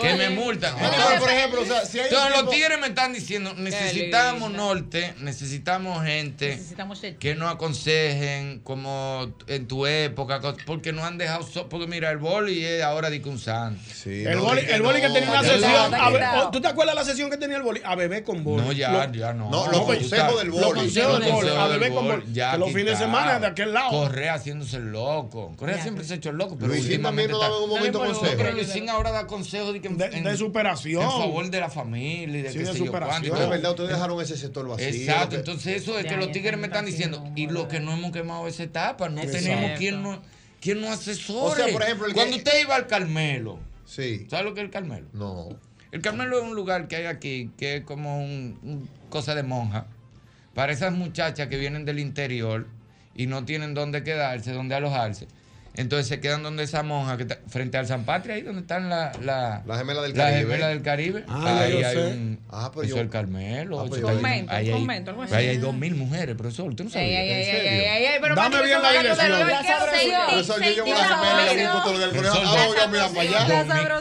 Speaker 21: que me multan.
Speaker 10: No, pero, por ejemplo, o sea, si hay un
Speaker 21: Entonces,
Speaker 10: tipo-
Speaker 21: los tigres me están diciendo, necesitamos
Speaker 16: linda.
Speaker 21: norte, necesitamos gente.
Speaker 16: Necesitamos el-
Speaker 21: que no aconsejen como en tu época, cos- porque no han dejado, so- porque mira, el boli es ahora de que un santo.
Speaker 10: El
Speaker 21: no,
Speaker 10: boli,
Speaker 21: di que
Speaker 10: el boli que
Speaker 21: no,
Speaker 10: tenía una
Speaker 21: ya
Speaker 10: sesión.
Speaker 21: está,
Speaker 10: a
Speaker 21: ya
Speaker 10: ver,
Speaker 21: está.
Speaker 10: oh,
Speaker 2: ¿Tú te acuerdas la sesión que tenía el boli? A bebé con boli.
Speaker 21: No, ya,
Speaker 2: Lo-
Speaker 21: ya no.
Speaker 10: No, los
Speaker 21: pues,
Speaker 10: consejos
Speaker 21: está-
Speaker 10: del boli.
Speaker 21: Los consejos del boli.
Speaker 10: a bebé con boli.
Speaker 21: ya
Speaker 10: Que los fines de
Speaker 21: quitado.
Speaker 10: semana de aquel lado.
Speaker 21: Correa haciéndose el loco. Correa
Speaker 10: Ya.
Speaker 21: siempre se ha hecho el loco, pero
Speaker 10: Luisín también
Speaker 21: últimamente
Speaker 10: no daba en un momento
Speaker 21: Dale, pues,
Speaker 10: consejos.
Speaker 21: Pero Luisín ahora da consejos de, que
Speaker 10: de superación.
Speaker 21: En favor de la familia y de
Speaker 10: Sí,
Speaker 21: qué
Speaker 10: de
Speaker 21: sé yo
Speaker 10: superación.
Speaker 21: cuánto y
Speaker 10: Es
Speaker 21: todo.
Speaker 10: verdad, ustedes dejaron ese sector vacío,
Speaker 21: Exacto,
Speaker 10: que-
Speaker 21: entonces eso es
Speaker 10: Ya,
Speaker 21: que
Speaker 10: ya
Speaker 21: los tigres me están diciendo, y los que no hemos quemado esa etapa, no
Speaker 10: Exacto.
Speaker 21: tenemos quien no, quien no asesore.
Speaker 10: O sea, por ejemplo, el
Speaker 21: cuando
Speaker 10: que-
Speaker 21: usted iba al Carmelo,
Speaker 10: Sí.
Speaker 21: ¿sabes lo que es el Carmelo?
Speaker 10: No.
Speaker 21: El Carmelo es un lugar que hay aquí que es como un, un cosa de monja. Para esas muchachas que vienen del interior y no tienen dónde quedarse, dónde alojarse. Entonces se quedan donde esa monja que está frente al San Patria, ahí donde están la, la,
Speaker 10: La gemela del
Speaker 21: la
Speaker 10: Caribe.
Speaker 21: gemela del Caribe.
Speaker 10: Ah, ya
Speaker 21: ahí
Speaker 10: yo
Speaker 21: hay
Speaker 10: sé.
Speaker 21: un.
Speaker 10: Ah, pero
Speaker 21: eso
Speaker 10: yo-
Speaker 21: el Carmelo.
Speaker 10: Ah,
Speaker 21: eso
Speaker 10: pero yo-
Speaker 21: está ahí,
Speaker 10: Convento,
Speaker 21: ahí hay-
Speaker 16: convento, algo así.
Speaker 21: Ahí hay dos mil mujeres, profesor. Usted no sabe.
Speaker 16: Ey, ey,
Speaker 21: ¿En
Speaker 16: ey,
Speaker 21: serio?
Speaker 16: ey, ey, ey, pero Dame Mati, bien la
Speaker 10: dirección.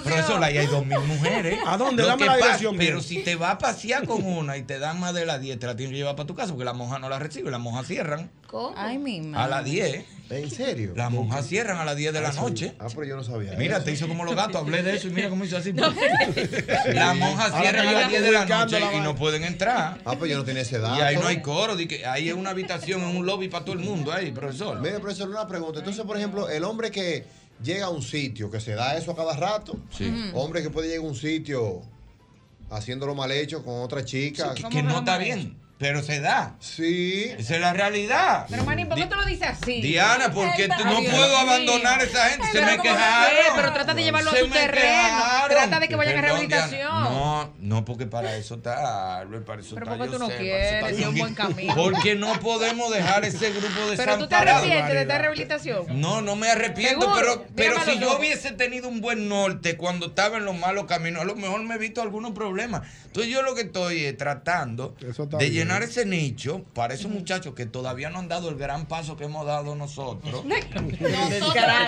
Speaker 21: Profesor, ahí hay dos mil mujeres.
Speaker 10: ¿A dónde?
Speaker 21: Lo
Speaker 10: Dame
Speaker 21: que
Speaker 10: la
Speaker 21: pasa-
Speaker 10: dirección, bien.
Speaker 21: Pero si te vas a pasear con una y te dan más de las 10, te la tienes que llevar para tu casa porque la monja no la recibe. Las monjas cierran
Speaker 16: Ay, mi
Speaker 21: a
Speaker 16: madre.
Speaker 21: las 10.
Speaker 10: ¿En serio?
Speaker 21: Las monjas cierran a las 10 de la
Speaker 10: Ah, sí.
Speaker 21: noche.
Speaker 10: Ah, pero yo no sabía.
Speaker 21: Mira,
Speaker 10: eso.
Speaker 21: te hizo como los gatos. Hablé de eso y mira cómo hizo así.
Speaker 10: Sí.
Speaker 21: Las monjas
Speaker 10: Ahora
Speaker 21: cierran a
Speaker 10: te
Speaker 21: las
Speaker 10: llevan
Speaker 21: 10 de la
Speaker 10: ubicando la
Speaker 21: noche y
Speaker 10: vaina.
Speaker 21: no pueden entrar.
Speaker 10: Ah, pues yo no tenía ese dato.
Speaker 21: Y ahí no hay coro. di que Ahí es una habitación, es un lobby para todo el mundo. Ahí, profesor.
Speaker 10: Mire, profesor, una pregunta. Entonces, por ejemplo, el hombre que llega a un sitio, que se da eso a cada rato,
Speaker 21: Sí.
Speaker 10: Ujú. hombre que puede llegar a un sitio haciéndolo mal hecho con otra chica.
Speaker 21: que- que ¿Cómo no lo está mal bien, pero se da.
Speaker 10: Sí.
Speaker 21: Esa es la realidad.
Speaker 16: Pero Marín, ¿por qué tú lo dices así?
Speaker 21: Diana, porque tú- no puedo abandonar a esa gente. Se
Speaker 16: pero
Speaker 21: me
Speaker 16: ¿cómo va a
Speaker 21: quejaron.
Speaker 16: ser? Pero trata de llevarlo a
Speaker 21: Se
Speaker 16: tu
Speaker 21: me
Speaker 16: terreno.
Speaker 21: quejaron.
Speaker 16: Trata de que vayan a
Speaker 21: Perdón, Diana.
Speaker 16: rehabilitación.
Speaker 21: No, no, porque para eso está Albert, para eso
Speaker 16: Pero
Speaker 21: está
Speaker 16: ¿por qué tú no
Speaker 21: José, para
Speaker 16: quieres?
Speaker 21: eso está
Speaker 16: Es un
Speaker 21: Yogi.
Speaker 16: buen camino.
Speaker 21: Porque no podemos dejar ese grupo de
Speaker 16: Pero tú te arrepientes de esta rehabilitación.
Speaker 21: No, no me arrepiento,
Speaker 16: ¿Seguro?
Speaker 21: pero, pero
Speaker 16: Mírame a los
Speaker 21: si yo
Speaker 16: ojos.
Speaker 21: hubiese tenido un buen norte cuando estaba en los malos caminos, a lo mejor me he visto algunos problemas. Entonces yo lo que estoy eh, tratando
Speaker 10: está
Speaker 21: de
Speaker 10: bien.
Speaker 21: llenar ese nicho para esos muchachos que todavía no han dado el gran paso que hemos dado nosotros.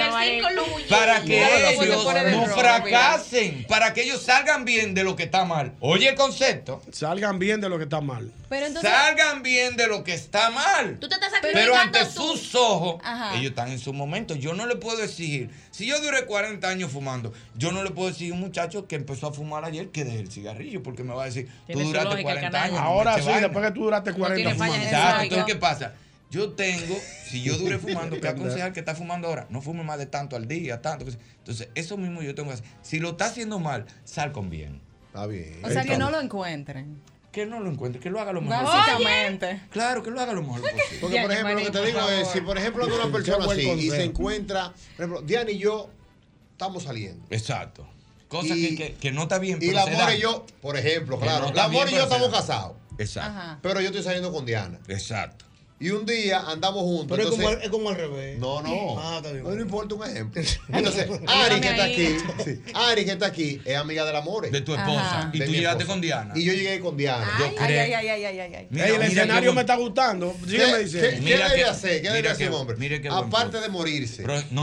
Speaker 21: para que ellos no fracasen, para que ellos salgan bien de lo que está mal. Oye el concepto.
Speaker 2: Salgan bien de lo que está mal.
Speaker 16: Pero
Speaker 21: Salgan bien de lo que está mal.
Speaker 9: tú te estás
Speaker 21: Pero
Speaker 9: sacrificando
Speaker 21: ante
Speaker 9: tú.
Speaker 21: sus ojos,
Speaker 9: Ajá.
Speaker 21: ellos están en su momento. Yo no le puedo exigir. Si yo duré 40 años fumando, yo no le puedo exigir a un muchacho que empezó a fumar ayer que deje el cigarrillo, porque me va a decir, tú
Speaker 10: Tiene su
Speaker 21: duraste
Speaker 10: lógica,
Speaker 21: 40 años.
Speaker 10: Ahora
Speaker 21: no
Speaker 10: sí,
Speaker 21: eche vaina.
Speaker 10: después que tú duraste 40 fumando.
Speaker 21: Exacto. Entonces, ¿qué pasa? Yo tengo, si yo duré fumando, ¿qué aconsejar al que está fumando ahora? No fume más de tanto al día, tanto. Entonces, eso mismo yo tengo que hacer. Si lo está haciendo mal, sal con bien.
Speaker 10: Está bien.
Speaker 6: O sea, que no lo encuentren.
Speaker 21: Que no lo encuentre, que lo haga lo mejor.
Speaker 6: Básicamente.
Speaker 21: Claro, que lo haga lo mejor posible.
Speaker 10: Porque, por ejemplo, lo que te digo es, si por ejemplo anda una
Speaker 21: Qué
Speaker 10: persona
Speaker 21: buen
Speaker 10: así y
Speaker 21: consejo.
Speaker 10: se encuentra, por ejemplo, Diana y yo estamos saliendo.
Speaker 21: Exacto. Cosa que, que, que no está bien.
Speaker 10: Y
Speaker 21: pero
Speaker 10: la
Speaker 21: se
Speaker 10: amor
Speaker 21: da.
Speaker 10: y yo, por ejemplo,
Speaker 21: Que
Speaker 10: claro,
Speaker 21: no está
Speaker 10: la amor
Speaker 21: bien,
Speaker 10: y yo
Speaker 21: pero se
Speaker 10: estamos
Speaker 21: da.
Speaker 10: casados.
Speaker 21: Exacto.
Speaker 10: Pero yo estoy saliendo con Diana.
Speaker 21: Exacto.
Speaker 10: Y un día andamos juntos.
Speaker 2: Pero es como,
Speaker 10: entonces-
Speaker 2: es como al revés.
Speaker 10: No, no.
Speaker 2: Ah, está bien.
Speaker 10: No le importa un ejemplo. Entonces, Ari que está aquí, sí, Ari que está aquí, es amiga del amor. De
Speaker 21: tu esposa. Ajá. Y tú
Speaker 10: mi
Speaker 21: llegaste con Diana.
Speaker 10: Y yo llegué con Diana.
Speaker 6: Ay, ay, ay, ay, ay, ay, ay.
Speaker 10: Mira,
Speaker 2: Ey, el
Speaker 10: mira
Speaker 2: escenario
Speaker 10: que-
Speaker 2: me está gustando.
Speaker 10: ¿Qué,
Speaker 2: Sígueme
Speaker 10: qué-
Speaker 2: diciendo.
Speaker 10: qué debe hacer? ¿Qué debe hacer un hombre? Aparte de morirse.
Speaker 21: no,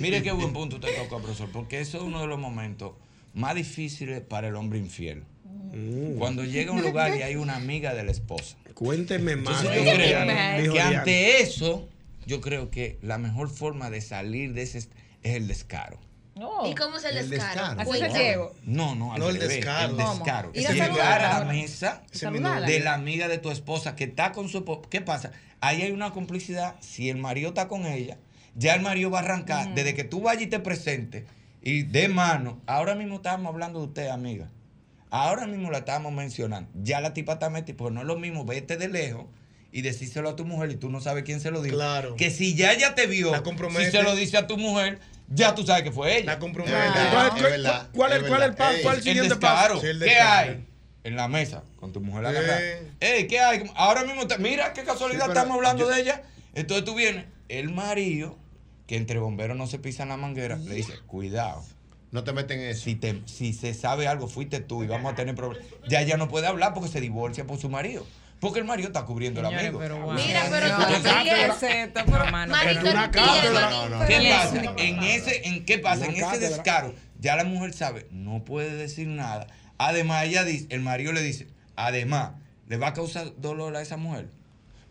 Speaker 21: Mire qué buen punto usted tocó, profesor, porque eso es uno de los momentos más difíciles para el hombre infiel.
Speaker 2: Mm.
Speaker 21: Cuando llega a un lugar y hay una amiga de la esposa.
Speaker 2: Cuénteme más.
Speaker 21: Entonces,
Speaker 2: dijo
Speaker 21: yo creo
Speaker 2: Diana, dijo
Speaker 21: que
Speaker 2: Diana.
Speaker 21: ante eso, yo creo que la mejor forma de salir de ese est- es el descaro.
Speaker 9: ¿Y cómo se Pues
Speaker 21: El
Speaker 9: les
Speaker 21: descaro.
Speaker 9: cara?
Speaker 21: Así se llevo. No, no, al
Speaker 2: No, el
Speaker 21: revés,
Speaker 2: descaro.
Speaker 21: El
Speaker 2: ¿Cómo?
Speaker 21: descaro.
Speaker 2: Ir a
Speaker 21: Llegar
Speaker 2: saludarla.
Speaker 21: a la mesa
Speaker 2: Saludarla.
Speaker 21: de la amiga de tu esposa que está con su... po- ¿Qué pasa? Ahí hay una complicidad. Si el marido está con ella, ya el marido va a arrancar. Desde que tú vayas y te presentes y de mano. Ahora mismo estábamos hablando de usted, amiga. Ahora mismo la estábamos mencionando. Ya la tipa está metida. Porque no es lo mismo vete de lejos y decírselo a tu mujer y tú no sabes quién se lo dijo.
Speaker 2: Claro.
Speaker 21: Que si ya ella te vio,
Speaker 2: compromete.
Speaker 21: si se lo dice a tu mujer, ya tú sabes que fue ella. La
Speaker 2: compromete.
Speaker 10: verdad, es verdad,
Speaker 21: ¿Cuál
Speaker 10: es
Speaker 21: es
Speaker 10: verdad.
Speaker 21: el pa-
Speaker 10: Ey.
Speaker 21: cuál
Speaker 10: El
Speaker 21: el siguiente
Speaker 10: descaro.
Speaker 21: paso?
Speaker 10: Sí, el
Speaker 21: ¿Qué
Speaker 10: descaro.
Speaker 21: hay? En la mesa, con tu mujer agarrada. Ey, ¿qué hay? Ahora mismo, te- mira qué casualidad
Speaker 10: Sí, pero
Speaker 21: estamos hablando de ella. Entonces tú vienes, el marido, que entre bomberos no se pisan la manguera, le dice, cuidado.
Speaker 8: No te meten en eso.
Speaker 21: Si, te- si se sabe algo, fuiste tú y vamos a tener problemas. Ya ella no puede hablar porque se divorcia por su marido. Porque el marido está cubriendo al
Speaker 6: Señores,
Speaker 21: amigo.
Speaker 6: pero
Speaker 9: guau. Ah, Mira, pero
Speaker 21: No,
Speaker 9: también-
Speaker 21: cátedra.
Speaker 6: Excepto, pero,
Speaker 21: Ah,
Speaker 6: mano,
Speaker 9: Marito,
Speaker 6: pero-
Speaker 9: Una cátedra. No, no, no.
Speaker 21: ¿Qué
Speaker 9: Pero-
Speaker 21: pasa? En ese, en qué pasa, en ese
Speaker 10: cátedra.
Speaker 21: descaro, ya la mujer sabe, no puede decir nada. Además, ella dice, el marido le dice, además, le va a causar dolor a esa mujer.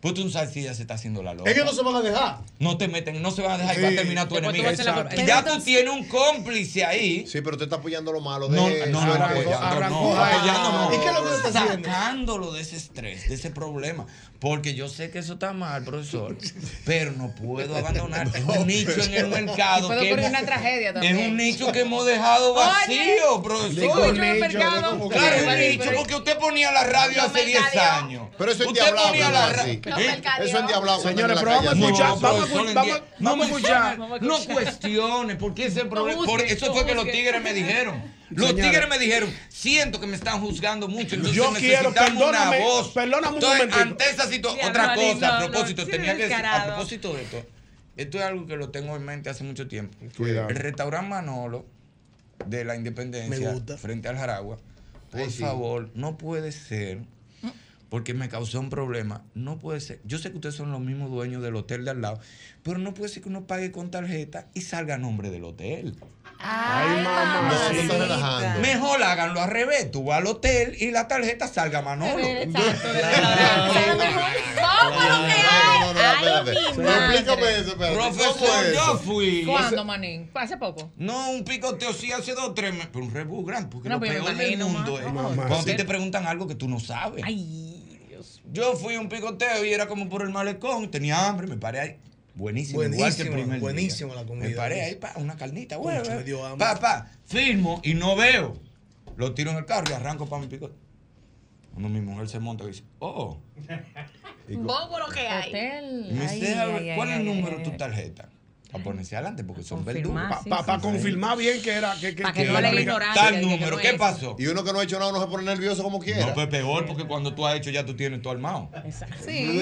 Speaker 21: Pues tú no sabes si ella se está haciendo la loca.
Speaker 8: Ellos no se van a dejar.
Speaker 21: No te meten, no se van a dejar y va a
Speaker 8: Sí.
Speaker 21: terminar tu
Speaker 8: Después tú
Speaker 21: enemigo.
Speaker 8: vas a ser la-
Speaker 21: Exacto. Ya tú tienes un cómplice ahí.
Speaker 8: Sí, pero usted está apoyando lo malo de
Speaker 21: No,
Speaker 8: eso.
Speaker 21: no, no, no,
Speaker 8: Arrancó-
Speaker 21: apoyando,
Speaker 8: arrancó.
Speaker 21: no, apoyando, no.
Speaker 8: ¿Y qué es lo que usted está haciendo?
Speaker 21: Sacándolo de ese estrés, de ese problema. Porque yo sé que eso está mal, profesor, pero no puedo abandonar. Es un nicho en el mercado.
Speaker 6: Puede
Speaker 21: que
Speaker 6: ocurrir
Speaker 21: hemos-
Speaker 6: una tragedia
Speaker 21: es
Speaker 6: también.
Speaker 21: un nicho que hemos dejado
Speaker 6: Oye,
Speaker 21: vacío,
Speaker 6: digo
Speaker 21: profesor.
Speaker 6: nicho, mercado. digo
Speaker 21: claro,
Speaker 6: que-
Speaker 21: un nicho, porque usted ponía la radio
Speaker 6: Yo
Speaker 21: hace 10
Speaker 6: mercadeo.
Speaker 21: años.
Speaker 8: Pero eso es
Speaker 21: Usted
Speaker 8: diablado,
Speaker 21: ponía la
Speaker 8: ¿verdad?
Speaker 21: ra-
Speaker 8: Sí.
Speaker 21: ¿Eh?
Speaker 8: Yo mercadeo. Eso es diablado cuando
Speaker 21: Señores,
Speaker 8: en
Speaker 21: pero
Speaker 8: la
Speaker 21: vamos a
Speaker 8: calle
Speaker 21: escuchar,
Speaker 8: hacen.
Speaker 21: vamos a escuchar,
Speaker 8: Vamos a
Speaker 21: vamos-
Speaker 8: escuchar.
Speaker 21: vamos a escuchar.
Speaker 8: Vamos a
Speaker 21: No
Speaker 8: escuchar.
Speaker 21: cuestiones, porque ese problema,
Speaker 8: juzguen,
Speaker 21: por eso
Speaker 8: no
Speaker 21: fue que los
Speaker 8: juzguen.
Speaker 21: tigres me dijeron. Los
Speaker 10: Señores.
Speaker 21: tigres me dijeron, siento que me están juzgando mucho, entonces
Speaker 10: Yo quiero,
Speaker 21: necesitamos
Speaker 10: perdóname,
Speaker 21: una voz.
Speaker 10: perdóname un
Speaker 21: entonces,
Speaker 10: momentito.
Speaker 21: ante esa situación,
Speaker 10: Ya,
Speaker 21: otra
Speaker 10: no,
Speaker 21: cosa,
Speaker 10: no,
Speaker 21: a
Speaker 10: no,
Speaker 21: propósito,
Speaker 10: sí,
Speaker 21: tenía que decir, a
Speaker 10: descarado.
Speaker 21: propósito de esto, esto es algo que lo tengo en mente hace mucho tiempo.
Speaker 10: Cuidado.
Speaker 21: El restaurante Manolo de la Independencia
Speaker 10: Me gusta.
Speaker 21: frente al Jaragua, por
Speaker 10: Ay, sí.
Speaker 21: favor, no puede ser porque me causó un problema. No puede ser. Yo sé que ustedes son los mismos dueños del hotel de al lado, pero no puede ser que uno pague con tarjeta y salga a nombre del hotel.
Speaker 8: Ay, mamá. No, tú estás relajando.
Speaker 21: Mejor háganlo al revés. Tú vas al hotel y la tarjeta salga a Manolo.
Speaker 8: Ah. No, no, no,
Speaker 21: Ay,
Speaker 8: espérate.
Speaker 21: mi
Speaker 8: Explícame
Speaker 21: madre.
Speaker 8: eso, espérate.
Speaker 21: Profesor,
Speaker 8: ¿Cómo es
Speaker 21: yo
Speaker 8: eso?
Speaker 21: fui.
Speaker 6: ¿Cuándo, manín? Hace poco.
Speaker 21: No, un picoteo sí hace dos, tres meses. Pero un rebus grande, porque
Speaker 6: No,
Speaker 21: lo
Speaker 6: pero yo me
Speaker 21: peor del
Speaker 6: imagino,
Speaker 21: mundo
Speaker 6: ma-
Speaker 21: es
Speaker 6: no,
Speaker 21: cuando
Speaker 6: ma-
Speaker 21: a ti te preguntan algo que tú no sabes. Yo fui a un picoteo y era como por el malecón, tenía hambre, me paré ahí. Buenísimo, igual que el
Speaker 2: Buenísimo,
Speaker 21: primer día.
Speaker 2: buenísimo la comida.
Speaker 21: Me paré ahí, pa, una carnita,
Speaker 2: Concho,
Speaker 21: güey.
Speaker 2: me dio hambre.
Speaker 21: Pa, pa, firmo y no veo. Lo tiro en el carro y arranco para mi picoteo. Cuando mi mujer se monta y dice, oh. Digo,
Speaker 9: Bobo lo que hay.
Speaker 21: y me dice, "A ver, ¿cuál es el número de tu tarjeta? Para ponerse adelante, porque son verduras.
Speaker 10: Para confirmar bien que era. Que, que, era amiga.
Speaker 21: Tal número, ¿qué pasó?
Speaker 8: Y uno que no ha hecho nada no se pone nervioso como quiera.
Speaker 21: No, pues peor, porque cuando tú has hecho ya tú tienes todo armado.
Speaker 6: Sí.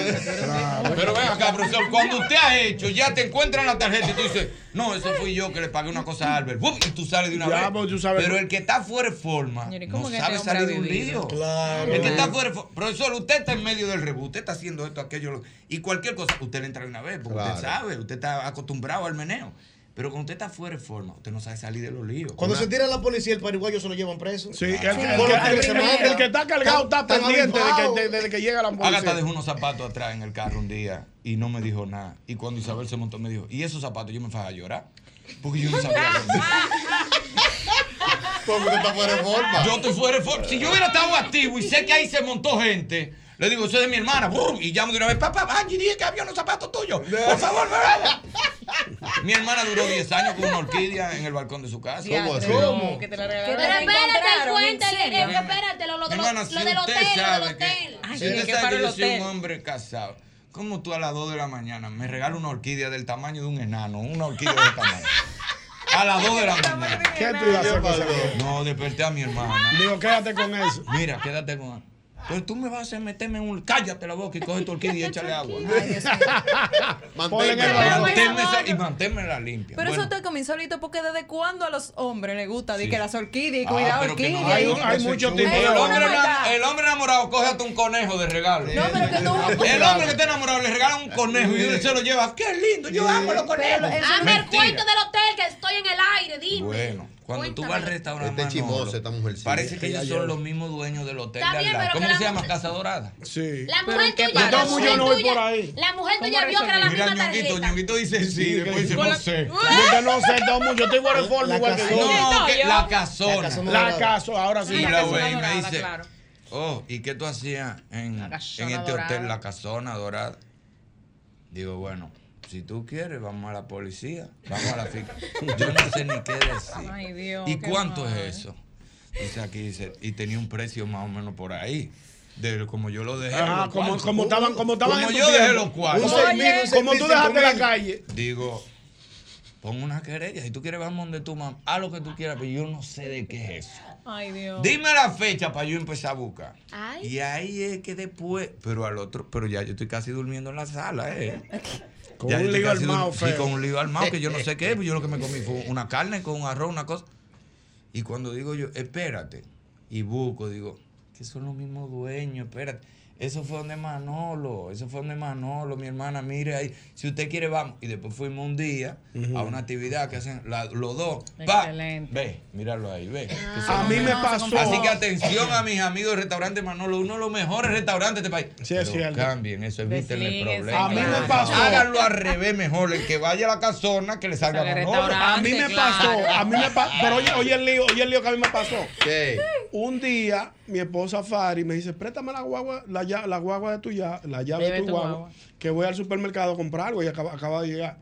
Speaker 21: Pero ven acá, profesor, cuando usted ha hecho, ya te encuentran la tarjeta y tú dices, no, eso fui yo que le pagué una cosa a Albert. ¡Buf! Y tú sales de una
Speaker 10: Ya,
Speaker 21: vez.
Speaker 10: pues, tú sabes.
Speaker 21: Pero el que está fuera de forma
Speaker 10: Señor, ¿y
Speaker 21: no
Speaker 10: cómo que
Speaker 21: sabe
Speaker 10: este hombre
Speaker 21: salir
Speaker 10: ha
Speaker 21: de un
Speaker 10: vivido?
Speaker 21: lío.
Speaker 10: Claro.
Speaker 21: El que está fuera de forma. Profesor, usted está en medio del rebú, usted está haciendo esto, aquello, lo- y cualquier cosa, usted le entra de una vez, porque
Speaker 8: Claro.
Speaker 21: usted sabe, usted está acostumbrado al meneo. Pero cuando usted está fuera de forma, usted no sabe salir de los líos.
Speaker 2: Cuando
Speaker 21: Una-
Speaker 2: se tira la policía, el paraguayo se lo llevan preso. Ah,
Speaker 21: Sí, el que-
Speaker 2: Con
Speaker 21: el
Speaker 2: los
Speaker 21: que-
Speaker 2: tres
Speaker 21: el
Speaker 2: se
Speaker 21: que-
Speaker 2: matan.
Speaker 21: el que está
Speaker 10: cargado está
Speaker 2: Están
Speaker 10: pendiente de que-
Speaker 2: avispados.
Speaker 10: de- desde que llega la policía.
Speaker 21: Agatha dejó unos zapatos atrás en el carro un día y no me dijo nada. Y cuando Isabel se montó, me dijo, ¿y esos zapatos? Yo me fui a llorar. Porque yo no sabía.
Speaker 16: Ah,
Speaker 8: Porque usted está fuera de forma.
Speaker 21: Yo estoy fuera de forma. Si yo hubiera estado activo y sé que ahí se montó gente, le digo, eso es de mi hermana. ¡Brum! Y llamo de una vez, papá, Angie, dije que había unos zapatos tuyos. Por favor, me vaya. Mi hermana duró 10 años con una orquídea en el balcón de su casa.
Speaker 6: ¿Cómo así?
Speaker 21: ¿Cómo?
Speaker 6: Que te la
Speaker 9: Pero
Speaker 6: regalaron.
Speaker 9: espérate,
Speaker 6: Encontraron,
Speaker 9: cuéntale,
Speaker 6: ¿en serio?
Speaker 9: eh, espérate, lo, lo,
Speaker 21: Mi
Speaker 9: lo-
Speaker 21: hermana,
Speaker 9: lo
Speaker 21: si
Speaker 9: del
Speaker 21: usted
Speaker 9: hotel, lo del
Speaker 21: sabe
Speaker 9: hotel.
Speaker 21: que,
Speaker 6: Ay,
Speaker 21: si
Speaker 6: ¿en
Speaker 21: usted sabe
Speaker 6: qué para
Speaker 21: que
Speaker 6: el
Speaker 21: yo soy
Speaker 6: hotel?
Speaker 21: un hombre casado, ¿cómo tú a las 2 de la mañana me regalas una orquídea del tamaño de un enano, una orquídea de tamaño? A las 2 de la mañana.
Speaker 10: ¿Qué tú ibas a hacer con esa cosa?
Speaker 21: No, desperté a mi hermana.
Speaker 10: Digo, quédate con eso.
Speaker 21: Mira, quédate con Pero tú me vas a hacer meterme en un. Cállate la boca y coge tu orquídea y échale agua.
Speaker 10: Manténmela.
Speaker 21: Manténme esa- y manténmela limpia.
Speaker 6: Pero
Speaker 21: Bueno,
Speaker 6: eso te comenzó ahorita porque desde cuándo a los hombres les gusta di
Speaker 21: Sí.
Speaker 6: que las orquídeas y
Speaker 21: Ah,
Speaker 6: cuidado
Speaker 21: pero que no,
Speaker 6: orquídeas.
Speaker 21: hay-
Speaker 6: y
Speaker 21: hay
Speaker 6: que eso
Speaker 21: muchos
Speaker 6: es
Speaker 21: tipos de
Speaker 6: chulo.
Speaker 21: hombres.
Speaker 6: Es
Speaker 21: El
Speaker 6: una
Speaker 21: hombre,
Speaker 6: maldad.
Speaker 21: el hombre enamorado coge hasta un conejo de regalo.
Speaker 6: No, pero que tú-
Speaker 21: El hombre que está enamorado le regala un conejo y él se lo lleva. ¡Qué lindo! Yo amo los conejos.
Speaker 9: Hazme el
Speaker 21: Mentira.
Speaker 9: cuento del hotel que estoy en el aire, dime.
Speaker 21: Bueno, Cuando tú vas al restaurante,
Speaker 8: Este es
Speaker 21: Manolo,
Speaker 8: chimosa, esta mujer.
Speaker 21: parece que
Speaker 8: Ella
Speaker 21: ellos son
Speaker 8: llora.
Speaker 21: los mismos dueños del hotel.
Speaker 9: Está
Speaker 21: de al
Speaker 9: bien,
Speaker 21: lado.
Speaker 9: pero que
Speaker 21: ¿Cómo
Speaker 9: la
Speaker 21: se llama?
Speaker 9: mujer-
Speaker 21: Casa Dorada.
Speaker 10: Sí.
Speaker 9: La mujer tuya, la mujer tuya- la
Speaker 16: Este
Speaker 9: mujer tuya vio que era la misma tarjeta.
Speaker 21: Ñonguito dice sí, después dice
Speaker 10: Con
Speaker 21: no
Speaker 10: la-
Speaker 21: sé.
Speaker 10: Yo no sé, Domu, yo estoy guareforma igual que
Speaker 21: casona. No, que la casona.
Speaker 10: La caso, ahora sí.
Speaker 21: Sí, la güey, me dice, oh, ¿y qué tú hacías en, en este
Speaker 10: casona dorada.
Speaker 21: hotel, la casona dorada? Digo, bueno, si tú quieres, vamos a la policía, vamos a la fisca. Yo no sé ni qué decir.
Speaker 6: Ay, Dios.
Speaker 21: ¿Y
Speaker 6: qué
Speaker 21: cuánto
Speaker 6: mal.
Speaker 21: es eso? Dice aquí, dice, y tenía un precio más o menos por ahí. De como yo lo dejé.
Speaker 10: Ajá,
Speaker 21: los
Speaker 10: Ah, como-
Speaker 21: cuartos.
Speaker 10: como estaban- como estaban en tu
Speaker 21: yo dejé
Speaker 10: tiempo.
Speaker 21: los cuartos.
Speaker 10: Un seis mil, un seis Como mil, tú dejaste cinco la mil. calle.
Speaker 21: Digo, pon una querella. Si tú quieres, vamos donde tu mamá. Haz lo que tú quieras, pero yo no sé de qué es eso.
Speaker 6: Ay, Dios.
Speaker 21: Dime la fecha para yo empezar a buscar.
Speaker 6: Ay.
Speaker 21: Y ahí es que después, pero al otro, pero ya yo estoy casi durmiendo en la sala, eh.
Speaker 10: Con
Speaker 21: Ya
Speaker 10: un
Speaker 21: yo estoy
Speaker 10: lío
Speaker 21: casi
Speaker 10: armado,
Speaker 21: dur- sí,
Speaker 10: feo.
Speaker 21: con un lío armado, que yo no sé qué, pues yo lo que me comí fue una carne con un arroz, una cosa. Y cuando digo yo, espérate, y busco, digo, que son los mismos dueños, espérate. Eso fue donde Manolo, eso fue donde Manolo, mi hermana, mire ahí, si usted quiere vamos. Y después fuimos un día a una actividad que hacen la- los dos. Pa, Ve, míralo ahí, ve. Que son
Speaker 10: A
Speaker 21: los
Speaker 10: mí me
Speaker 21: mejores.
Speaker 10: pasó.
Speaker 21: Así que atención a mis amigos del restaurante Manolo, uno de los mejores restaurantes de este país. Sí, es cierto. Cambien, eso eviten el
Speaker 10: Deslíguense,
Speaker 21: problema.
Speaker 10: A mí me claro. pasó.
Speaker 21: Háganlo al revés mejor, el que vaya a la casona, que le salga Manolo.
Speaker 10: A mí me pasó, a mí me pasó. Pero oye, oye el lío, oye el lío que a mí me pasó. Un día, mi esposa Fari me dice, préstame la guagua, la, lla- la guagua de tu ya, la llave
Speaker 6: Bebe
Speaker 10: de tu,
Speaker 6: tu
Speaker 10: guagua,
Speaker 6: guagua.
Speaker 10: que voy al supermercado a comprar algo y acaba, acaba de llegar.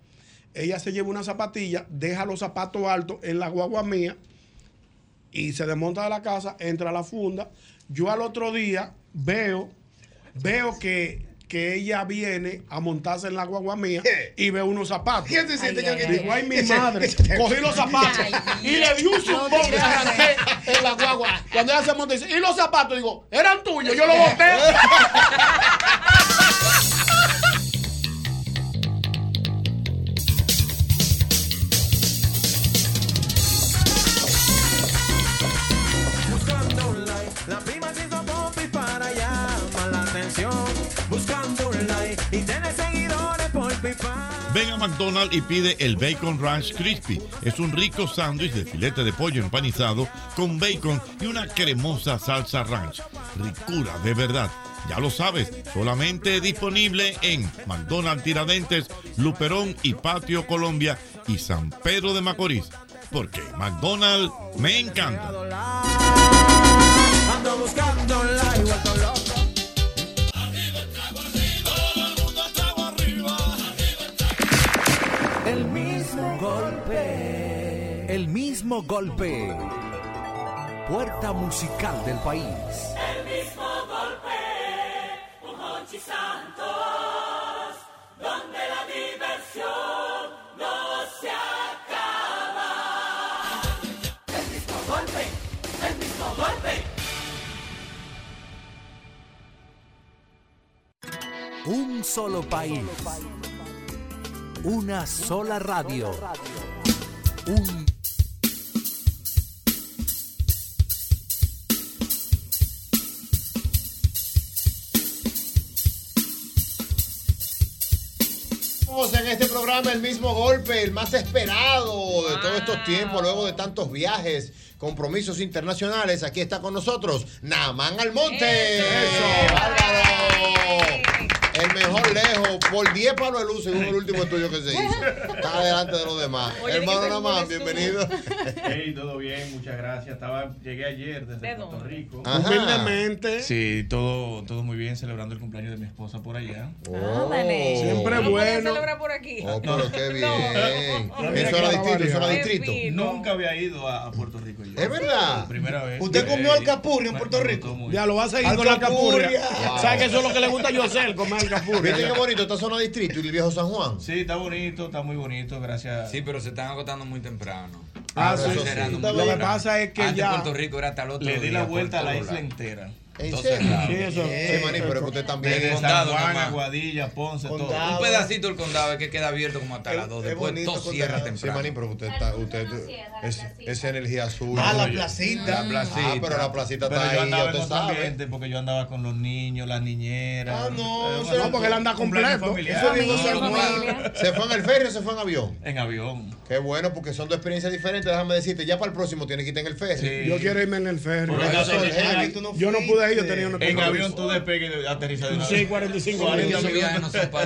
Speaker 10: Ella se lleva una zapatilla, deja los zapatos altos en la guagua mía y se desmonta de la casa, entra a la funda. Yo al otro día veo, veo que, que ella viene a montarse en la guagua mía y veo unos zapatos.
Speaker 2: ¿Qué te sientes, Ñonguito?
Speaker 10: Digo, ay, mi
Speaker 2: Ese-
Speaker 10: madre,
Speaker 2: ese-
Speaker 10: cogí los zapatos
Speaker 2: Ay,
Speaker 10: y le di un zumbón
Speaker 2: No
Speaker 10: que
Speaker 2: digas.
Speaker 10: arranqué eh, en la guagua. Cuando ella se monta, dice, ¿y los zapatos? Digo, eran tuyos, yo los boté.
Speaker 7: Buscando un like, la prima se hizo popi para llamar la atención. Buscando un like y tiene seguidores por pipa.
Speaker 11: Ven a McDonald's y pide el Bacon Ranch Crispy. Es un rico sándwich de filete de pollo empanizado con bacon y una cremosa salsa ranch. Ricura de verdad. Ya lo sabes, solamente disponible en McDonald's Tiradentes, Luperón y Patio Colombia y San Pedro de Macorís. Porque McDonald's me encanta.
Speaker 7: Ando buscando un like, vuelto loco.
Speaker 22: El mismo golpe. El mismo golpe. Puerta musical del país.
Speaker 23: El mismo golpe, un Hochi Santos, donde la diversión no se acaba. El mismo golpe, el mismo golpe.
Speaker 22: Un solo país. Una sola radio. Un
Speaker 8: Tenemos en este programa el mismo golpe, el más esperado de todos estos tiempos, luego de tantos viajes, compromisos internacionales. Aquí está con nosotros Naman Almonte. ¡Eso! ¡Bárbaro! El mejor lejos, por 10 palos de luz, según el último estudio que se hizo. Está delante de los demás.
Speaker 24: Oye,
Speaker 8: Hermano
Speaker 24: ¿de qué te
Speaker 8: Naman,
Speaker 24: pones tú?
Speaker 8: bienvenido.
Speaker 24: Hey, todo bien, muchas gracias. Estaba, llegué ayer desde Puerto Rico.
Speaker 8: Ajá. Humildemente.
Speaker 24: Sí, todo, todo muy bien, celebrando el cumpleaños de mi esposa por allá.
Speaker 6: Ah,
Speaker 8: Oh.
Speaker 6: Ándale.
Speaker 24: Siempre
Speaker 6: ¿No podías
Speaker 24: bueno.
Speaker 6: celebrar por aquí?
Speaker 24: Oh, pero qué bien.
Speaker 8: No, Eso era distrito, eso era distrito.
Speaker 24: Nunca había ido a, a Puerto Rico yo.
Speaker 8: Es verdad.
Speaker 24: Primera vez.
Speaker 8: ¿Usted comió alcapurria en Puerto Rico?
Speaker 10: Ya lo vas a seguir
Speaker 8: Al
Speaker 10: con la
Speaker 8: capurria.
Speaker 10: capurria.
Speaker 8: Wow.
Speaker 10: ¿Sabes que eso es lo que le gusta a Yosel, comer el capurria?
Speaker 8: ¿Viste qué bonito esta zona distrito y el viejo San Juan?
Speaker 24: Sí, está bonito, está muy bonito, gracias.
Speaker 21: Sí, pero se están agotando muy temprano.
Speaker 10: Ah,
Speaker 21: Están
Speaker 10: sí,
Speaker 21: cerrando
Speaker 10: sí.
Speaker 21: muy
Speaker 10: Lo que
Speaker 21: temprano.
Speaker 10: pasa es que
Speaker 21: Antes
Speaker 10: ya-
Speaker 21: Puerto Rico era hasta el otro
Speaker 24: Le di
Speaker 21: día
Speaker 24: la
Speaker 21: por
Speaker 24: vuelta a la
Speaker 21: todos
Speaker 24: isla
Speaker 21: lados.
Speaker 24: entera.
Speaker 8: ¿En
Speaker 21: Entonces,
Speaker 8: serio?
Speaker 21: claro.
Speaker 8: Sí, eso-
Speaker 10: eh,
Speaker 8: sí, maní, pero que usted también-
Speaker 21: Desde
Speaker 8: El
Speaker 21: condado,
Speaker 8: condado, nada más.
Speaker 24: Aguadilla, Ponce, todo.
Speaker 21: Un pedacito del condado es que queda abierto como hasta las 2. Después todo cierra temprano.
Speaker 8: Sí, maní, pero usted está. Usted, es- esa energía azul.
Speaker 24: Ah, la
Speaker 8: Oye,
Speaker 24: placita.
Speaker 8: La placita. Ah, pero la placita
Speaker 24: Pero
Speaker 8: está
Speaker 24: yo
Speaker 8: ahí,
Speaker 24: andaba
Speaker 8: ya
Speaker 24: en
Speaker 8: usted
Speaker 24: otro
Speaker 8: sabe.
Speaker 24: ambiente porque yo andaba con los niños, las niñeras.
Speaker 8: Ah, no,
Speaker 24: Eh,
Speaker 8: eso era-
Speaker 24: bueno, cumpleaños familiar.
Speaker 8: Eso digo,
Speaker 24: No,
Speaker 8: se,
Speaker 24: no,
Speaker 8: fue, ¿Se fue en el ferry o se fue en avión?
Speaker 24: En avión.
Speaker 8: Qué bueno, porque son dos experiencias diferentes. Déjame decirte, ya para el próximo tienes que irte en el ferry.
Speaker 10: Yo quiero irme en el ferry.
Speaker 8: Por eso,
Speaker 10: Yo no-
Speaker 8: Henry, tú no
Speaker 10: yo no pude ir, yo
Speaker 8: fuiste.
Speaker 10: tenía una
Speaker 24: En avión tú despegues y aterrizas de una
Speaker 10: Sí, 45
Speaker 21: 40
Speaker 10: minutos.
Speaker 21: viajes no son para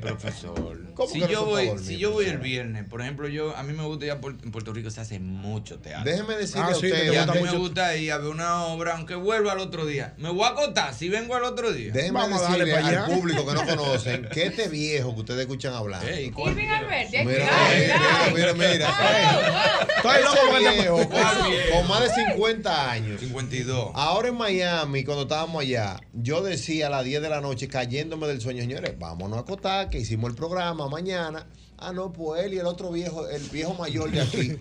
Speaker 21: profesor.
Speaker 24: ¿Cómo
Speaker 21: si,
Speaker 24: que no
Speaker 21: yo
Speaker 24: son pa'
Speaker 21: voy,
Speaker 24: dormir,
Speaker 21: si yo voy el viernes, por ejemplo, yo a mí me gusta ir a Puerto, en Puerto Rico, se hace mucho teatro.
Speaker 8: Déjeme decirle Ah, a sí, usted- que te
Speaker 21: Y a
Speaker 8: gusta
Speaker 21: mí me
Speaker 8: mucho.
Speaker 21: gusta ir a ver una obra, aunque vuelva al otro día. Me voy a acotar si vengo al otro día.
Speaker 8: Déjenme decirle al público que no conocen que este viejo que ustedes escuchan hablar.
Speaker 16: Irving Alberti, hay
Speaker 8: Mira,
Speaker 16: cuidado,
Speaker 8: mira,
Speaker 16: cuidado.
Speaker 8: mira, mira.
Speaker 16: Estoy loco
Speaker 8: Ese
Speaker 16: con este-
Speaker 8: viejo, con,
Speaker 16: Wow.
Speaker 8: con más de 50 años.
Speaker 21: 52.
Speaker 8: Ahora en Miami, cuando estábamos allá, yo decía a las 10 de la noche, cayéndome del sueño, señores, vámonos a acotar, que hicimos el programa mañana. Ah, no, pues él y el otro viejo, el viejo mayor de aquí,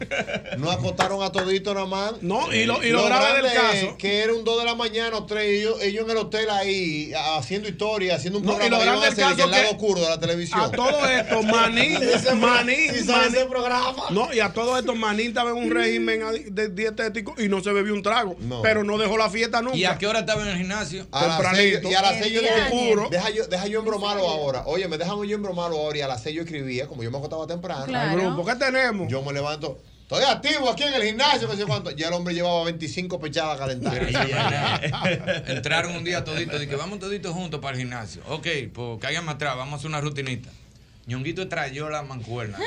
Speaker 8: no acotaron a todito nada más.
Speaker 10: No, y lo- y lo grave del
Speaker 8: grande es
Speaker 10: caso-
Speaker 8: Que eran 2 de la mañana o 3, ellos, ellos en el hotel ahí, haciendo historia, haciendo un
Speaker 10: No,
Speaker 8: programa.
Speaker 10: y lo
Speaker 8: que iban
Speaker 10: grande
Speaker 8: a
Speaker 10: del
Speaker 8: hacer, que
Speaker 10: caso
Speaker 8: el lado
Speaker 10: que-
Speaker 8: oscuro de la televisión.
Speaker 10: A todo esto, Manín,
Speaker 8: Ese-
Speaker 10: Manín,
Speaker 8: si sale ese programa. Mm.
Speaker 10: No, y a todo esto, Manín estaba en un régimen adi- de dietético y no se bebió un trago, pero no dejó la fiesta nunca.
Speaker 21: ¿Y a qué hora estaba en el gimnasio?
Speaker 8: A las seis- y a las 6 yo le
Speaker 10: juro.
Speaker 8: Deja yo, deja yo embromarlo ahora. Oye, me dejan yo embromarlo ahora y a las 6 yo escribía, como yo me acostaba temprano.
Speaker 10: Claro. Al grupo,
Speaker 8: ¿qué
Speaker 10: tenemos?
Speaker 8: Yo me levanto. Estoy activo aquí en el gimnasio, no sé cuánto. Ya el hombre llevaba 25 pechadas calentadas.
Speaker 21: Entraron un día todito, dije, vamos toditos juntos para el gimnasio. Ok, pues cáiganme atrás, vamos a hacer una rutinita. Ñonguito trayó la mancuerna.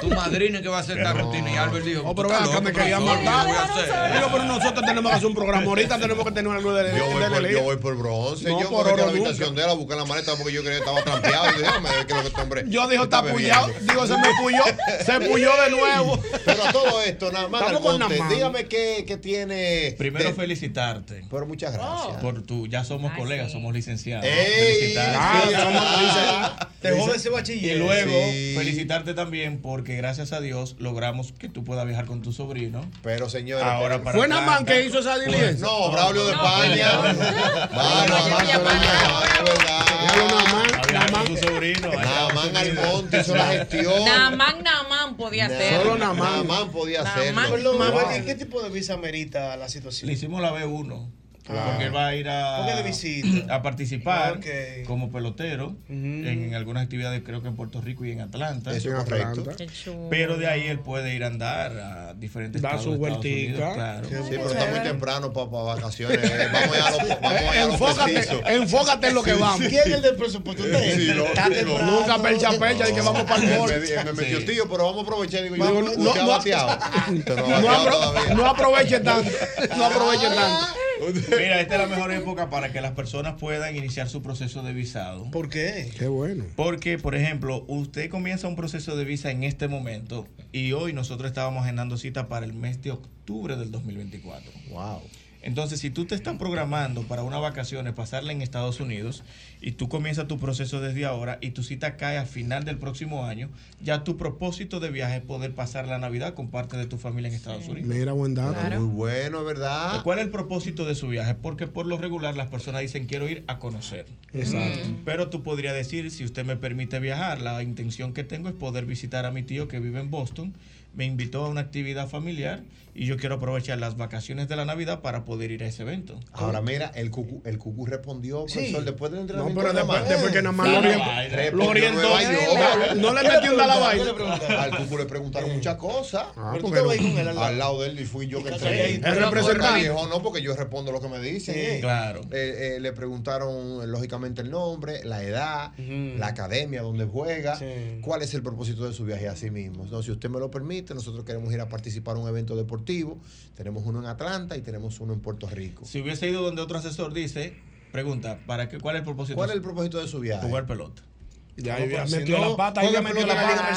Speaker 21: Tu madrina que va a hacer esta rutina. Y Albert dijo,
Speaker 10: Oh,
Speaker 21: "Tú
Speaker 10: pero
Speaker 21: estás
Speaker 10: ven acá,
Speaker 21: loco,
Speaker 10: me querían
Speaker 21: profesor,
Speaker 10: matar.
Speaker 21: ¿qué voy a hacer?"
Speaker 10: Digo, pero nosotros tenemos que hacer un programa ahorita, tenemos que tener algo de
Speaker 8: Yo voy,
Speaker 10: de
Speaker 8: por,
Speaker 10: leer.
Speaker 8: yo voy por bronce.
Speaker 10: No,
Speaker 8: yo
Speaker 10: por
Speaker 8: me metí a
Speaker 10: oro
Speaker 8: la habitación de él a buscar la maleta porque yo creía que estaba trampeado. Y dije, déjame ver qué es lo que este hombre.
Speaker 10: Yo dijo,
Speaker 8: está
Speaker 10: está puyado.
Speaker 8: bebiendo".
Speaker 10: Digo, se me puyó. Se puyó de nuevo.
Speaker 8: Pero a todo esto, nada más.
Speaker 24: Estamos con
Speaker 8: Almonte,
Speaker 24: nada más.
Speaker 8: dígame qué, qué tiene.
Speaker 24: Primero
Speaker 8: de-
Speaker 24: felicitarte.
Speaker 8: Pero muchas
Speaker 10: Oh.
Speaker 8: gracias.
Speaker 24: Por tu, ya somos
Speaker 10: Ah,
Speaker 24: colegas, somos licenciados.
Speaker 8: Ey,
Speaker 24: Felicitarte.
Speaker 8: ah, somos licenciados. Te
Speaker 24: Felici-
Speaker 8: jode ese bachiller.
Speaker 24: Y luego,
Speaker 8: Sí.
Speaker 24: felicitarte también porque gracias a Dios logramos que tú puedas viajar con tu sobrino.
Speaker 8: Pero señores,
Speaker 24: ahora para
Speaker 10: ¿Fue Namán
Speaker 24: Atlanta. Ah,
Speaker 10: que hizo esa diligencia?
Speaker 8: No, Braulio de España.
Speaker 24: Había con tu sobrino.
Speaker 8: Nada más Almonte hizo la gestión.
Speaker 16: Namán, Namán podía ser.
Speaker 8: Namán podía
Speaker 16: Namán.
Speaker 8: hacerlo.
Speaker 16: Perdón,
Speaker 8: Wow.
Speaker 16: Namán.
Speaker 2: ¿Qué tipo de visa merita la situación?
Speaker 24: Le hicimos la B1.
Speaker 8: Claro.
Speaker 24: Porque él va a ir a,
Speaker 2: Porque de visita.
Speaker 24: a participar
Speaker 2: Ok.
Speaker 24: como pelotero en algunas actividades, creo que en Puerto Rico y en Atlanta.
Speaker 8: Eso es En correcto. Atlanta.
Speaker 24: Qué chulo. Pero de ahí él puede ir a andar a diferentes
Speaker 8: Da
Speaker 24: estados
Speaker 8: su
Speaker 24: de Estados
Speaker 8: vueltica.
Speaker 24: Unidos, claro.
Speaker 8: Sí, pero está muy temprano para vacaciones. Eh, Vamos a lo, vamos a lo
Speaker 10: Enfócate,
Speaker 8: preciso.
Speaker 10: enfócate en lo que
Speaker 8: Sí,
Speaker 10: vamos.
Speaker 8: sí.
Speaker 10: ¿Quién es
Speaker 2: el del presupuesto?
Speaker 8: Sí, lo-
Speaker 10: Está
Speaker 8: lo-
Speaker 10: temprano. Nunca percha percha de que vamos para el
Speaker 8: Él
Speaker 10: gol.
Speaker 8: me di- él Me metió
Speaker 10: Sí.
Speaker 8: tío, pero vamos a aprovechar. Digo,
Speaker 10: Digo,
Speaker 8: yo
Speaker 10: no-
Speaker 8: no,
Speaker 10: no-
Speaker 8: bateado. Pero no ha
Speaker 10: Ah. No,
Speaker 8: bateado
Speaker 10: apro-
Speaker 8: todavía.
Speaker 10: no aproveche tanto. No aproveche tanto.
Speaker 24: Mira, esta es la mejor época para que las personas puedan iniciar su proceso de visado.
Speaker 2: ¿Por qué?
Speaker 10: Qué bueno.
Speaker 24: Porque, por ejemplo, usted comienza un proceso de visa en este momento y hoy nosotros estábamos agendando cita para el mes de octubre del 2024.
Speaker 8: Wow.
Speaker 24: Entonces, si tú te estás programando para unas vacaciones, pasarla en Estados Unidos y tú comienzas tu proceso desde ahora y tu cita cae a final del próximo año, ya tu propósito de viaje es poder pasar la Navidad con parte de tu familia en Estados Unidos.
Speaker 10: Mira, buen dato.
Speaker 8: Ah, Muy bueno, ¿verdad?
Speaker 24: Eh, ¿Cuál es el propósito de su viaje? Porque por lo regular las personas dicen quiero ir a conocer.
Speaker 10: Exacto.
Speaker 24: Pero tú podrías decir, si usted me permite viajar, la intención que tengo es poder visitar a mi tío que vive en Boston. Me invitó a una actividad familiar y yo quiero aprovechar las vacaciones de la Navidad para poder ir a ese evento.
Speaker 8: Ahora mira, el cucu, el cucu respondió,
Speaker 24: Sí.
Speaker 8: profesor, después del entrenamiento.
Speaker 24: pero
Speaker 8: de
Speaker 24: después-
Speaker 8: Namán.
Speaker 24: después que Namán lo orientó-
Speaker 8: Respondió
Speaker 24: lo orientó.
Speaker 8: Nueva York.
Speaker 10: No le metió un dalabaina.
Speaker 8: ¿Qué le preguntaron? Al cucu le preguntaron muchas cosas.
Speaker 10: Pero tú pero- estabas ahí con
Speaker 8: al
Speaker 10: él al
Speaker 8: lado.
Speaker 10: lado.
Speaker 8: de él y fui yo que
Speaker 10: ¿Estás
Speaker 8: entrené.
Speaker 10: ahí?
Speaker 8: Pero
Speaker 10: El
Speaker 8: no,
Speaker 10: representante.
Speaker 8: dijo, no, porque yo respondo lo que me dicen.
Speaker 24: Sí,
Speaker 8: eh.
Speaker 24: claro.
Speaker 8: Eh, eh, le preguntaron, eh, lógicamente, el nombre, la edad, la academia donde juega, cuál es el propósito de su viaje a sí mismo. Entonces, si usted me lo permite, nosotros queremos ir a participar a un evento deportivo. Tenemos uno en Atlanta y tenemos uno en Puerto Rico.
Speaker 24: Si hubiese ido donde otro asesor dice, pregunta, ¿para qué, ¿cuál es el propósito?
Speaker 8: ¿Cuál es el propósito de su viaje?
Speaker 24: Jugar pelota.
Speaker 10: Ya
Speaker 8: ahí
Speaker 24: había
Speaker 8: metió la pata, ahí había metido la pata.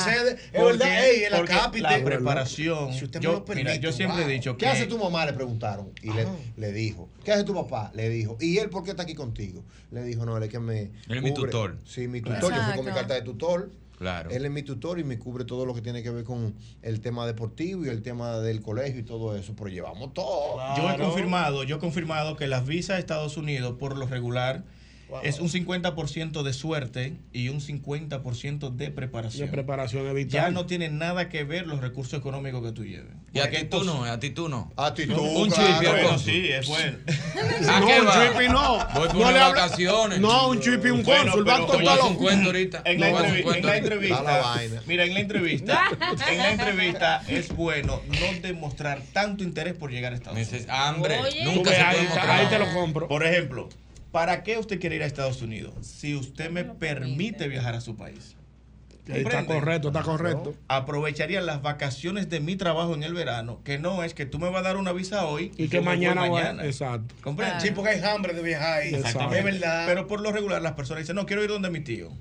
Speaker 8: Es verdad, ey, el acápite.
Speaker 24: La preparación.
Speaker 8: Si usted me
Speaker 24: yo,
Speaker 8: lo permite,
Speaker 24: mira, yo siempre
Speaker 8: wow.
Speaker 24: he dicho que.
Speaker 8: ¿Qué hace tu mamá? Le preguntaron. Y le,
Speaker 24: Ajá.
Speaker 8: le dijo. ¿Qué hace tu papá? Le dijo. ¿Y él por qué está aquí contigo? Le dijo, no, él es que me.
Speaker 21: Él es mi
Speaker 8: cubre-
Speaker 21: tutor.
Speaker 8: Sí, mi
Speaker 21: Claro.
Speaker 8: tutor. Yo fui con mi
Speaker 21: Exacto.
Speaker 8: carta de tutor.
Speaker 21: Claro.
Speaker 8: Él es mi tutor y me cubre todo lo que tiene que ver con el tema deportivo y el tema del colegio y todo eso. Pero llevamos todo.
Speaker 24: Yo he confirmado, yo he confirmado que las visas a Estados Unidos, por lo regular, es un 50% de suerte y un 50% de preparación.
Speaker 10: De preparación es vital.
Speaker 24: Ya no tiene nada que ver los recursos económicos que tú lleves.
Speaker 21: Y a ti tú no, a ti tú no.
Speaker 8: A ti
Speaker 24: tú,
Speaker 21: Un
Speaker 24: claro.
Speaker 21: chip,
Speaker 24: Bueno, sí, es bueno.
Speaker 21: ¿A
Speaker 10: no,
Speaker 21: qué
Speaker 10: un
Speaker 21: va?
Speaker 10: chipi no.
Speaker 21: Voy por
Speaker 10: No le
Speaker 21: unas
Speaker 10: habla-
Speaker 21: vacaciones.
Speaker 10: No, un chipi, un
Speaker 21: Bueno,
Speaker 10: cónsul,
Speaker 21: pero
Speaker 10: va todo
Speaker 21: te voy a hacer
Speaker 10: talón.
Speaker 21: un cuento ahorita.
Speaker 24: En
Speaker 21: Te
Speaker 24: la,
Speaker 21: voy a hacer un
Speaker 24: entrevi-
Speaker 21: cuento
Speaker 24: en la
Speaker 21: ahorita.
Speaker 24: entrevista, mira, en la entrevista, en la entrevista es bueno no demostrar tanto interés por llegar a Estados Unidos.
Speaker 21: hambre, Oye. nunca
Speaker 24: Tú
Speaker 21: se
Speaker 24: ves,
Speaker 21: puede mostrar.
Speaker 24: compro. Por ejemplo, ¿para qué usted quiere ir a Estados Unidos? Si usted me permite viajar a su país.
Speaker 10: Ahí está
Speaker 24: ¿Comprende?
Speaker 10: correcto, está correcto.
Speaker 24: Aprovecharía las vacaciones de mi trabajo en el verano, que no es que tú me vas a dar una visa hoy
Speaker 10: Y
Speaker 24: yo
Speaker 10: que
Speaker 24: me voy
Speaker 10: mañana va- Exacto.
Speaker 24: ¿Comprende?
Speaker 2: Sí, porque hay hambre de viajar ahí.
Speaker 24: Exactamente.
Speaker 2: Es verdad.
Speaker 24: Pero por lo regular las personas dicen, no, quiero ir donde mi tío.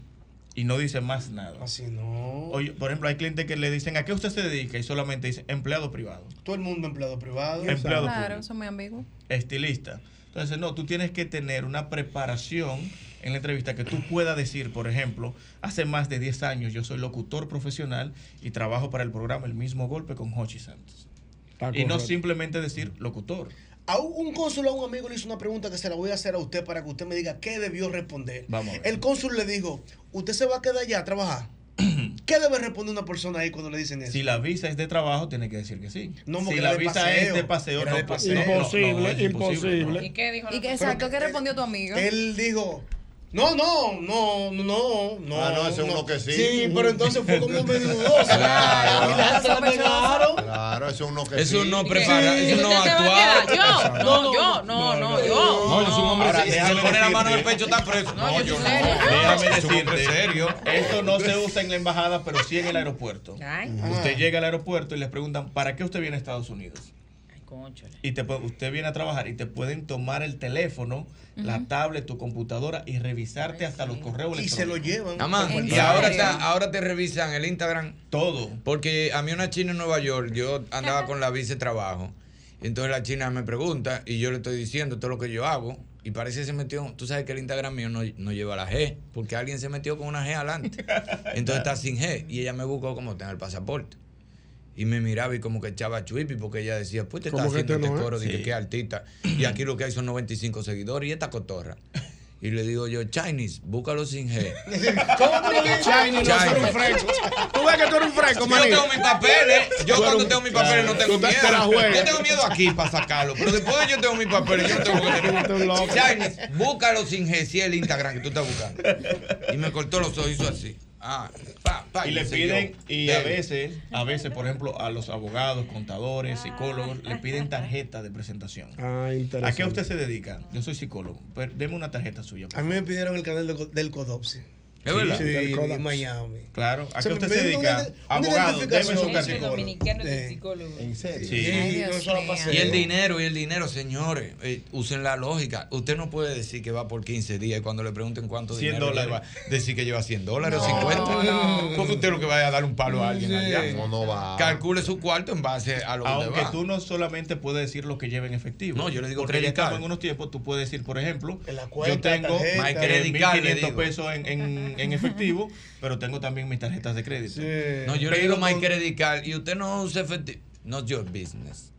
Speaker 24: Y no dicen más nada.
Speaker 2: Así no.
Speaker 24: Oye, por ejemplo, hay clientes que le dicen, ¿a qué usted se dedica? Y solamente dicen, empleado privado,
Speaker 2: Todo el mundo empleado privado.
Speaker 24: Empleado
Speaker 6: Claro,
Speaker 24: público.
Speaker 6: eso es muy ambiguo.
Speaker 24: estilista. Entonces, no, tú tienes que tener una preparación en la entrevista que tú puedas decir, por ejemplo, hace más de 10 años yo soy locutor profesional y trabajo para el programa El mismo golpe con Hochi Santos. Y no
Speaker 2: correcto.
Speaker 24: simplemente decir locutor.
Speaker 2: A un, un cónsul a un amigo le hizo una pregunta que se la voy a hacer a usted para que usted me diga qué debió responder.
Speaker 24: Vamos a ver.
Speaker 2: El cónsul le dijo, ¿usted se va a quedar allá a trabajar? ¿Qué debe responder una persona ahí cuando le dicen eso?
Speaker 24: Si la visa es de trabajo, tiene que decir que sí.
Speaker 2: No,
Speaker 24: si
Speaker 2: porque
Speaker 24: la
Speaker 2: era de
Speaker 24: visa
Speaker 2: paseo.
Speaker 24: es de paseo,
Speaker 2: Era
Speaker 24: no,
Speaker 2: de
Speaker 24: no,
Speaker 2: paseo.
Speaker 24: no, no,
Speaker 2: Imposible,
Speaker 24: es
Speaker 2: imposible.
Speaker 24: no.
Speaker 2: ¿Y
Speaker 6: qué dijo?
Speaker 2: la
Speaker 6: ¿Y qué,
Speaker 2: persona?
Speaker 6: exacto, ¿qué respondió tu amigo?
Speaker 2: Él dijo, no, no, no, no, no.
Speaker 8: Ah, no, ese es uno que sí.
Speaker 2: Sí, pero entonces fue como medio dudoso.
Speaker 8: Claro.
Speaker 2: Y la gente se la pegaron.
Speaker 8: Claro, eso es uno que
Speaker 21: Es un
Speaker 8: sí.
Speaker 21: no prepara- Sí. es un no
Speaker 6: ¿Usted se va a quedar? Yo, no, yo, no, no, yo.
Speaker 21: No, yo soy un hombre
Speaker 24: Ahora,
Speaker 21: serio. Si
Speaker 24: déjame
Speaker 21: le pone la mano en el
Speaker 24: decirte-
Speaker 21: pecho, está preso. No, yo no.
Speaker 24: Déjame
Speaker 21: Yo soy un hombre
Speaker 24: decirte,
Speaker 21: serio.
Speaker 24: esto no se usa en la embajada, pero sí en el aeropuerto.
Speaker 16: Ay.
Speaker 24: Usted llega al aeropuerto y les preguntan, ¿para qué usted viene a Estados Unidos? Y te, pu- usted viene a trabajar y te pueden tomar el teléfono, la tablet, tu computadora y revisarte hasta los correos
Speaker 2: Y se lo llevan.
Speaker 21: Amán,
Speaker 2: Por
Speaker 21: y
Speaker 2: cualquier
Speaker 21: ahora,
Speaker 2: cosa.
Speaker 21: está- ahora te revisan el Instagram.
Speaker 24: Todo.
Speaker 21: Porque a mí una china en Nueva York, yo andaba con la vice trabajo. Entonces la china me pregunta y yo le estoy diciendo todo lo que yo hago. Y parece que se metió. Tú sabes que el Instagram mío no, no lleva la G, porque alguien se metió con una G adelante. Entonces está sin G. Y ella me buscó como tenga el pasaporte. Y me miraba y como que echaba chuipi, porque ella decía, pues te está
Speaker 10: Como que
Speaker 21: haciendo
Speaker 10: este
Speaker 21: este
Speaker 10: no es.
Speaker 21: coro, dije,
Speaker 10: Sí.
Speaker 21: qué artista. Y aquí lo que hay son 95 seguidores y esta cotorra. Y le digo yo, Chinese, búscalo sin G.
Speaker 10: ¿Cómo que Chayne, no
Speaker 21: Chayne.
Speaker 10: ser un fresco? Tú ves que tú eres un fresco,
Speaker 21: Yo
Speaker 10: maní.
Speaker 21: tengo mis papeles.
Speaker 10: Tú
Speaker 21: Yo
Speaker 10: eres
Speaker 21: cuando
Speaker 10: un-
Speaker 21: tengo mis papeles no
Speaker 10: Tú
Speaker 21: tengo
Speaker 10: te- te la
Speaker 21: miedo.
Speaker 10: juegas.
Speaker 21: Yo tengo miedo aquí para sacarlo. Pero después de yo tengo mis papeles, yo no tengo que
Speaker 10: Tú eres un loco.
Speaker 21: tener. Chinese, búscalo sin G, si el Instagram que tú estás buscando. Y me cortó los ojos, hizo así. Ah, pa, pa,
Speaker 24: y le
Speaker 21: hice
Speaker 24: piden,
Speaker 21: yo.
Speaker 24: y a
Speaker 21: Dele.
Speaker 24: veces, a veces, por ejemplo, a los abogados, contadores, psicólogos, le piden tarjeta de presentación.
Speaker 10: Ah,
Speaker 24: ¿A qué
Speaker 10: interesante.
Speaker 24: usted se dedica? Yo soy psicólogo. Pero deme una tarjeta suya.
Speaker 2: A mí me pidieron el canal del, del Codopsi.
Speaker 24: ¿Es verdad?
Speaker 2: Sí,
Speaker 24: Del
Speaker 2: de
Speaker 24: Codopsi.
Speaker 2: Miami.
Speaker 24: Claro. ¿A
Speaker 2: Se
Speaker 24: qué
Speaker 2: me
Speaker 24: usted se
Speaker 2: pidieron
Speaker 24: dedica?
Speaker 2: una- una
Speaker 24: Abogado, deme
Speaker 2: identificación.
Speaker 24: su tarjeta.
Speaker 2: psicólogo.
Speaker 8: ¿En serio?
Speaker 24: Sí.
Speaker 2: Ay, Dios no se la mío. pasé.
Speaker 21: Y el dinero, y el dinero, señores, eh, usen la lógica. Usted no puede decir que va por 15 días y cuando le pregunten cuánto
Speaker 24: 100
Speaker 21: dinero
Speaker 24: dólares.
Speaker 21: lleva, decir que lleva 100 dólares o
Speaker 24: No,
Speaker 21: 50.
Speaker 24: no.
Speaker 21: Porque usted lo que va es a dar un palo a alguien
Speaker 24: Sí.
Speaker 21: allá.
Speaker 24: No, no va.
Speaker 21: Calcule su cuarto en base a lo que usted
Speaker 24: Aunque
Speaker 21: va.
Speaker 24: tú no solamente puedes decir lo que lleva en efectivo.
Speaker 21: No, yo le digo
Speaker 24: Porque ya
Speaker 21: credit card.
Speaker 24: estamos en unos tiempos, tú puedes decir, por ejemplo, yo
Speaker 21: cuenta,
Speaker 24: tengo
Speaker 21: tarjeta. My
Speaker 24: eh,
Speaker 21: credit card, le
Speaker 24: 1.500
Speaker 21: digo.
Speaker 24: pesos en, en- en efectivo, pero tengo también mis tarjetas de crédito.
Speaker 21: No, yo le digo my credit card y usted no usa efectivo. Not your business.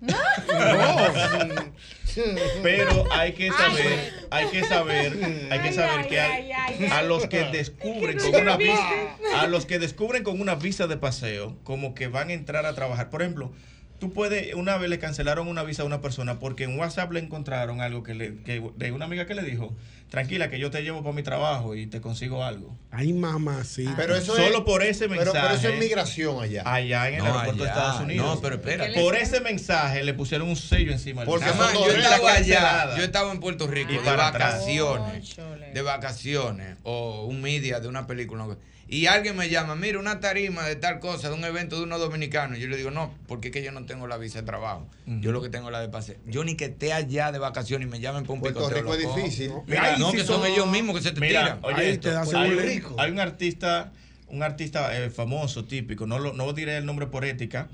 Speaker 24: Pero hay que saber, hay que saber, hay que saber que hay- a los que descubren
Speaker 21: Que no
Speaker 24: con una
Speaker 21: quiero
Speaker 24: visa, a los que descubren con una visa de paseo, como que van a entrar a trabajar. Por ejemplo, tú puedes, una vez le cancelaron una visa a una persona porque en WhatsApp le encontraron algo que le, que- de una amiga que le dijo, tranquila que yo te llevo para mi trabajo y te consigo algo.
Speaker 10: Ay, mamá, sí.
Speaker 24: Pero eso Ah, Solo
Speaker 10: es-
Speaker 24: por ese
Speaker 10: pero-
Speaker 24: mensaje.
Speaker 10: pero eso es migración
Speaker 8: allá.
Speaker 24: Allá en el
Speaker 10: No,
Speaker 24: aeropuerto de
Speaker 10: allá.
Speaker 24: Estados Unidos.
Speaker 10: No, pero espérate.
Speaker 24: Por ese mensaje le pusieron un sello encima. del
Speaker 21: Porque
Speaker 24: mensaje.
Speaker 21: yo estaba allá,
Speaker 24: Cancelada.
Speaker 21: yo estaba en Puerto Rico
Speaker 24: Y
Speaker 21: de
Speaker 24: para atrás.
Speaker 21: vacaciones, de vacaciones o un media de una película y alguien me llama, mira una tarima de tal cosa, de un evento de unos dominicanos, y yo le digo no, porque es que yo no tengo la visa de trabajo, yo lo que tengo es la de pase, yo ni que esté allá de vacaciones y me llamen por un
Speaker 8: Puerto
Speaker 21: picoteo,
Speaker 8: Rico es
Speaker 21: lo cojo.
Speaker 8: difícil.
Speaker 24: Mira,
Speaker 21: no
Speaker 24: sí
Speaker 21: que son
Speaker 24: son-
Speaker 21: ellos mismos que se te
Speaker 24: Mira,
Speaker 21: tiran,
Speaker 24: oye, esto, hay, un- hay un artista, un artista eh, famoso, típico, no, lo- no diré el nombre por ética,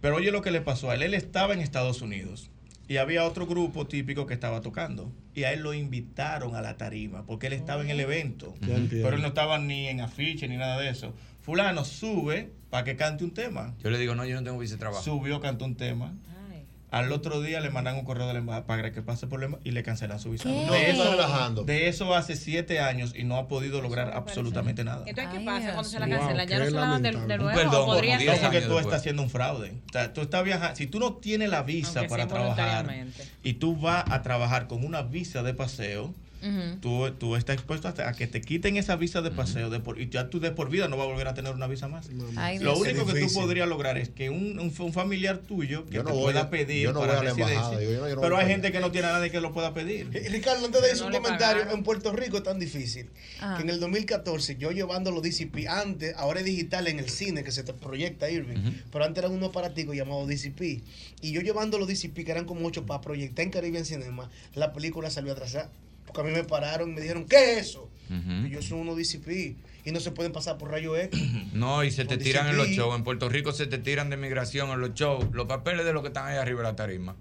Speaker 24: pero oye lo que le pasó a él. Él estaba en Estados Unidos y había otro grupo típico que estaba tocando. Y a él lo invitaron a la tarima porque él estaba en el evento.
Speaker 10: Ya entiendo.
Speaker 24: Pero él no estaba ni en afiche ni nada de eso. fulano, sube para que cante un tema.
Speaker 21: Yo le digo, no, yo no tengo visa de trabajo.
Speaker 24: Subió, cantó un tema. Al otro día le mandan un correo de la embajada para que pase por la embajada y le cancelan su visa.
Speaker 8: ¿Qué? No,
Speaker 24: De,
Speaker 8: está
Speaker 24: eso,
Speaker 8: relajando.
Speaker 24: de eso hace siete años y no ha podido lograr absolutamente nada.
Speaker 16: Entonces, ¿qué pasa cuando se la
Speaker 24: Wow,
Speaker 16: cancelan? ¿Ya no
Speaker 24: qué
Speaker 16: se la dan de,
Speaker 24: lamentable.
Speaker 16: de nuevo?
Speaker 24: Perdón,
Speaker 16: ¿Podría
Speaker 24: porque
Speaker 16: ser?
Speaker 24: que tú estás haciendo un fraude. O sea, tú estás viajando. Si tú no tienes la visa
Speaker 16: Aunque
Speaker 24: para
Speaker 16: sea
Speaker 24: trabajar
Speaker 16: voluntariamente.
Speaker 24: y tú vas a trabajar con una visa de paseo,
Speaker 16: Ujú.
Speaker 24: tú, tú estás expuesto hasta a que te quiten esa visa de paseo de por, y ya tú de por vida no vas a volver a tener una visa más.
Speaker 16: Ay,
Speaker 24: Lo
Speaker 16: Dios.
Speaker 24: único
Speaker 8: Qué
Speaker 24: que tú
Speaker 8: difícil.
Speaker 24: podrías lograr es que un, un, un familiar tuyo que
Speaker 8: Yo
Speaker 24: te
Speaker 8: no voy
Speaker 24: pueda
Speaker 8: a-
Speaker 24: pedir
Speaker 8: yo no
Speaker 24: para
Speaker 8: voy a la
Speaker 24: residencia,
Speaker 8: embajada, yo- yo- yo no
Speaker 24: pero
Speaker 8: voy
Speaker 24: hay
Speaker 8: para
Speaker 24: gente que no tiene a nadie que lo pueda pedir.
Speaker 2: Eh, Ricardo, antes de
Speaker 24: Pero
Speaker 2: eso,
Speaker 24: no
Speaker 2: un
Speaker 24: le
Speaker 2: comentario.
Speaker 24: pagaron.
Speaker 2: En Puerto Rico es tan difícil
Speaker 24: Ajá.
Speaker 2: que en el 2014, yo llevando los DCP, antes, ahora es digital en el cine que se te proyecta Irving, pero antes eran unos aparaticos llamados DCP. Y yo llevando los DCP, que eran como ocho para proyectar en Caribbean Cinema, la película salió atrasada. Porque a mí me pararon y me dijeron, ¿qué es eso? Y yo soy uno DCP y no se pueden pasar por rayo X.
Speaker 21: No, y se te
Speaker 2: Con
Speaker 21: tiran en los
Speaker 2: DCP.
Speaker 21: shows. En Puerto Rico se te tiran de migración en los shows. Los papeles de los que están ahí arriba de la tarima.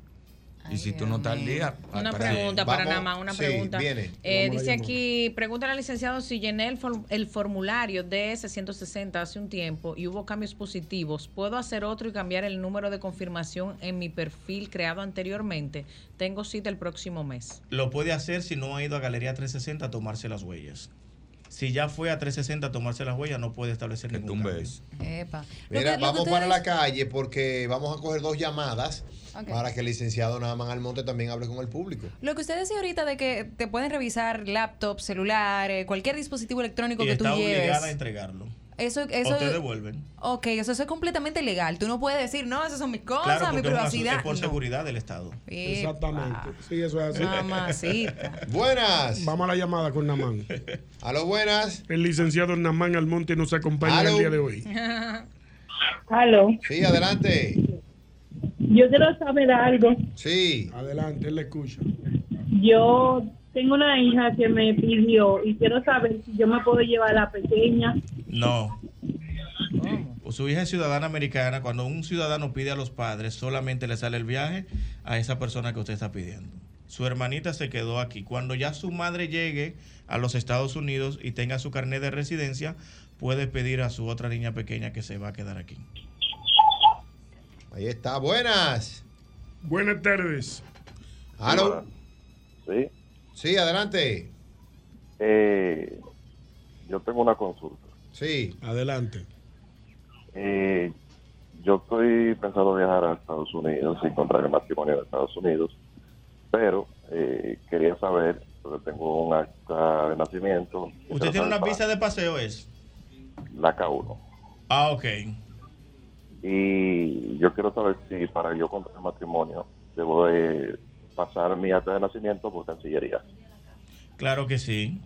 Speaker 21: y si tú no estás al día.
Speaker 16: Una
Speaker 21: para-
Speaker 16: pregunta para nada más, una pregunta. Eh,
Speaker 21: Vamos a
Speaker 16: dice
Speaker 21: llamar.
Speaker 16: aquí, pregúntale al licenciado si llené el, for- el formulario DS-160 hace un tiempo y hubo cambios positivos. ¿Puedo hacer otro y cambiar el número de confirmación en mi perfil creado anteriormente? Tengo cita el próximo mes.
Speaker 24: lo puede hacer si no ha ido a Galería 360 a tomarse las huellas. Si ya fue a 360 a tomarse las huellas, no puede establecer ningún cambio.
Speaker 13: Epa. Lo
Speaker 8: Mira,
Speaker 13: que- lo que
Speaker 8: vamos
Speaker 13: ustedes-
Speaker 8: para la calle porque vamos a coger dos llamadas
Speaker 13: Ok.
Speaker 8: para que el licenciado Naaman Almonte también hable con el público.
Speaker 13: Lo que usted decía ahorita de que te pueden revisar laptop, celular, eh, cualquier dispositivo electrónico
Speaker 24: Y
Speaker 13: que tú
Speaker 24: está obligada a
Speaker 13: lleves.
Speaker 24: entregarlo.
Speaker 13: Eso,
Speaker 24: o te
Speaker 13: eso,
Speaker 24: devuelven.
Speaker 13: ok, eso, es completamente legal. Tú no puedes decir, no, esas son mis cosas,
Speaker 24: Claro,
Speaker 13: mi
Speaker 24: porque es un asu-
Speaker 13: privacidad.
Speaker 24: es por
Speaker 13: No.
Speaker 24: seguridad del Estado.
Speaker 13: Epa.
Speaker 10: Exactamente. Sí, eso es así.
Speaker 13: Mamacita.
Speaker 8: Buenas.
Speaker 10: Vamos a la llamada con Namán.
Speaker 8: A lo buenas.
Speaker 10: El licenciado Namán Almonte nos acompaña
Speaker 8: Aló.
Speaker 10: el día de hoy.
Speaker 5: Aló.
Speaker 8: Sí, adelante.
Speaker 5: Yo quiero saber algo.
Speaker 8: Sí.
Speaker 10: Adelante, él le escucha.
Speaker 5: Yo tengo una hija que me pidió y quiero saber si yo me puedo llevar a la pequeña.
Speaker 24: No.
Speaker 10: Oh.
Speaker 24: O Su hija es ciudadana americana. Cuando un ciudadano pide a los padres, solamente le sale el viaje a esa persona que usted está pidiendo. Su hermanita se quedó aquí. Cuando ya su madre llegue a los Estados Unidos y tenga su carnet de residencia, puede pedir a su otra niña pequeña que se va a quedar aquí.
Speaker 8: Ahí está, buenas.
Speaker 10: Buenas tardes.
Speaker 8: ¿Aló?
Speaker 12: Sí.
Speaker 8: Sí, adelante.
Speaker 12: Eh, yo tengo una consulta.
Speaker 8: Sí.
Speaker 10: Adelante.
Speaker 12: Eh, yo estoy pensando viajar a Estados Unidos y contraer el matrimonio en Estados Unidos, pero eh, quería saber, porque tengo un acta de nacimiento.
Speaker 24: ¿Usted tiene una visa de paseo? ¿Es?
Speaker 12: La K1.
Speaker 24: Ah, ok.
Speaker 12: Y yo quiero saber si para yo contraer matrimonio debo de pasar mi acta de nacimiento por Cancillería.
Speaker 24: Claro que sí.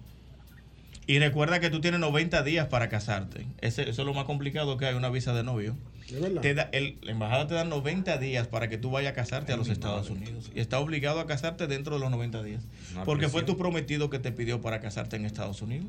Speaker 24: Y recuerda que tú tienes 90 días para casarte. Ese- eso es lo más complicado que hay, una visa de novio. Te da- el- la embajada te da 90 días para que tú vayas a casarte a los Estados Unidos. Y está obligado a casarte dentro de los 90 días.
Speaker 21: Una
Speaker 10: pues,
Speaker 24: porque fue tu
Speaker 21: presión.
Speaker 24: prometido que te pidió para casarte en Estados Unidos.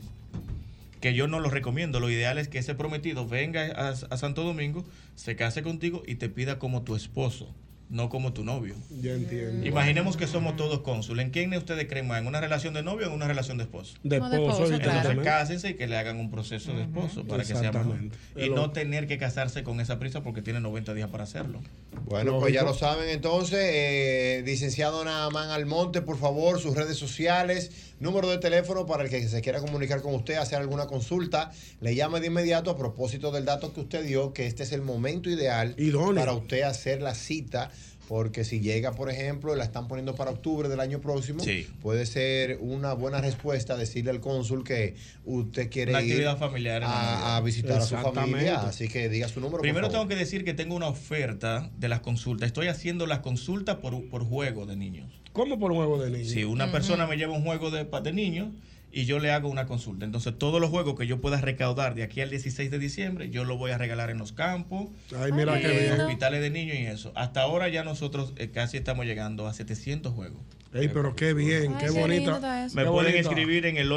Speaker 24: Que yo no lo recomiendo. Lo ideal es que ese prometido venga a, a Santo Domingo, se case contigo y te pida como tu esposo, no como tu novio.
Speaker 10: Ya entiendo.
Speaker 24: Imaginemos que somos todos cónsules. ¿En quién ustedes creen más? ¿En una relación de novio o en una relación de esposo?
Speaker 10: De No, de esposo, esposo, claro.
Speaker 24: Entonces cásense y que le hagan un proceso de esposo para que sea mejor.
Speaker 10: Exactamente.
Speaker 24: Y no tener que casarse con esa prisa porque tiene 90 días para hacerlo.
Speaker 8: Bueno, pues ya lo saben entonces, eh, licenciado Naamán Almonte, por favor, sus redes sociales, número de teléfono para el que se quiera comunicar con usted, hacer alguna consulta, le llame de inmediato a propósito del dato que usted dio, que este es el momento ideal para usted hacer la cita, porque si llega, por ejemplo, y la están poniendo para octubre del año próximo, puede ser una buena respuesta decirle al cónsul que usted quiere
Speaker 24: Una
Speaker 8: ir
Speaker 24: actividad familiar en la
Speaker 8: a,
Speaker 24: Navidad.
Speaker 8: a visitar a su familia,
Speaker 24: Exactamente.
Speaker 8: así que diga su número. por
Speaker 24: Primero
Speaker 8: favor.
Speaker 24: tengo que decir que tengo una oferta de las consultas. Estoy haciendo las consultas por, por juego de niños.
Speaker 10: ¿Cómo por un juego de niños?
Speaker 24: Si una persona me lleva un juego de, pa- de niños y yo le hago una consulta, entonces todos los juegos que yo pueda recaudar de aquí al 16 de diciembre, yo los voy a regalar en los campos,
Speaker 10: Ay, mira
Speaker 24: en
Speaker 10: qué
Speaker 24: los
Speaker 10: bien.
Speaker 24: hospitales de niños y eso. Hasta ahora ya nosotros eh, casi estamos llegando a 700 juegos.
Speaker 10: Ey, pero qué bien, qué, bonita.
Speaker 24: Me
Speaker 10: qué
Speaker 24: pueden
Speaker 10: bonita.
Speaker 24: escribir en el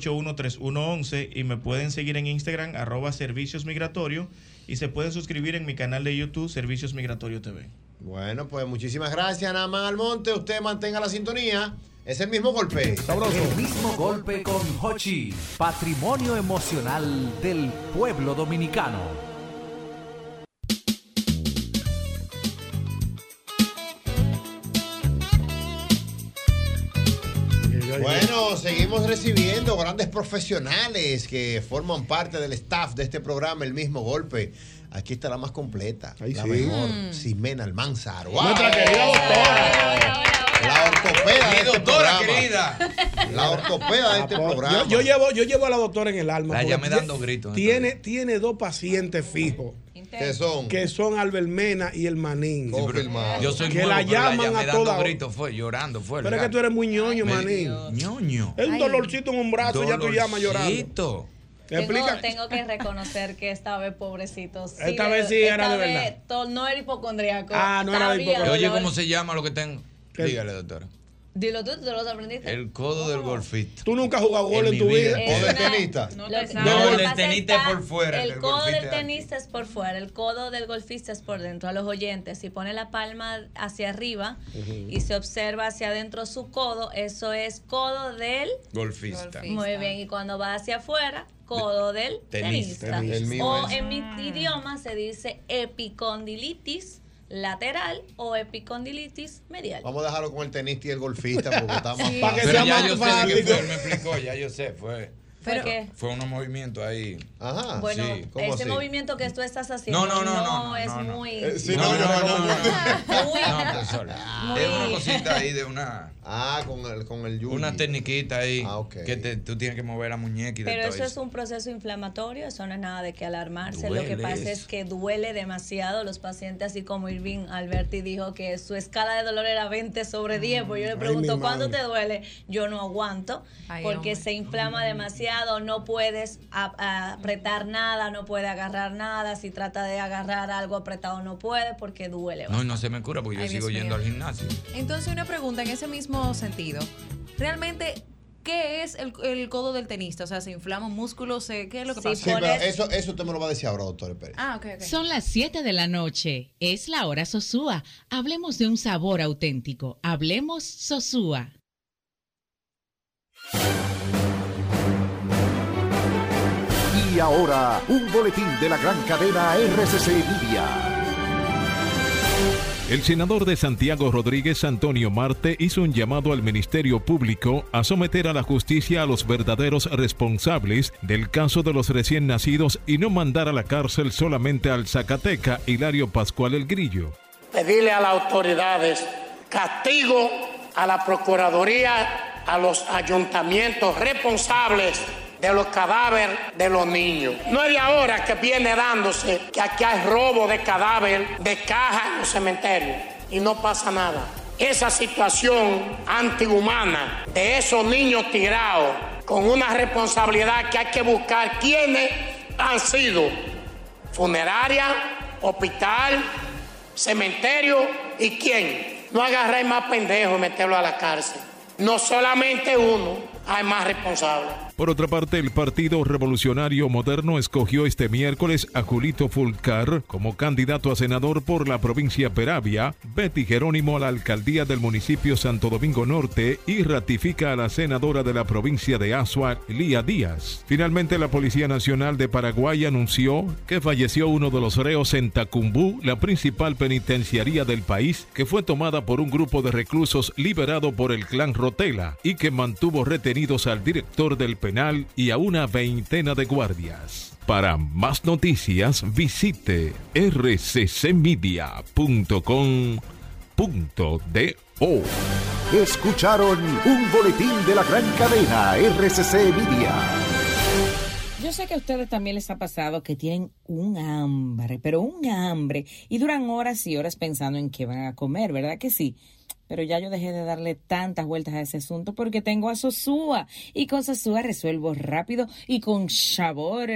Speaker 24: 809-581-3111 y me pueden seguir en Instagram, arroba servicios migratorios, y se pueden suscribir en mi canal de YouTube, Servicios Migratorios TV.
Speaker 8: Bueno, pues muchísimas gracias, Namán Almonte. Usted mantenga la sintonía. Es el mismo golpe.
Speaker 22: El mismo golpe con Hochi, patrimonio emocional del pueblo dominicano.
Speaker 8: Bueno, seguimos recibiendo grandes profesionales que forman parte del staff de este programa, el mismo golpe. Aquí está la más completa, la
Speaker 10: sí.
Speaker 8: mejor, Ximena Almanzar.
Speaker 10: Nuestra querida
Speaker 8: doctora. La ortopeda de este
Speaker 10: doctora
Speaker 8: programa.
Speaker 10: querida.
Speaker 8: La ortopeda de este programa.
Speaker 10: Yo, yo llevo, yo llevo a la doctora en el alma.
Speaker 21: La
Speaker 10: porque
Speaker 21: llamé dando
Speaker 10: tie-
Speaker 21: gritos, este
Speaker 10: Tiene, tiene dos pacientes fijos.
Speaker 8: ¿Qué son?
Speaker 10: Que son Albert Mena y el Manín.
Speaker 21: Pero Yo soy
Speaker 10: que
Speaker 21: nuevo,
Speaker 10: la
Speaker 21: pero
Speaker 10: llaman
Speaker 21: llamé
Speaker 10: a
Speaker 21: dando
Speaker 10: toda hora.
Speaker 21: gritos, fue llorando, fue.
Speaker 10: Pero es que tú eres muy ñoño, Manín.
Speaker 21: ñoño.
Speaker 10: Es un
Speaker 25: Ay.
Speaker 10: dolorcito en un brazo, ya tú llamas llorando.
Speaker 21: Dolorcito.
Speaker 10: ¿Me
Speaker 25: Tengo,
Speaker 10: explica?
Speaker 25: tengo que reconocer que esta vez, pobrecito.
Speaker 10: Esta vez sí
Speaker 25: esta
Speaker 21: era de
Speaker 25: vez
Speaker 21: verdad. Ah,
Speaker 25: to- no era hipocondriaco.
Speaker 10: Ah,
Speaker 21: de
Speaker 25: Sabía el
Speaker 21: Oye,
Speaker 25: dolor.
Speaker 21: ¿cómo se llama lo que tengo? Dígale, doctora.
Speaker 25: Dilo tú, tú lo aprendiste.
Speaker 21: El codo
Speaker 16: Oh.
Speaker 21: del golfista.
Speaker 10: Tú nunca has jugado
Speaker 21: gol en,
Speaker 10: tu
Speaker 21: vida.
Speaker 25: vida. Es una-
Speaker 21: No, no,
Speaker 25: Lo- lo
Speaker 21: el
Speaker 25: que
Speaker 21: del
Speaker 25: pasa
Speaker 21: tenista es
Speaker 25: está-
Speaker 21: por fuera.
Speaker 25: El codo
Speaker 21: golfista
Speaker 25: del
Speaker 21: es-
Speaker 25: tenista es por fuera, el codo del golfista es por dentro. A los oyentes, si pone la palma hacia arriba y se observa hacia adentro su codo, eso es codo del
Speaker 21: Golfista.
Speaker 25: Muy bien, y cuando va hacia afuera, codo del
Speaker 21: tenista.
Speaker 25: tenista.
Speaker 21: Tenista. El mismo
Speaker 25: O
Speaker 21: es.
Speaker 25: en mi idioma se dice epicondilitis lateral o epicondilitis medial.
Speaker 8: Vamos a dejarlo con el tenista y el golfista porque está más
Speaker 25: Sí.
Speaker 21: Pero
Speaker 8: fácil.
Speaker 21: ya yo sé de qué fue, él me explicó, ya yo sé, fue.
Speaker 25: ¿Pero qué?
Speaker 21: Fue unos movimientos ahí.
Speaker 8: Ajá.
Speaker 25: Bueno,
Speaker 21: sí.
Speaker 25: ese movimiento que tú estás haciendo
Speaker 21: No, no, no, no, no,
Speaker 25: es
Speaker 21: no, no.
Speaker 25: muy...
Speaker 21: Eh, sí, no, yo me confundí. No, profesor.
Speaker 25: Muy-
Speaker 21: Es una cosita ahí de una.
Speaker 8: Ah, con el, con el Ah,
Speaker 21: Una tecniquita ahí. Que te- tú tienes que mover la muñeca y de
Speaker 25: Pero
Speaker 21: todo
Speaker 25: eso es un proceso inflamatorio, eso no es nada de que alarmarse. Lo que
Speaker 21: Duele
Speaker 25: pasa
Speaker 21: eso.
Speaker 25: es que duele demasiado los pacientes, así como Irving Alberti dijo que su escala de dolor era 20 sobre 10. Pues yo le
Speaker 14: Mm, mi
Speaker 25: pregunto, ¿cuánto
Speaker 14: madre.
Speaker 25: te duele? Yo no aguanto
Speaker 14: Ay,
Speaker 25: porque
Speaker 14: hombre.
Speaker 25: se
Speaker 21: Mm.
Speaker 25: inflama demasiado, no puedes a- a- apretar nada, no puedes agarrar nada. Si trata de agarrar algo apretado, no puede porque duele.
Speaker 21: No, y no se me cura porque yo
Speaker 13: Ay,
Speaker 21: sigo
Speaker 13: Dios
Speaker 21: yendo
Speaker 13: mío.
Speaker 21: al gimnasio.
Speaker 13: Entonces, una pregunta en ese mismo sentido. Realmente, ¿qué es el, el codo del tenista? O sea, ¿se inflama un músculo? ¿Se, ¿Qué es lo que pasa?
Speaker 8: Sí, pero eso, eso usted me lo va a decir ahora, doctor Pérez.
Speaker 13: Ah, ok, ok.
Speaker 14: Son las 7 de la noche. Es la hora Sosúa. Hablemos de un sabor auténtico. Hablemos Sosúa.
Speaker 22: Y ahora, un boletín de la gran cadena RCC Libia.
Speaker 15: El senador de Santiago Rodríguez Antonio Marte hizo un llamado al Ministerio Público a someter a la justicia a los verdaderos responsables del caso de los recién nacidos y no mandar a la cárcel solamente al Zacateca Hilario Pascual el Grillo.
Speaker 17: pedirle a las autoridades castigo a la Procuraduría, a los ayuntamientos responsables de los cadáveres de los niños. No es de ahora que viene dándose que aquí hay robo de cadáver, de caja en los cementerios y no pasa nada. Esa situación antihumana de esos niños tirados con una responsabilidad que hay que buscar quiénes han sido funeraria, hospital, cementerio y quién. No agarrar más pendejos y meterlo a la cárcel. No solamente uno, hay más responsables.
Speaker 15: Por otra parte, el Partido Revolucionario Moderno escogió este miércoles a Julito Fulcar como candidato a senador por la provincia Peravia, Betty Jerónimo a la alcaldía del municipio Santo Domingo Norte y ratifica a la senadora de la provincia de Asua, Lía Díaz. Finalmente, la Policía Nacional de Paraguay anunció que falleció uno de los reos en Tacumbú, la principal penitenciaría del país, que fue tomada por un grupo de reclusos liberado por el clan Rotela y que mantuvo retenidos al director del penal y a una veintena de guardias. Para más noticias, visite rccmedia.com.do.
Speaker 22: Escucharon un boletín de la gran cadena RCC Media.
Speaker 14: Yo sé que a ustedes también les ha pasado que tienen un hambre, pero un hambre, y duran horas y horas pensando en qué van a comer, ¿verdad que sí? Pero ya yo dejé de darle tantas vueltas a ese asunto porque tengo a Sosúa y con Sosúa resuelvo rápido y con sabor,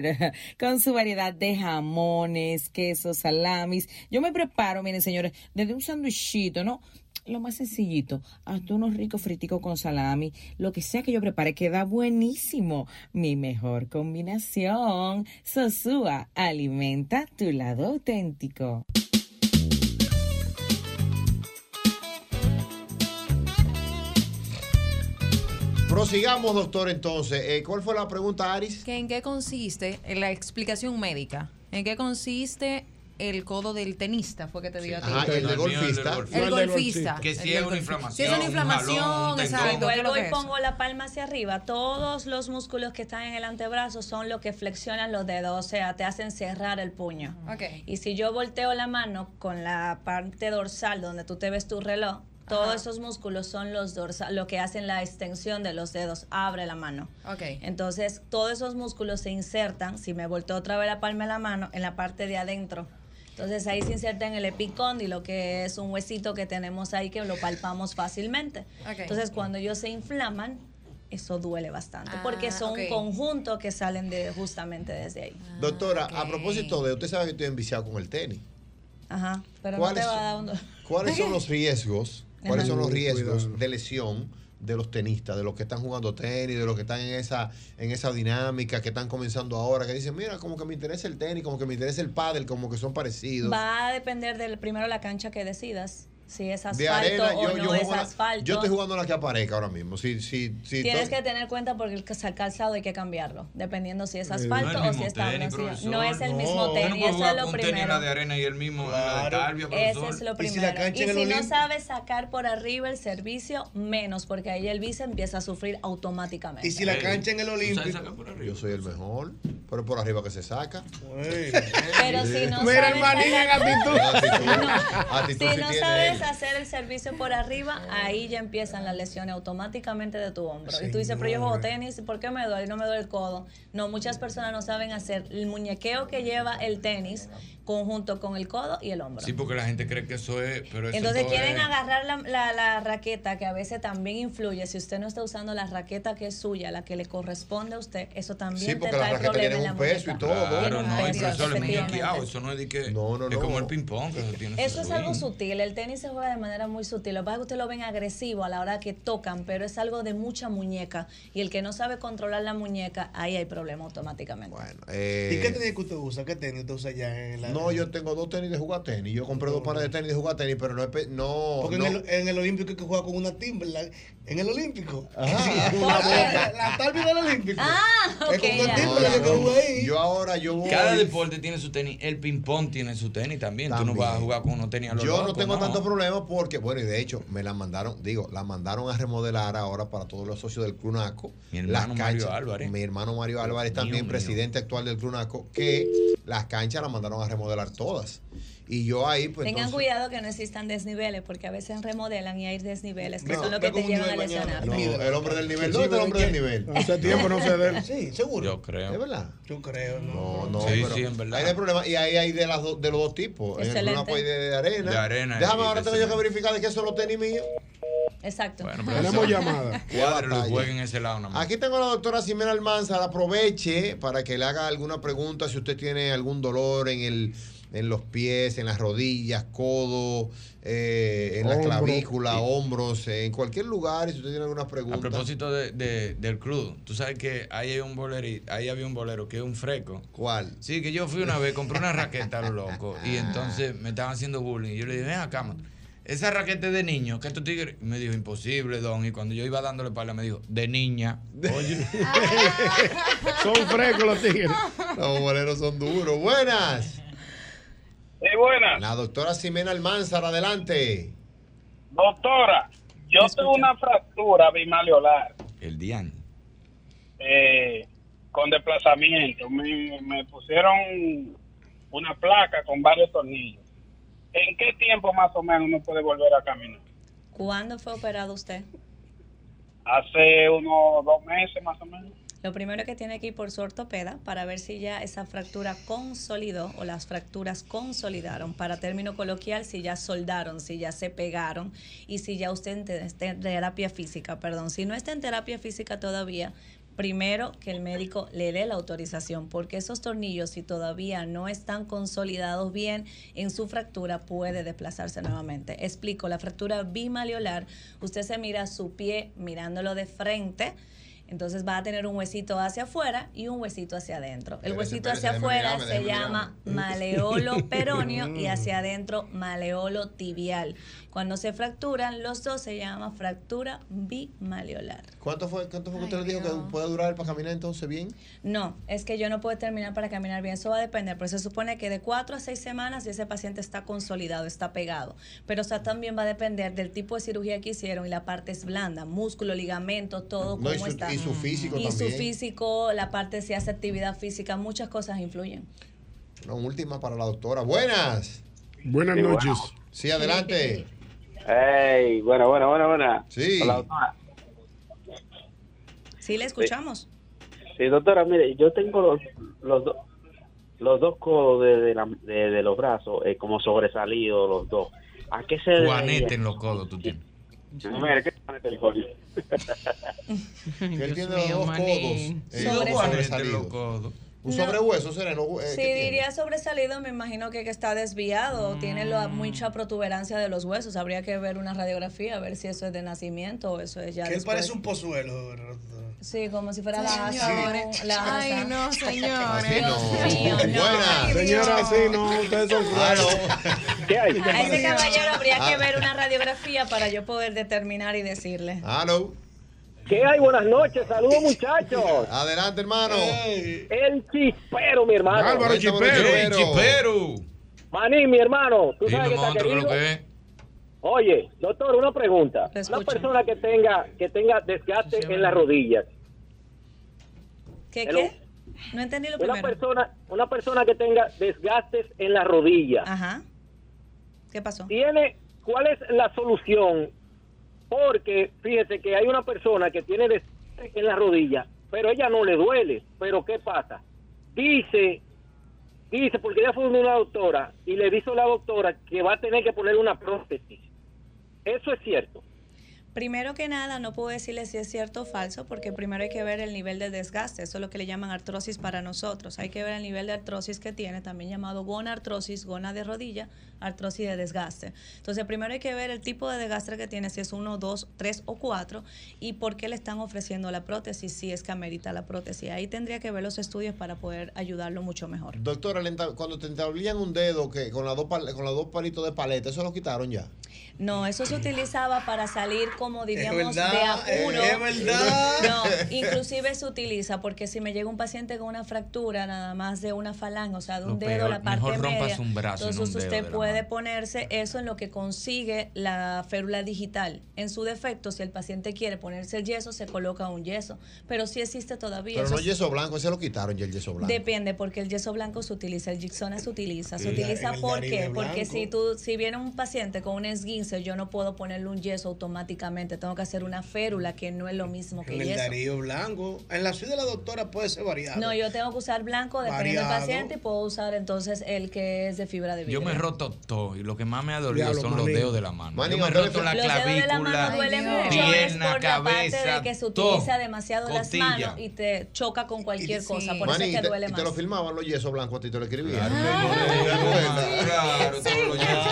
Speaker 14: con su variedad de jamones, quesos, salamis. Yo me preparo, miren señores, desde un sanduichito, ¿no? lo más sencillito, hasta unos ricos friticos con salami, lo que sea que yo prepare queda buenísimo. Mi mejor combinación. Sosúa, alimenta tu lado auténtico.
Speaker 8: Prosigamos, doctor, entonces. Eh, ¿Cuál fue la pregunta, Aris?
Speaker 13: ¿Que ¿En qué consiste en la explicación médica? ¿En qué consiste el codo del tenista? Fue que te digo a ti.
Speaker 8: Ajá, el de golfista.
Speaker 13: El golfista.
Speaker 21: Que si es
Speaker 13: El
Speaker 21: Ah, una
Speaker 13: golfista.
Speaker 21: inflamación.
Speaker 13: Si es una inflamación,
Speaker 25: Cuando
Speaker 13: ¿qué es lo
Speaker 25: vuelvo
Speaker 13: que
Speaker 25: y
Speaker 13: es?
Speaker 25: pongo la palma hacia arriba, todos los músculos que están en el antebrazo son los que flexionan los dedos, o sea, te hacen cerrar el puño.
Speaker 13: Ok.
Speaker 25: Y si yo volteo la mano con la parte dorsal donde tú te ves tu reloj, todos
Speaker 13: Ajá.
Speaker 25: esos músculos son los dorsal, lo que hacen la extensión de los dedos, abre la mano. Entonces, todos esos músculos se insertan, si me volteo otra vez la palma de la mano, en la parte de adentro. Entonces ahí se inserta en el epicóndilo, que es un huesito que tenemos ahí que lo palpamos fácilmente.
Speaker 13: Ok.
Speaker 25: Entonces cuando ellos se inflaman, eso duele bastante,
Speaker 13: Ah,
Speaker 25: porque son
Speaker 13: ok.
Speaker 25: un conjunto que salen de, justamente desde ahí.
Speaker 8: Doctora, a propósito de, usted sabe que estoy enviciado con el tenis.
Speaker 25: Ajá, pero no
Speaker 8: ¿Cuáles
Speaker 25: te va a dar
Speaker 8: son-
Speaker 25: un dolor.
Speaker 8: ¿Cuáles son los riesgos? ¿Cuáles
Speaker 25: Ajá.
Speaker 8: son los riesgos
Speaker 25: Cuidado.
Speaker 8: de lesión de los tenistas, de los que están jugando tenis, de los que están en esa, en esa dinámica, que están comenzando ahora, que dicen, mira, como que me interesa el tenis, como que me interesa el pádel, como que son parecidos?
Speaker 25: Va a depender del primero la cancha que decidas, si es
Speaker 8: de
Speaker 25: asfalto
Speaker 8: arena,
Speaker 25: o
Speaker 8: yo, yo
Speaker 25: no es
Speaker 8: juego la-
Speaker 25: asfalto.
Speaker 8: yo estoy jugando la que aparezca ahora mismo. Si, si, si
Speaker 25: Tienes
Speaker 8: estoy-
Speaker 25: que tener cuenta porque el cal- calzado hay que cambiarlo, dependiendo si es
Speaker 8: Eh,
Speaker 25: asfalto
Speaker 8: no es el
Speaker 25: o si
Speaker 8: mismo
Speaker 25: es tabla.
Speaker 8: tenis,
Speaker 25: sí.
Speaker 8: profesor,
Speaker 25: No es el
Speaker 8: no.
Speaker 21: Usted
Speaker 25: mismo
Speaker 21: no
Speaker 25: tenis,
Speaker 21: puede
Speaker 25: eso es
Speaker 21: jugar
Speaker 25: lo
Speaker 21: con tenis en la
Speaker 25: primero.
Speaker 21: de arena y el mismo en la de Tarbia,
Speaker 25: Ese
Speaker 21: profesor.
Speaker 25: es lo primero. Y si, no sabes sacar por arriba el servicio, menos, porque ahí el vice empieza a sufrir automáticamente.
Speaker 2: Y si
Speaker 8: Eh,
Speaker 2: la cancha en el Olímpico.
Speaker 8: Yo soy el mejor, pero por arriba que se saca.
Speaker 25: Pero si no
Speaker 8: Mira
Speaker 25: sabes
Speaker 8: el manín en
Speaker 25: sacar-
Speaker 8: actitud.
Speaker 25: No.
Speaker 8: Actitud
Speaker 25: Si
Speaker 8: sí
Speaker 25: no
Speaker 8: tiene
Speaker 25: sabes
Speaker 8: él.
Speaker 25: hacer el servicio por arriba, ahí ya empiezan las lesiones automáticamente de tu hombro. Y tú dices, pero yo juego
Speaker 8: Señores.
Speaker 25: tenis, ¿por qué me duele? No me duele el codo. No, muchas personas no saben hacer el muñequeo que lleva el tenis conjunto con el codo y el hombro.
Speaker 21: Sí, porque la gente cree que eso es. Pero eso
Speaker 25: Entonces
Speaker 21: todo
Speaker 25: quieren
Speaker 21: es-
Speaker 25: agarrar la, la- la raqueta, que a veces también influye. Si usted no está usando la raqueta que es suya, la que le corresponde a usted, eso también
Speaker 8: Sí,
Speaker 25: te
Speaker 8: porque la
Speaker 25: trae
Speaker 8: raqueta
Speaker 25: problemas
Speaker 8: tiene
Speaker 25: en la
Speaker 8: un peso y
Speaker 25: muñeca.
Speaker 8: todo.
Speaker 21: Claro, no, el
Speaker 25: peso,
Speaker 21: profesor es
Speaker 25: efectivamente.
Speaker 21: muñequeado. Eso no es de que. Es como el ping-pong que eso tiene.
Speaker 25: Eso
Speaker 21: su
Speaker 25: es algo
Speaker 21: swing.
Speaker 25: sutil, el tenis se juega de manera muy sutil. Lo que pasa es que ustedes lo ven agresivo a la hora que tocan, pero es algo de mucha muñeca. Y el que no sabe controlar la muñeca, ahí hay problema automáticamente.
Speaker 2: ¿Y qué tenis que usted usa? ¿Qué tenis usted usa allá en la
Speaker 8: Eh, No, yo tengo dos tenis de jugar tenis. Yo compré dos pares de tenis de jugar tenis, pero no. es pe- no
Speaker 2: Porque
Speaker 8: no.
Speaker 2: En, el, en el Olímpico hay que juega con una Timberland. En el Olímpico.
Speaker 8: Ajá.
Speaker 2: Con la bota. La Tarbi del Olímpico.
Speaker 25: Ah,
Speaker 2: Es con una Timberland que juega ahí.
Speaker 8: Yo ahora yo voy.
Speaker 21: Cada deporte tiene su tenis. El ping-pong tiene su tenis también. Tú no vas a jugar con unos tenis a los
Speaker 8: Yo no tengo tanto problema porque, bueno, y de hecho, me la mandaron, digo, la mandaron a remodelar ahora para todos los socios del Clunaco. Mi
Speaker 21: hermano Mario Álvarez.
Speaker 8: Mi hermano Mario Álvarez, también presidente actual del Clunaco, que las canchas las mandaron a remodelar todas. Y yo ahí, pues.
Speaker 25: Tengan
Speaker 8: entonces-
Speaker 25: cuidado que no existan desniveles, porque a veces remodelan y hay desniveles, que
Speaker 8: No,
Speaker 25: son los que
Speaker 8: ve
Speaker 25: te
Speaker 8: como un
Speaker 25: llevan a
Speaker 8: nivel mañana.
Speaker 25: lesionar.
Speaker 8: No, el hombre del nivel.
Speaker 2: Sí,
Speaker 8: ¿Dónde está el hombre del
Speaker 2: ¿qué?
Speaker 8: nivel?
Speaker 2: Hace tiempo no se ve. Sí, seguro.
Speaker 21: Yo creo.
Speaker 8: ¿Es verdad?
Speaker 2: Yo creo,
Speaker 8: no. No,
Speaker 21: Sí,
Speaker 8: pero
Speaker 21: sí, en verdad.
Speaker 8: Ahí no hay problema. Y ahí hay de, las do- de los dos tipos. En el
Speaker 25: Excelente.
Speaker 8: Clunaco hay de, de arena.
Speaker 21: De arena
Speaker 8: Déjame,
Speaker 21: y
Speaker 8: ahora
Speaker 21: de
Speaker 8: tengo yo que verificar de qué son los tenis míos.
Speaker 25: Exacto.
Speaker 21: Cuadro lo jueguen en ese lado nada más.
Speaker 8: Aquí tengo a la doctora Ximena Almanzar. Aproveche para que le haga alguna pregunta si usted tiene algún dolor en el en los pies, en las rodillas, codo, eh, en la
Speaker 21: Hombro.
Speaker 8: clavícula, hombros, eh, en cualquier lugar. Y si usted tiene alguna
Speaker 21: A
Speaker 8: pregunta.
Speaker 21: propósito de- de- del crudo, tú sabes que ahí hay un bolero, ahí había un bolero que es un freco.
Speaker 8: ¿Cuál? Ah.
Speaker 21: Sí, que yo fui una vez, compré una raqueta a lo loco y entonces me estaban haciendo bullying. Y yo le dije, ven acá, man, Esa raqueta es de niño, que tú tigres. Y me dijo, imposible, don. Y cuando yo iba dándole pala, me dijo, de niña. Oye.
Speaker 8: Son frescos los tigres. Los boleros son duros. Buenas.
Speaker 4: buenas.
Speaker 8: La doctora Ximena Almanzar, adelante.
Speaker 4: Doctora, yo tengo una fractura bimaliolar
Speaker 21: El dián.
Speaker 4: eh, con desplazamiento. Me, me pusieron una placa con varios tornillos. ¿En qué tiempo más o menos uno puede volver a caminar?
Speaker 25: ¿Cuándo fue operado usted?
Speaker 4: Hace unos dos meses más o menos.
Speaker 25: Lo primero que tiene que ir por su ortopeda para ver si ya esa fractura consolidó o las fracturas consolidaron, para término coloquial, si ya soldaron, si ya se pegaron y si ya usted ente- está en terapia física, perdón, si no está en terapia física todavía. Primero que el médico le dé la autorización, porque esos tornillos, si todavía no están consolidados bien en su fractura, puede desplazarse nuevamente. Explico, la fractura bimaliolar, usted se mira su pie mirándolo de frente, Entonces va a tener un huesito hacia afuera y un huesito hacia adentro. El
Speaker 20: Espérese,
Speaker 25: huesito
Speaker 20: espérese,
Speaker 25: hacia
Speaker 20: déjeme
Speaker 25: afuera
Speaker 20: mirarme,
Speaker 25: se
Speaker 20: déjeme
Speaker 25: llama maleolo peroneo y hacia adentro maleolo tibial. Cuando se fracturan, los dos se llama fractura bimaleolar.
Speaker 8: ¿Cuánto fue, cuánto fue que usted le dijo que puede durar para caminar entonces bien?
Speaker 25: No, es que yo no puedo terminar para caminar bien, eso va a depender, pero se supone que de cuatro a seis semanas si ese paciente está consolidado, está pegado, pero o sea, también va a depender del tipo de cirugía que hicieron y la parte es blanda, músculo, ligamento, todo
Speaker 8: No, y
Speaker 25: cómo
Speaker 8: su-
Speaker 25: está.
Speaker 8: y su físico
Speaker 25: Y su
Speaker 8: también.
Speaker 25: físico, la parte si hace actividad física, muchas cosas influyen.
Speaker 8: No, última para la doctora. Buenas.
Speaker 10: Buenas
Speaker 1: Sí,
Speaker 10: noches.
Speaker 8: Sí, adelante.
Speaker 1: Ey, buena, buena, buena, buena.
Speaker 8: Sí.
Speaker 1: Hola,
Speaker 2: Ah.
Speaker 1: doctora.
Speaker 25: Sí, le escuchamos.
Speaker 1: Sí, doctora, mire, yo tengo los, los, do- los dos codos de, de la- de- de los brazos eh, como sobresalidos los dos. ¿A qué se debe?
Speaker 21: Juanete en los codos tú tienes.
Speaker 1: Mire, ¿qué juanete el coño?
Speaker 8: Él tiene
Speaker 1: mío,
Speaker 8: los dos
Speaker 1: manín.
Speaker 8: codos. eh,
Speaker 1: Sobre-
Speaker 8: sobresalidos. Un
Speaker 25: No.
Speaker 8: sobrehueso será. ¿no? Eh,
Speaker 25: Si
Speaker 8: ¿qué tiene?
Speaker 25: diría sobresalido, me imagino que, que está desviado, tiene
Speaker 2: Mm.
Speaker 25: la, mucha protuberancia de los huesos, habría que ver una radiografía, a ver si eso es de nacimiento o eso es ya
Speaker 2: Que él
Speaker 25: después.
Speaker 2: parece un pozuelo.
Speaker 25: Sí, como si fuera la
Speaker 2: Señores.
Speaker 25: asa, la
Speaker 2: Ay,
Speaker 25: asa.
Speaker 2: no,
Speaker 25: señores.
Speaker 2: Buenas.
Speaker 10: Señora, sí, no, ustedes son
Speaker 8: Ah,
Speaker 1: ¿Qué hay?
Speaker 25: A ese caballero habría
Speaker 1: Ah.
Speaker 25: que ver una radiografía para yo poder determinar y decirle.
Speaker 8: Hello.
Speaker 1: ¿Qué hay? Buenas noches, saludos muchachos.
Speaker 8: Adelante, hermano.
Speaker 1: El chispero, mi hermano.
Speaker 8: Álvaro Chispero.
Speaker 1: El
Speaker 8: El
Speaker 1: chispero. Manín, mi hermano, tú sabes que está querido. Oye, doctor, una pregunta. Una persona que tenga que tenga desgaste en las rodillas.
Speaker 25: ¿Qué,
Speaker 1: Hello.
Speaker 25: qué? No entendí lo
Speaker 1: Una
Speaker 25: primero.
Speaker 1: persona, una persona que tenga desgastes en las rodillas.
Speaker 25: Ajá. ¿Qué pasó?
Speaker 1: tiene cuál es la solución porque fíjese que hay una persona que tiene desgaste en la rodilla pero ella no le duele pero qué pasa dice dice porque ella fue donde una doctora y le dijo la doctora que va a tener que poner una prótesis eso es cierto
Speaker 25: Primero que nada, no puedo decirle si es cierto o falso, porque primero hay que ver el nivel de desgaste, eso es lo que le llaman artrosis para nosotros. Hay que ver el nivel de artrosis que tiene, también llamado gonartrosis, gona de rodilla, artrosis de desgaste. Entonces, primero hay que ver el tipo de desgaste que tiene, si es uno, dos, tres o cuatro, y por qué le están ofreciendo la prótesis, si es que amerita la prótesis. Ahí tendría que ver los estudios para poder ayudarlo mucho mejor.
Speaker 8: Doctora, le enta- cuando te entablillan un dedo que con, las dos pal- con los dos palitos de paleta, eso lo quitaron ya.
Speaker 25: No, eso se utilizaba para salir, como diríamos,
Speaker 8: verdad,
Speaker 25: de apuro.
Speaker 8: es verdad.
Speaker 25: No, inclusive se utiliza porque si me llega un paciente con una fractura nada más de una falange, o sea, de un
Speaker 21: Lo
Speaker 25: dedo,
Speaker 21: peor,
Speaker 25: la parte
Speaker 21: mejor rompas
Speaker 25: media,
Speaker 21: un brazo, no
Speaker 25: entonces
Speaker 21: un dedo de
Speaker 25: usted
Speaker 21: la
Speaker 25: puede ponerse eso en lo que consigue la férula digital. En su defecto, si el paciente quiere ponerse el yeso, se coloca un yeso, pero sí existe todavía.
Speaker 8: Pero
Speaker 25: eso
Speaker 8: no
Speaker 25: es-
Speaker 8: yeso blanco, ese lo quitaron ya el yeso blanco.
Speaker 25: Depende, porque el yeso blanco se utiliza, el Gixona se utiliza. Se
Speaker 8: Sí.
Speaker 25: utiliza
Speaker 8: En el
Speaker 25: ¿por
Speaker 8: Daribe
Speaker 25: qué? Porque
Speaker 8: blanco.
Speaker 25: si tú, si viene un paciente con un esguince, yo no puedo ponerle un yeso automáticamente. Tengo que hacer una férula, que no es lo mismo que
Speaker 2: En el
Speaker 25: yeso.
Speaker 2: Darío Blanco. En la ciudad de la doctora puede ser variado.
Speaker 25: No, yo tengo que usar blanco dependiendo del
Speaker 2: Variado.
Speaker 25: paciente y puedo usar entonces el que es de fibra de vidrio.
Speaker 21: Yo me he roto todo y lo que más me ha dolido
Speaker 8: Diablo,
Speaker 21: son los
Speaker 8: manín.
Speaker 21: dedos de la mano.
Speaker 8: Manín,
Speaker 21: yo me he
Speaker 8: ustedes-
Speaker 21: roto la
Speaker 25: Los dedos de la mano
Speaker 21: clavícula,
Speaker 25: duelen mucho, es
Speaker 21: pierna,
Speaker 25: por la
Speaker 21: cabeza,
Speaker 25: parte de que se
Speaker 21: todo.
Speaker 25: utiliza demasiado las
Speaker 21: costilla.
Speaker 25: manos y te choca con cualquier cosa, por
Speaker 8: Maní,
Speaker 25: eso es
Speaker 8: y
Speaker 25: que
Speaker 8: te,
Speaker 25: duele
Speaker 8: y
Speaker 25: más.
Speaker 8: te lo filmaban los yesos blancos a ti te lo escribían.
Speaker 21: Claro, todos los yesos,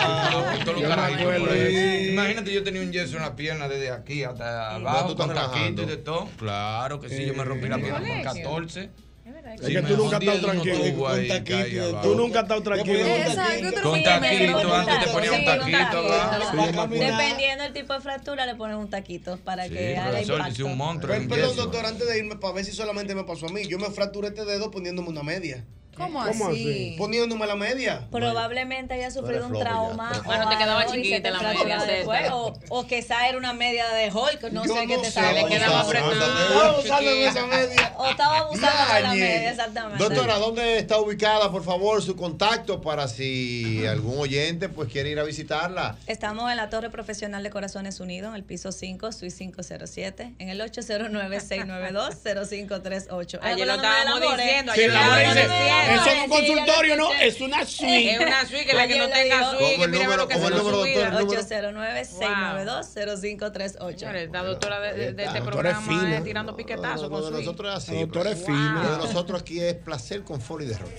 Speaker 21: todos los carajillos por ahí. Imagínate, yo tenía un yeso en la pierna desde aquí hasta
Speaker 8: tú
Speaker 21: abajo,
Speaker 8: estás
Speaker 21: con raquito
Speaker 8: rajando.
Speaker 21: y de todo. Claro que sí, yo me rompí la
Speaker 8: ¿En
Speaker 21: pierna con
Speaker 8: colegio?
Speaker 21: 14.
Speaker 10: Es que tú nunca has estado tranquilo. Con taquito, Tú nunca has estado tranquilo.
Speaker 21: Con taquito, antes te ponía un taquito abajo.
Speaker 25: Dependiendo del tipo de fractura, le ponen un taquito para que haga impacto.
Speaker 21: un monstruo,
Speaker 2: Pero,
Speaker 21: un
Speaker 2: perdón,
Speaker 21: yeso.
Speaker 2: doctor, antes de irme para ver si solamente me pasó a mí. Yo me fracturé este dedo poniéndome una media.
Speaker 25: ¿Cómo ¿Cómo así? así?
Speaker 2: Poniéndome la media.
Speaker 25: Probablemente haya sufrido un
Speaker 2: flojo ya.
Speaker 25: trauma. o
Speaker 2: Bueno, te quedaba
Speaker 25: algo y se
Speaker 2: chiquita
Speaker 25: te
Speaker 2: la
Speaker 25: fracturó
Speaker 2: media,
Speaker 25: después,
Speaker 2: César.
Speaker 25: O, o quizá era una media de Hulk, no sé qué te sale.
Speaker 8: vamos
Speaker 25: que
Speaker 8: a
Speaker 25: era más
Speaker 8: ver,
Speaker 25: fresca.
Speaker 8: vamos a ver esa media.
Speaker 25: O estaba abusando de la
Speaker 8: Mañe.
Speaker 25: media, exactamente.
Speaker 8: Doctora, ¿dónde está ubicada, por favor, su contacto para si algún oyente pues quiere ir a visitarla?
Speaker 25: Estamos en la Torre Profesional de Corazones Unidos, en el piso 5, Suite 507, en el 809-692-0538.
Speaker 6: Ayer lo
Speaker 25: Hablando de
Speaker 6: estábamos
Speaker 25: amor, ¿eh?
Speaker 6: diciendo,
Speaker 10: Sí,
Speaker 6: ayer
Speaker 10: la
Speaker 6: lo
Speaker 10: mujer dice, eso
Speaker 6: estábamos diciendo.
Speaker 10: es un
Speaker 6: Sí, ya lo
Speaker 10: consultorio, ¿no?
Speaker 6: escuché.
Speaker 10: Es una suite.
Speaker 6: Es una suite, que la que no
Speaker 25: Ayer lo
Speaker 6: tenga
Speaker 25: dijo.
Speaker 6: suite, que mira lo que se nos subida.
Speaker 25: 809-692-0538.
Speaker 16: La doctora de, de- de este
Speaker 8: doctora
Speaker 16: programa
Speaker 8: es fina.
Speaker 16: es tirando piquetazos con
Speaker 8: Lo de
Speaker 16: su
Speaker 8: nosotros es así.
Speaker 10: La doctora es
Speaker 8: Wow.
Speaker 10: fina.
Speaker 8: Lo de nosotros aquí es placer, confort y derroche.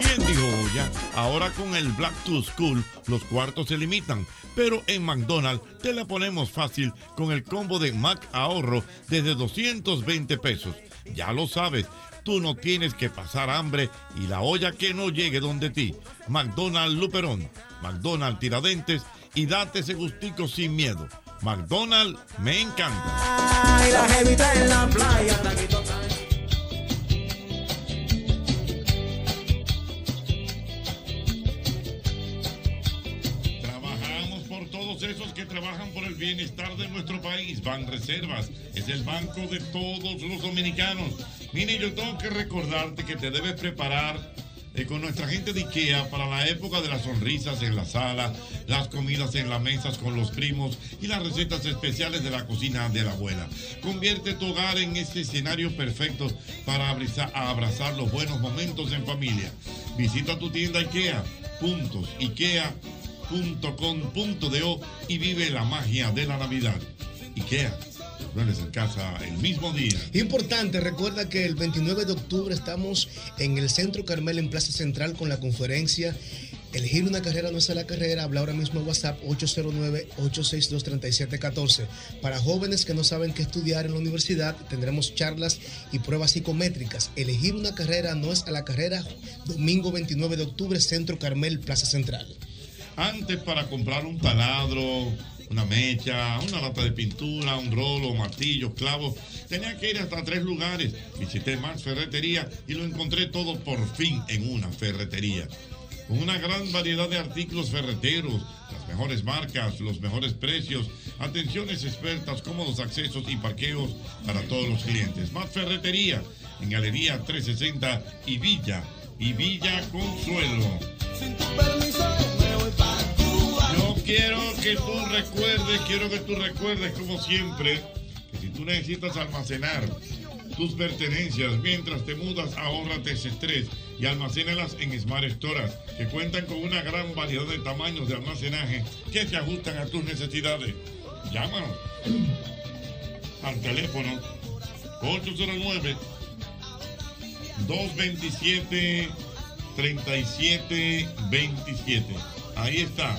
Speaker 11: ¿Quién dijo ya? Ahora con el el Black to School los cuartos se limitan, pero en McDonald's te la ponemos fácil con el combo de Mac ahorro desde 220 pesos. Ya lo sabes, tú no tienes que pasar hambre y la olla que no llegue donde ti. McDonald's Luperón, McDonald's Tiradentes y date ese gustico sin miedo. McDonald's me encanta.
Speaker 7: Ay, la jevita en la playa, taquito,
Speaker 11: Trabajamos por todos esos que trabajan por el bienestar de nuestro país. Van Reservas es el banco de todos los dominicanos. Mire, yo tengo que recordarte que te debes preparar eh, con nuestra gente de IKEA para la época de las sonrisas en la sala, las comidas en las mesas con los primos y las recetas especiales de la cocina de la abuela. Convierte tu hogar en ese escenario perfecto para abriza- abrazar los buenos momentos en familia. Visita tu tienda IKEA, puntos, IKEA ikea.com.do y vive la magia de la Navidad. IKEA, vuelves en casa el mismo día.
Speaker 2: Importante, recuerda que el 29 de octubre estamos en el Centro Carmel, en Plaza Central, con la conferencia Elegir una carrera no es la carrera. Habla ahora mismo en WhatsApp 809-862-3714. Para jóvenes que no saben qué estudiar en la universidad, tendremos charlas y pruebas psicométricas. Elegir una carrera no es a la carrera. Domingo 29 de octubre, Centro Carmel, Plaza Central.
Speaker 11: Antes para comprar un taladro, una mecha, una lata de pintura, un rolo, martillo, clavos, tenía que ir hasta tres lugares. Visité más ferretería y lo encontré todo por fin en una ferretería. Con una gran variedad de artículos ferreteros, las mejores marcas, los mejores precios, atenciones expertas, cómodos accesos y parqueos para todos los clientes. Más ferretería en Galería 360 y Villa, y Villa Consuelo. Yo quiero que tú recuerdes, quiero que tú recuerdes como siempre, que si tú necesitas almacenar tus pertenencias mientras te mudas, ahórrate ese estrés y almacénalas en Smart Storage, que cuentan con una gran variedad de tamaños de almacenaje que se ajustan a tus necesidades. Llama al teléfono 809 227 3727. Ahí está,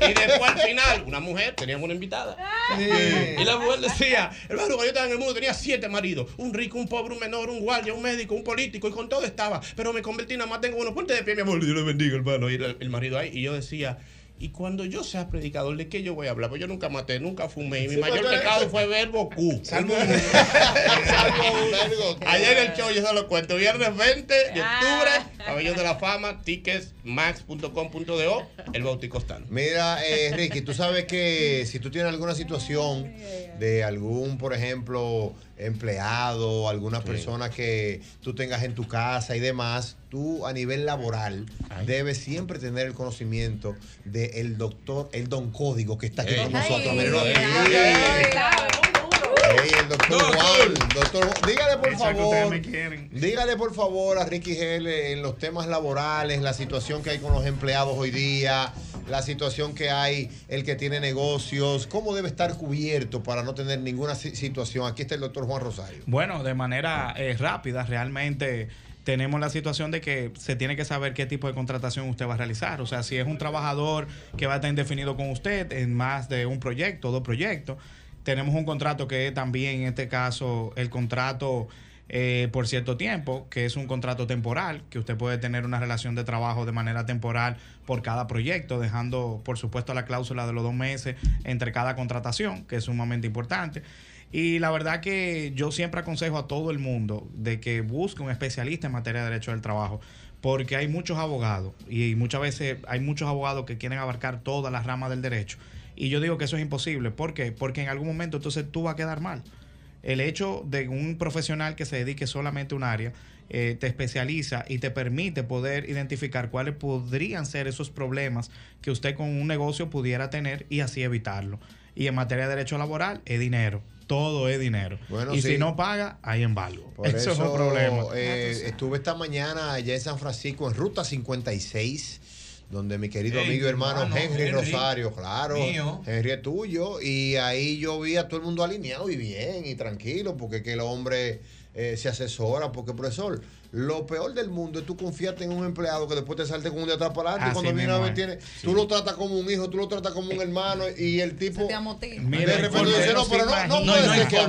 Speaker 20: y después al final, una mujer, teníamos una invitada. Y la mujer decía, hermano, cuando yo estaba en el mundo tenía siete maridos. Un rico, un pobre, un menor, un guardia, un médico, un político. Y con todo estaba. Pero me convertí, nada más tengo uno. Ponte de pie, mi amor. Dios le bendiga, hermano. Y era el, marido ahí. Y yo decía... Y cuando yo sea predicador, ¿de qué yo voy a hablar? Pues yo nunca maté, nunca fumé. Y mi
Speaker 18: Sí,
Speaker 20: mayor
Speaker 18: pero tú eres-
Speaker 20: pecado fue ver Goku. Salvo Ayer en el show, yo se lo cuento. Viernes 20 de
Speaker 18: Ah.
Speaker 20: octubre, Pabellón de la Fama, ticketsmax.com.do, el Bauticostán.
Speaker 8: Mira, eh, Ricky, tú sabes que si tú tienes alguna situación de algún, por ejemplo, empleado, alguna persona que tú tengas en tu casa y demás, tú a nivel laboral debes siempre tener el conocimiento del doctor, el don código que está aquí con nosotros. Míralo ahí. Ey, el doctor Juan, doctor Juan, dígale por
Speaker 18: Pensaba que ustedes
Speaker 8: favor,
Speaker 18: me quieren.
Speaker 8: dígale por favor a Ricky Gel eh, en los temas laborales, la situación que hay con los empleados hoy día, la situación que hay el que tiene negocios, cómo debe estar cubierto para no tener ninguna si- situación. Aquí está el doctor Juan Rosario.
Speaker 18: Bueno, de manera eh, rápida, realmente tenemos la situación de que se tiene que saber qué tipo de contratación usted va a realizar. O sea, si es un trabajador que va a estar indefinido con usted en más de un proyecto, dos proyectos. Tenemos un contrato que es también, en este caso, el contrato eh, por cierto tiempo, que es un contrato temporal, que usted puede tener una relación de trabajo de manera temporal por cada proyecto, dejando, por supuesto, la cláusula de los dos meses entre cada contratación, que es sumamente importante. Y la verdad que yo siempre aconsejo a todo el mundo de que busque un especialista en materia de derecho del trabajo, porque hay muchos abogados y muchas veces hay muchos abogados que quieren abarcar todas las ramas del derecho. Y yo digo que eso es imposible. ¿Por qué? Porque en algún momento entonces tú vas a quedar mal. El hecho de un profesional que se dedique solamente a un área eh, te especializa y te permite poder identificar cuáles podrían ser esos problemas que usted con un negocio pudiera tener y así evitarlo. Y en materia de derecho laboral es dinero. Todo es dinero.
Speaker 8: Bueno,
Speaker 18: y
Speaker 8: sí.
Speaker 18: si no paga, hay embargo.
Speaker 8: Por
Speaker 18: eso, es un problema.
Speaker 8: eh, estuve esta mañana allá en San Francisco, en Ruta 56, donde mi querido
Speaker 18: Ey,
Speaker 8: amigo y hermano
Speaker 18: hermano,
Speaker 8: Henry,
Speaker 18: Henry.
Speaker 8: Rosario, claro,
Speaker 18: Mío.
Speaker 8: Henry es tuyo, y ahí yo vi a todo el mundo alineado y bien y tranquilo, porque es que el hombre eh, se asesora, porque profesor, lo peor del mundo es tú confiarte en un empleado que después te salte con un de atrás para adelante, y
Speaker 18: Así
Speaker 8: cuando viene a ver,
Speaker 18: mismo es.
Speaker 8: tiene, tú lo tratas como un hijo, tú lo tratas como un hermano, y el tipo... de
Speaker 18: Mira,
Speaker 8: repente
Speaker 18: porque
Speaker 8: dice, no,
Speaker 18: se
Speaker 8: pero no, no
Speaker 18: imagina.
Speaker 8: puede ser que a mí".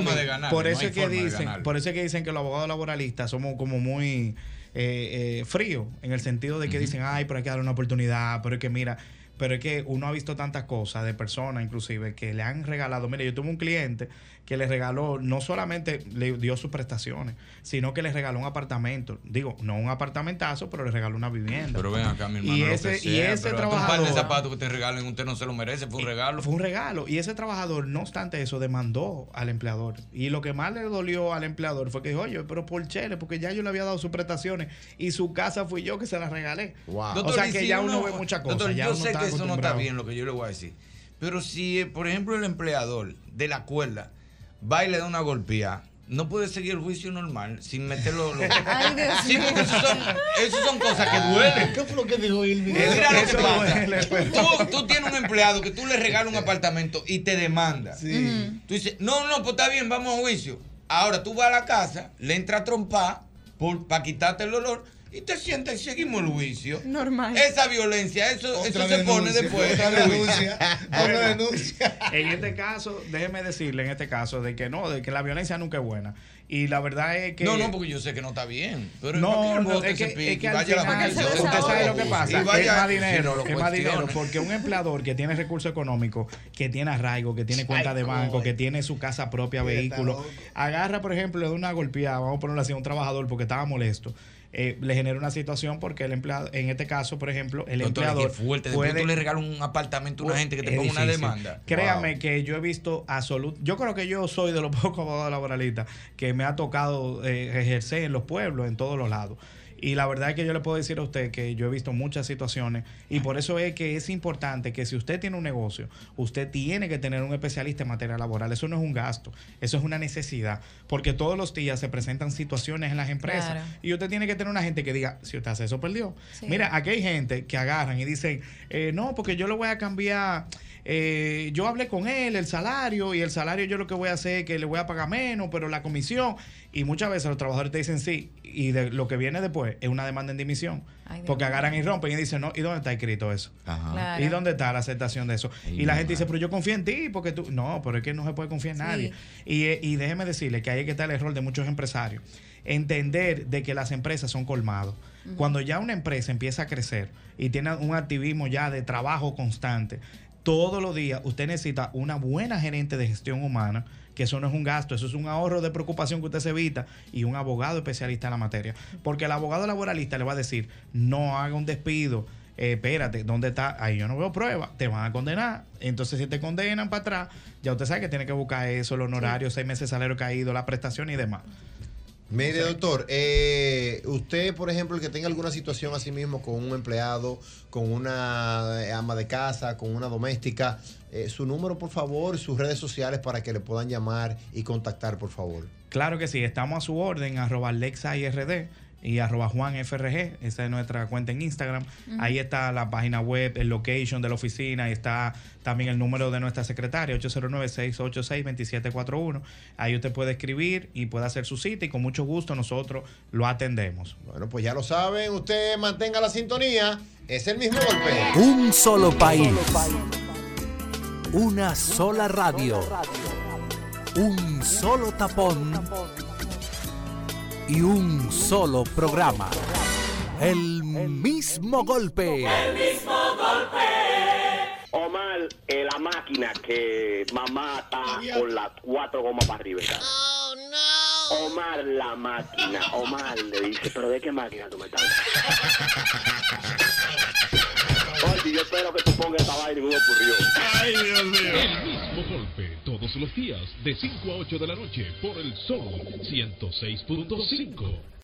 Speaker 18: Por eso es que dicen, por eso es que dicen que los abogados laboralistas somos como muy eh, eh, fríos en el sentido de que dicen, ay, pero hay que darle una oportunidad, pero es que mira, pero es que uno ha visto tantas cosas de personas inclusive que le han regalado. Mire, yo tuve un cliente que le regaló, no solamente le dio sus prestaciones, sino que le regaló un apartamento. Digo, no un apartamentazo, pero le regaló una vivienda.
Speaker 21: Pero ven acá, mi hermano.
Speaker 18: Y
Speaker 21: lo que
Speaker 18: ese, y
Speaker 21: sea,
Speaker 18: ese
Speaker 21: pero hasta
Speaker 18: trabajador.
Speaker 21: Un par de zapatos que te regalen, usted no se lo merece, fue un regalo.
Speaker 18: Fue un regalo. Y ese trabajador, no obstante eso, demandó al empleador. Y lo que más le dolió al empleador fue que dijo, oye, pero por chele, porque ya yo le había dado sus prestaciones y su casa fui yo que se la regalé.
Speaker 21: Doctor,
Speaker 18: o sea
Speaker 21: y
Speaker 18: que
Speaker 21: si
Speaker 18: ya uno, ve muchas cosas.
Speaker 21: Doctor,
Speaker 18: ya
Speaker 21: yo
Speaker 18: uno
Speaker 21: sé
Speaker 18: está
Speaker 21: que eso no está
Speaker 18: acostumbrado.
Speaker 21: bien lo que yo le voy a decir. Pero si, eh, por ejemplo, el empleador de la cuerda va y le da una golpeada, no puede seguir el juicio normal sin meterlo. lo-
Speaker 2: Ay, Dios
Speaker 21: sí,
Speaker 2: mío.
Speaker 21: porque eso son, eso son cosas que duelen.
Speaker 2: ¿Qué fue lo que dijo Irving?
Speaker 21: Es mira lo que
Speaker 2: Eso duele.
Speaker 21: pasa. Tú, tú tienes un empleado que tú le regalas un apartamento y te demanda.
Speaker 8: Mm.
Speaker 2: Sí.
Speaker 21: Tú dices, no, no, pues está bien, vamos a juicio. Ahora tú vas a la casa, le entra a trompar para quitarte el olor y te sientas y seguimos el juicio.
Speaker 26: Normal.
Speaker 21: Esa violencia, eso, eso
Speaker 18: Otra
Speaker 21: se pone
Speaker 18: denuncia,
Speaker 21: después.
Speaker 18: otra
Speaker 21: del juicio.
Speaker 18: denuncia,
Speaker 21: Bueno.
Speaker 18: otra En este caso, déjeme decirle, en este caso, de que no, de que la violencia nunca es buena. Y la verdad es que.
Speaker 21: No, no, porque yo sé que no está bien. Pero
Speaker 18: no,
Speaker 21: el
Speaker 18: no,
Speaker 21: bote
Speaker 18: es
Speaker 21: se
Speaker 18: que,
Speaker 21: pique
Speaker 18: es que
Speaker 21: y
Speaker 18: al
Speaker 21: vaya a la
Speaker 18: final,
Speaker 21: vacación.
Speaker 18: usted sabe lo que
Speaker 21: Y
Speaker 18: pasa, es
Speaker 21: vaya-
Speaker 18: más
Speaker 21: si
Speaker 18: dinero,
Speaker 21: no lo
Speaker 18: es más
Speaker 21: cuestiona.
Speaker 18: dinero, porque un empleador que tiene recursos económicos, que tiene arraigo, que tiene cuenta de banco, que tiene su casa propia,
Speaker 24: Oye, está
Speaker 18: vehículo,
Speaker 24: loco.
Speaker 18: agarra, por ejemplo, le da una golpeada, vamos a ponerlo así, a un trabajador porque estaba molesto. eh, le genera una situación porque el empleado, en este caso, por ejemplo, el
Speaker 21: Doctor,
Speaker 18: empleador.
Speaker 21: qué fuerte. Después
Speaker 18: puede- Pues,
Speaker 21: tú le regalas un apartamento a una gente que te
Speaker 18: es
Speaker 21: ponga una
Speaker 18: difícil.
Speaker 21: demanda.
Speaker 18: Créame que yo he visto absoluto. Yo creo que yo soy de los pocos abogados laboralistas que me ha tocado eh, ejercer en los pueblos, en todos los lados. Y la verdad es que yo le puedo decir a usted que yo he visto muchas situaciones y por eso es que es importante que si usted tiene un negocio, usted tiene que tener un especialista en materia laboral. Eso no es un gasto, eso es una necesidad, porque todos los días se presentan situaciones en las empresas
Speaker 24: Claro.
Speaker 18: y usted tiene que tener una gente que diga, si usted hace eso, perdió.
Speaker 24: Sí.
Speaker 18: Mira, aquí hay gente que agarran y dicen, eh, no, porque yo lo voy a cambiar, eh, yo hablé con él, el salario, y el salario yo lo que voy a hacer es que le voy a pagar menos, pero la comisión. Y muchas veces los trabajadores te dicen sí, y de, lo que viene después es una demanda en dimisión.
Speaker 24: Ay, Dios
Speaker 18: porque
Speaker 24: mío.
Speaker 18: agarran y rompen y dicen, no, ¿y dónde está escrito eso?
Speaker 24: Claro.
Speaker 18: ¿Y dónde está la aceptación de eso? y la gente dice, pero yo confío en ti, porque tú. No, pero es que no se puede confiar en nadie. Y, eh, y déjeme decirle que ahí es que está el error de muchos empresarios. Entender de que las empresas son colmados.
Speaker 24: Ujú.
Speaker 18: Cuando ya una empresa empieza a crecer y tiene un activismo ya de trabajo constante, todos los días usted necesita una buena gerente de gestión humana, que eso no es un gasto, eso es un ahorro de preocupación que usted se evita, y un abogado especialista en la materia. Porque el abogado laboralista le va a decir, no haga un despido, eh, espérate, ¿dónde está? Ahí yo no veo prueba, te van a condenar. Entonces si te condenan para atrás, ya usted sabe que tiene que buscar eso, el honorario, seis meses de salario caído, la prestación y demás.
Speaker 8: Mire, doctor, eh, usted, por ejemplo, el que tenga alguna situación así mismo con un empleado, con una eh, ama de casa, con una doméstica, eh, su número, por favor, sus redes sociales para que le puedan llamar y contactar, por favor.
Speaker 18: Claro que sí, estamos a su orden, arroba LexaIRD y arroba JuanFRG, esa es nuestra cuenta en Instagram.
Speaker 24: Ujú.
Speaker 18: Ahí está la página web, el location de la oficina, y está también el número de nuestra secretaria, 809-686-2741. Ahí usted puede escribir y puede hacer su cita y con mucho gusto nosotros lo atendemos.
Speaker 8: Bueno, pues ya lo saben, usted mantenga la sintonía, es el mismo golpe.
Speaker 22: Un solo país. Una sola radio. Un solo tapón. Y un solo programa. El mismo golpe.
Speaker 1: Omar, eh, la máquina que mamá está con las cuatro gomas para arriba. ¿sabes? Omar, la máquina. Omar le dice, pero ¿de qué máquina tú me estás hablando? Oye, yo espero que tú pongas esta vaina en un ocurrió. Ay, Dios
Speaker 15: El mismo golpe todos los días de 5 a 8 de la noche por el Sol 106.5.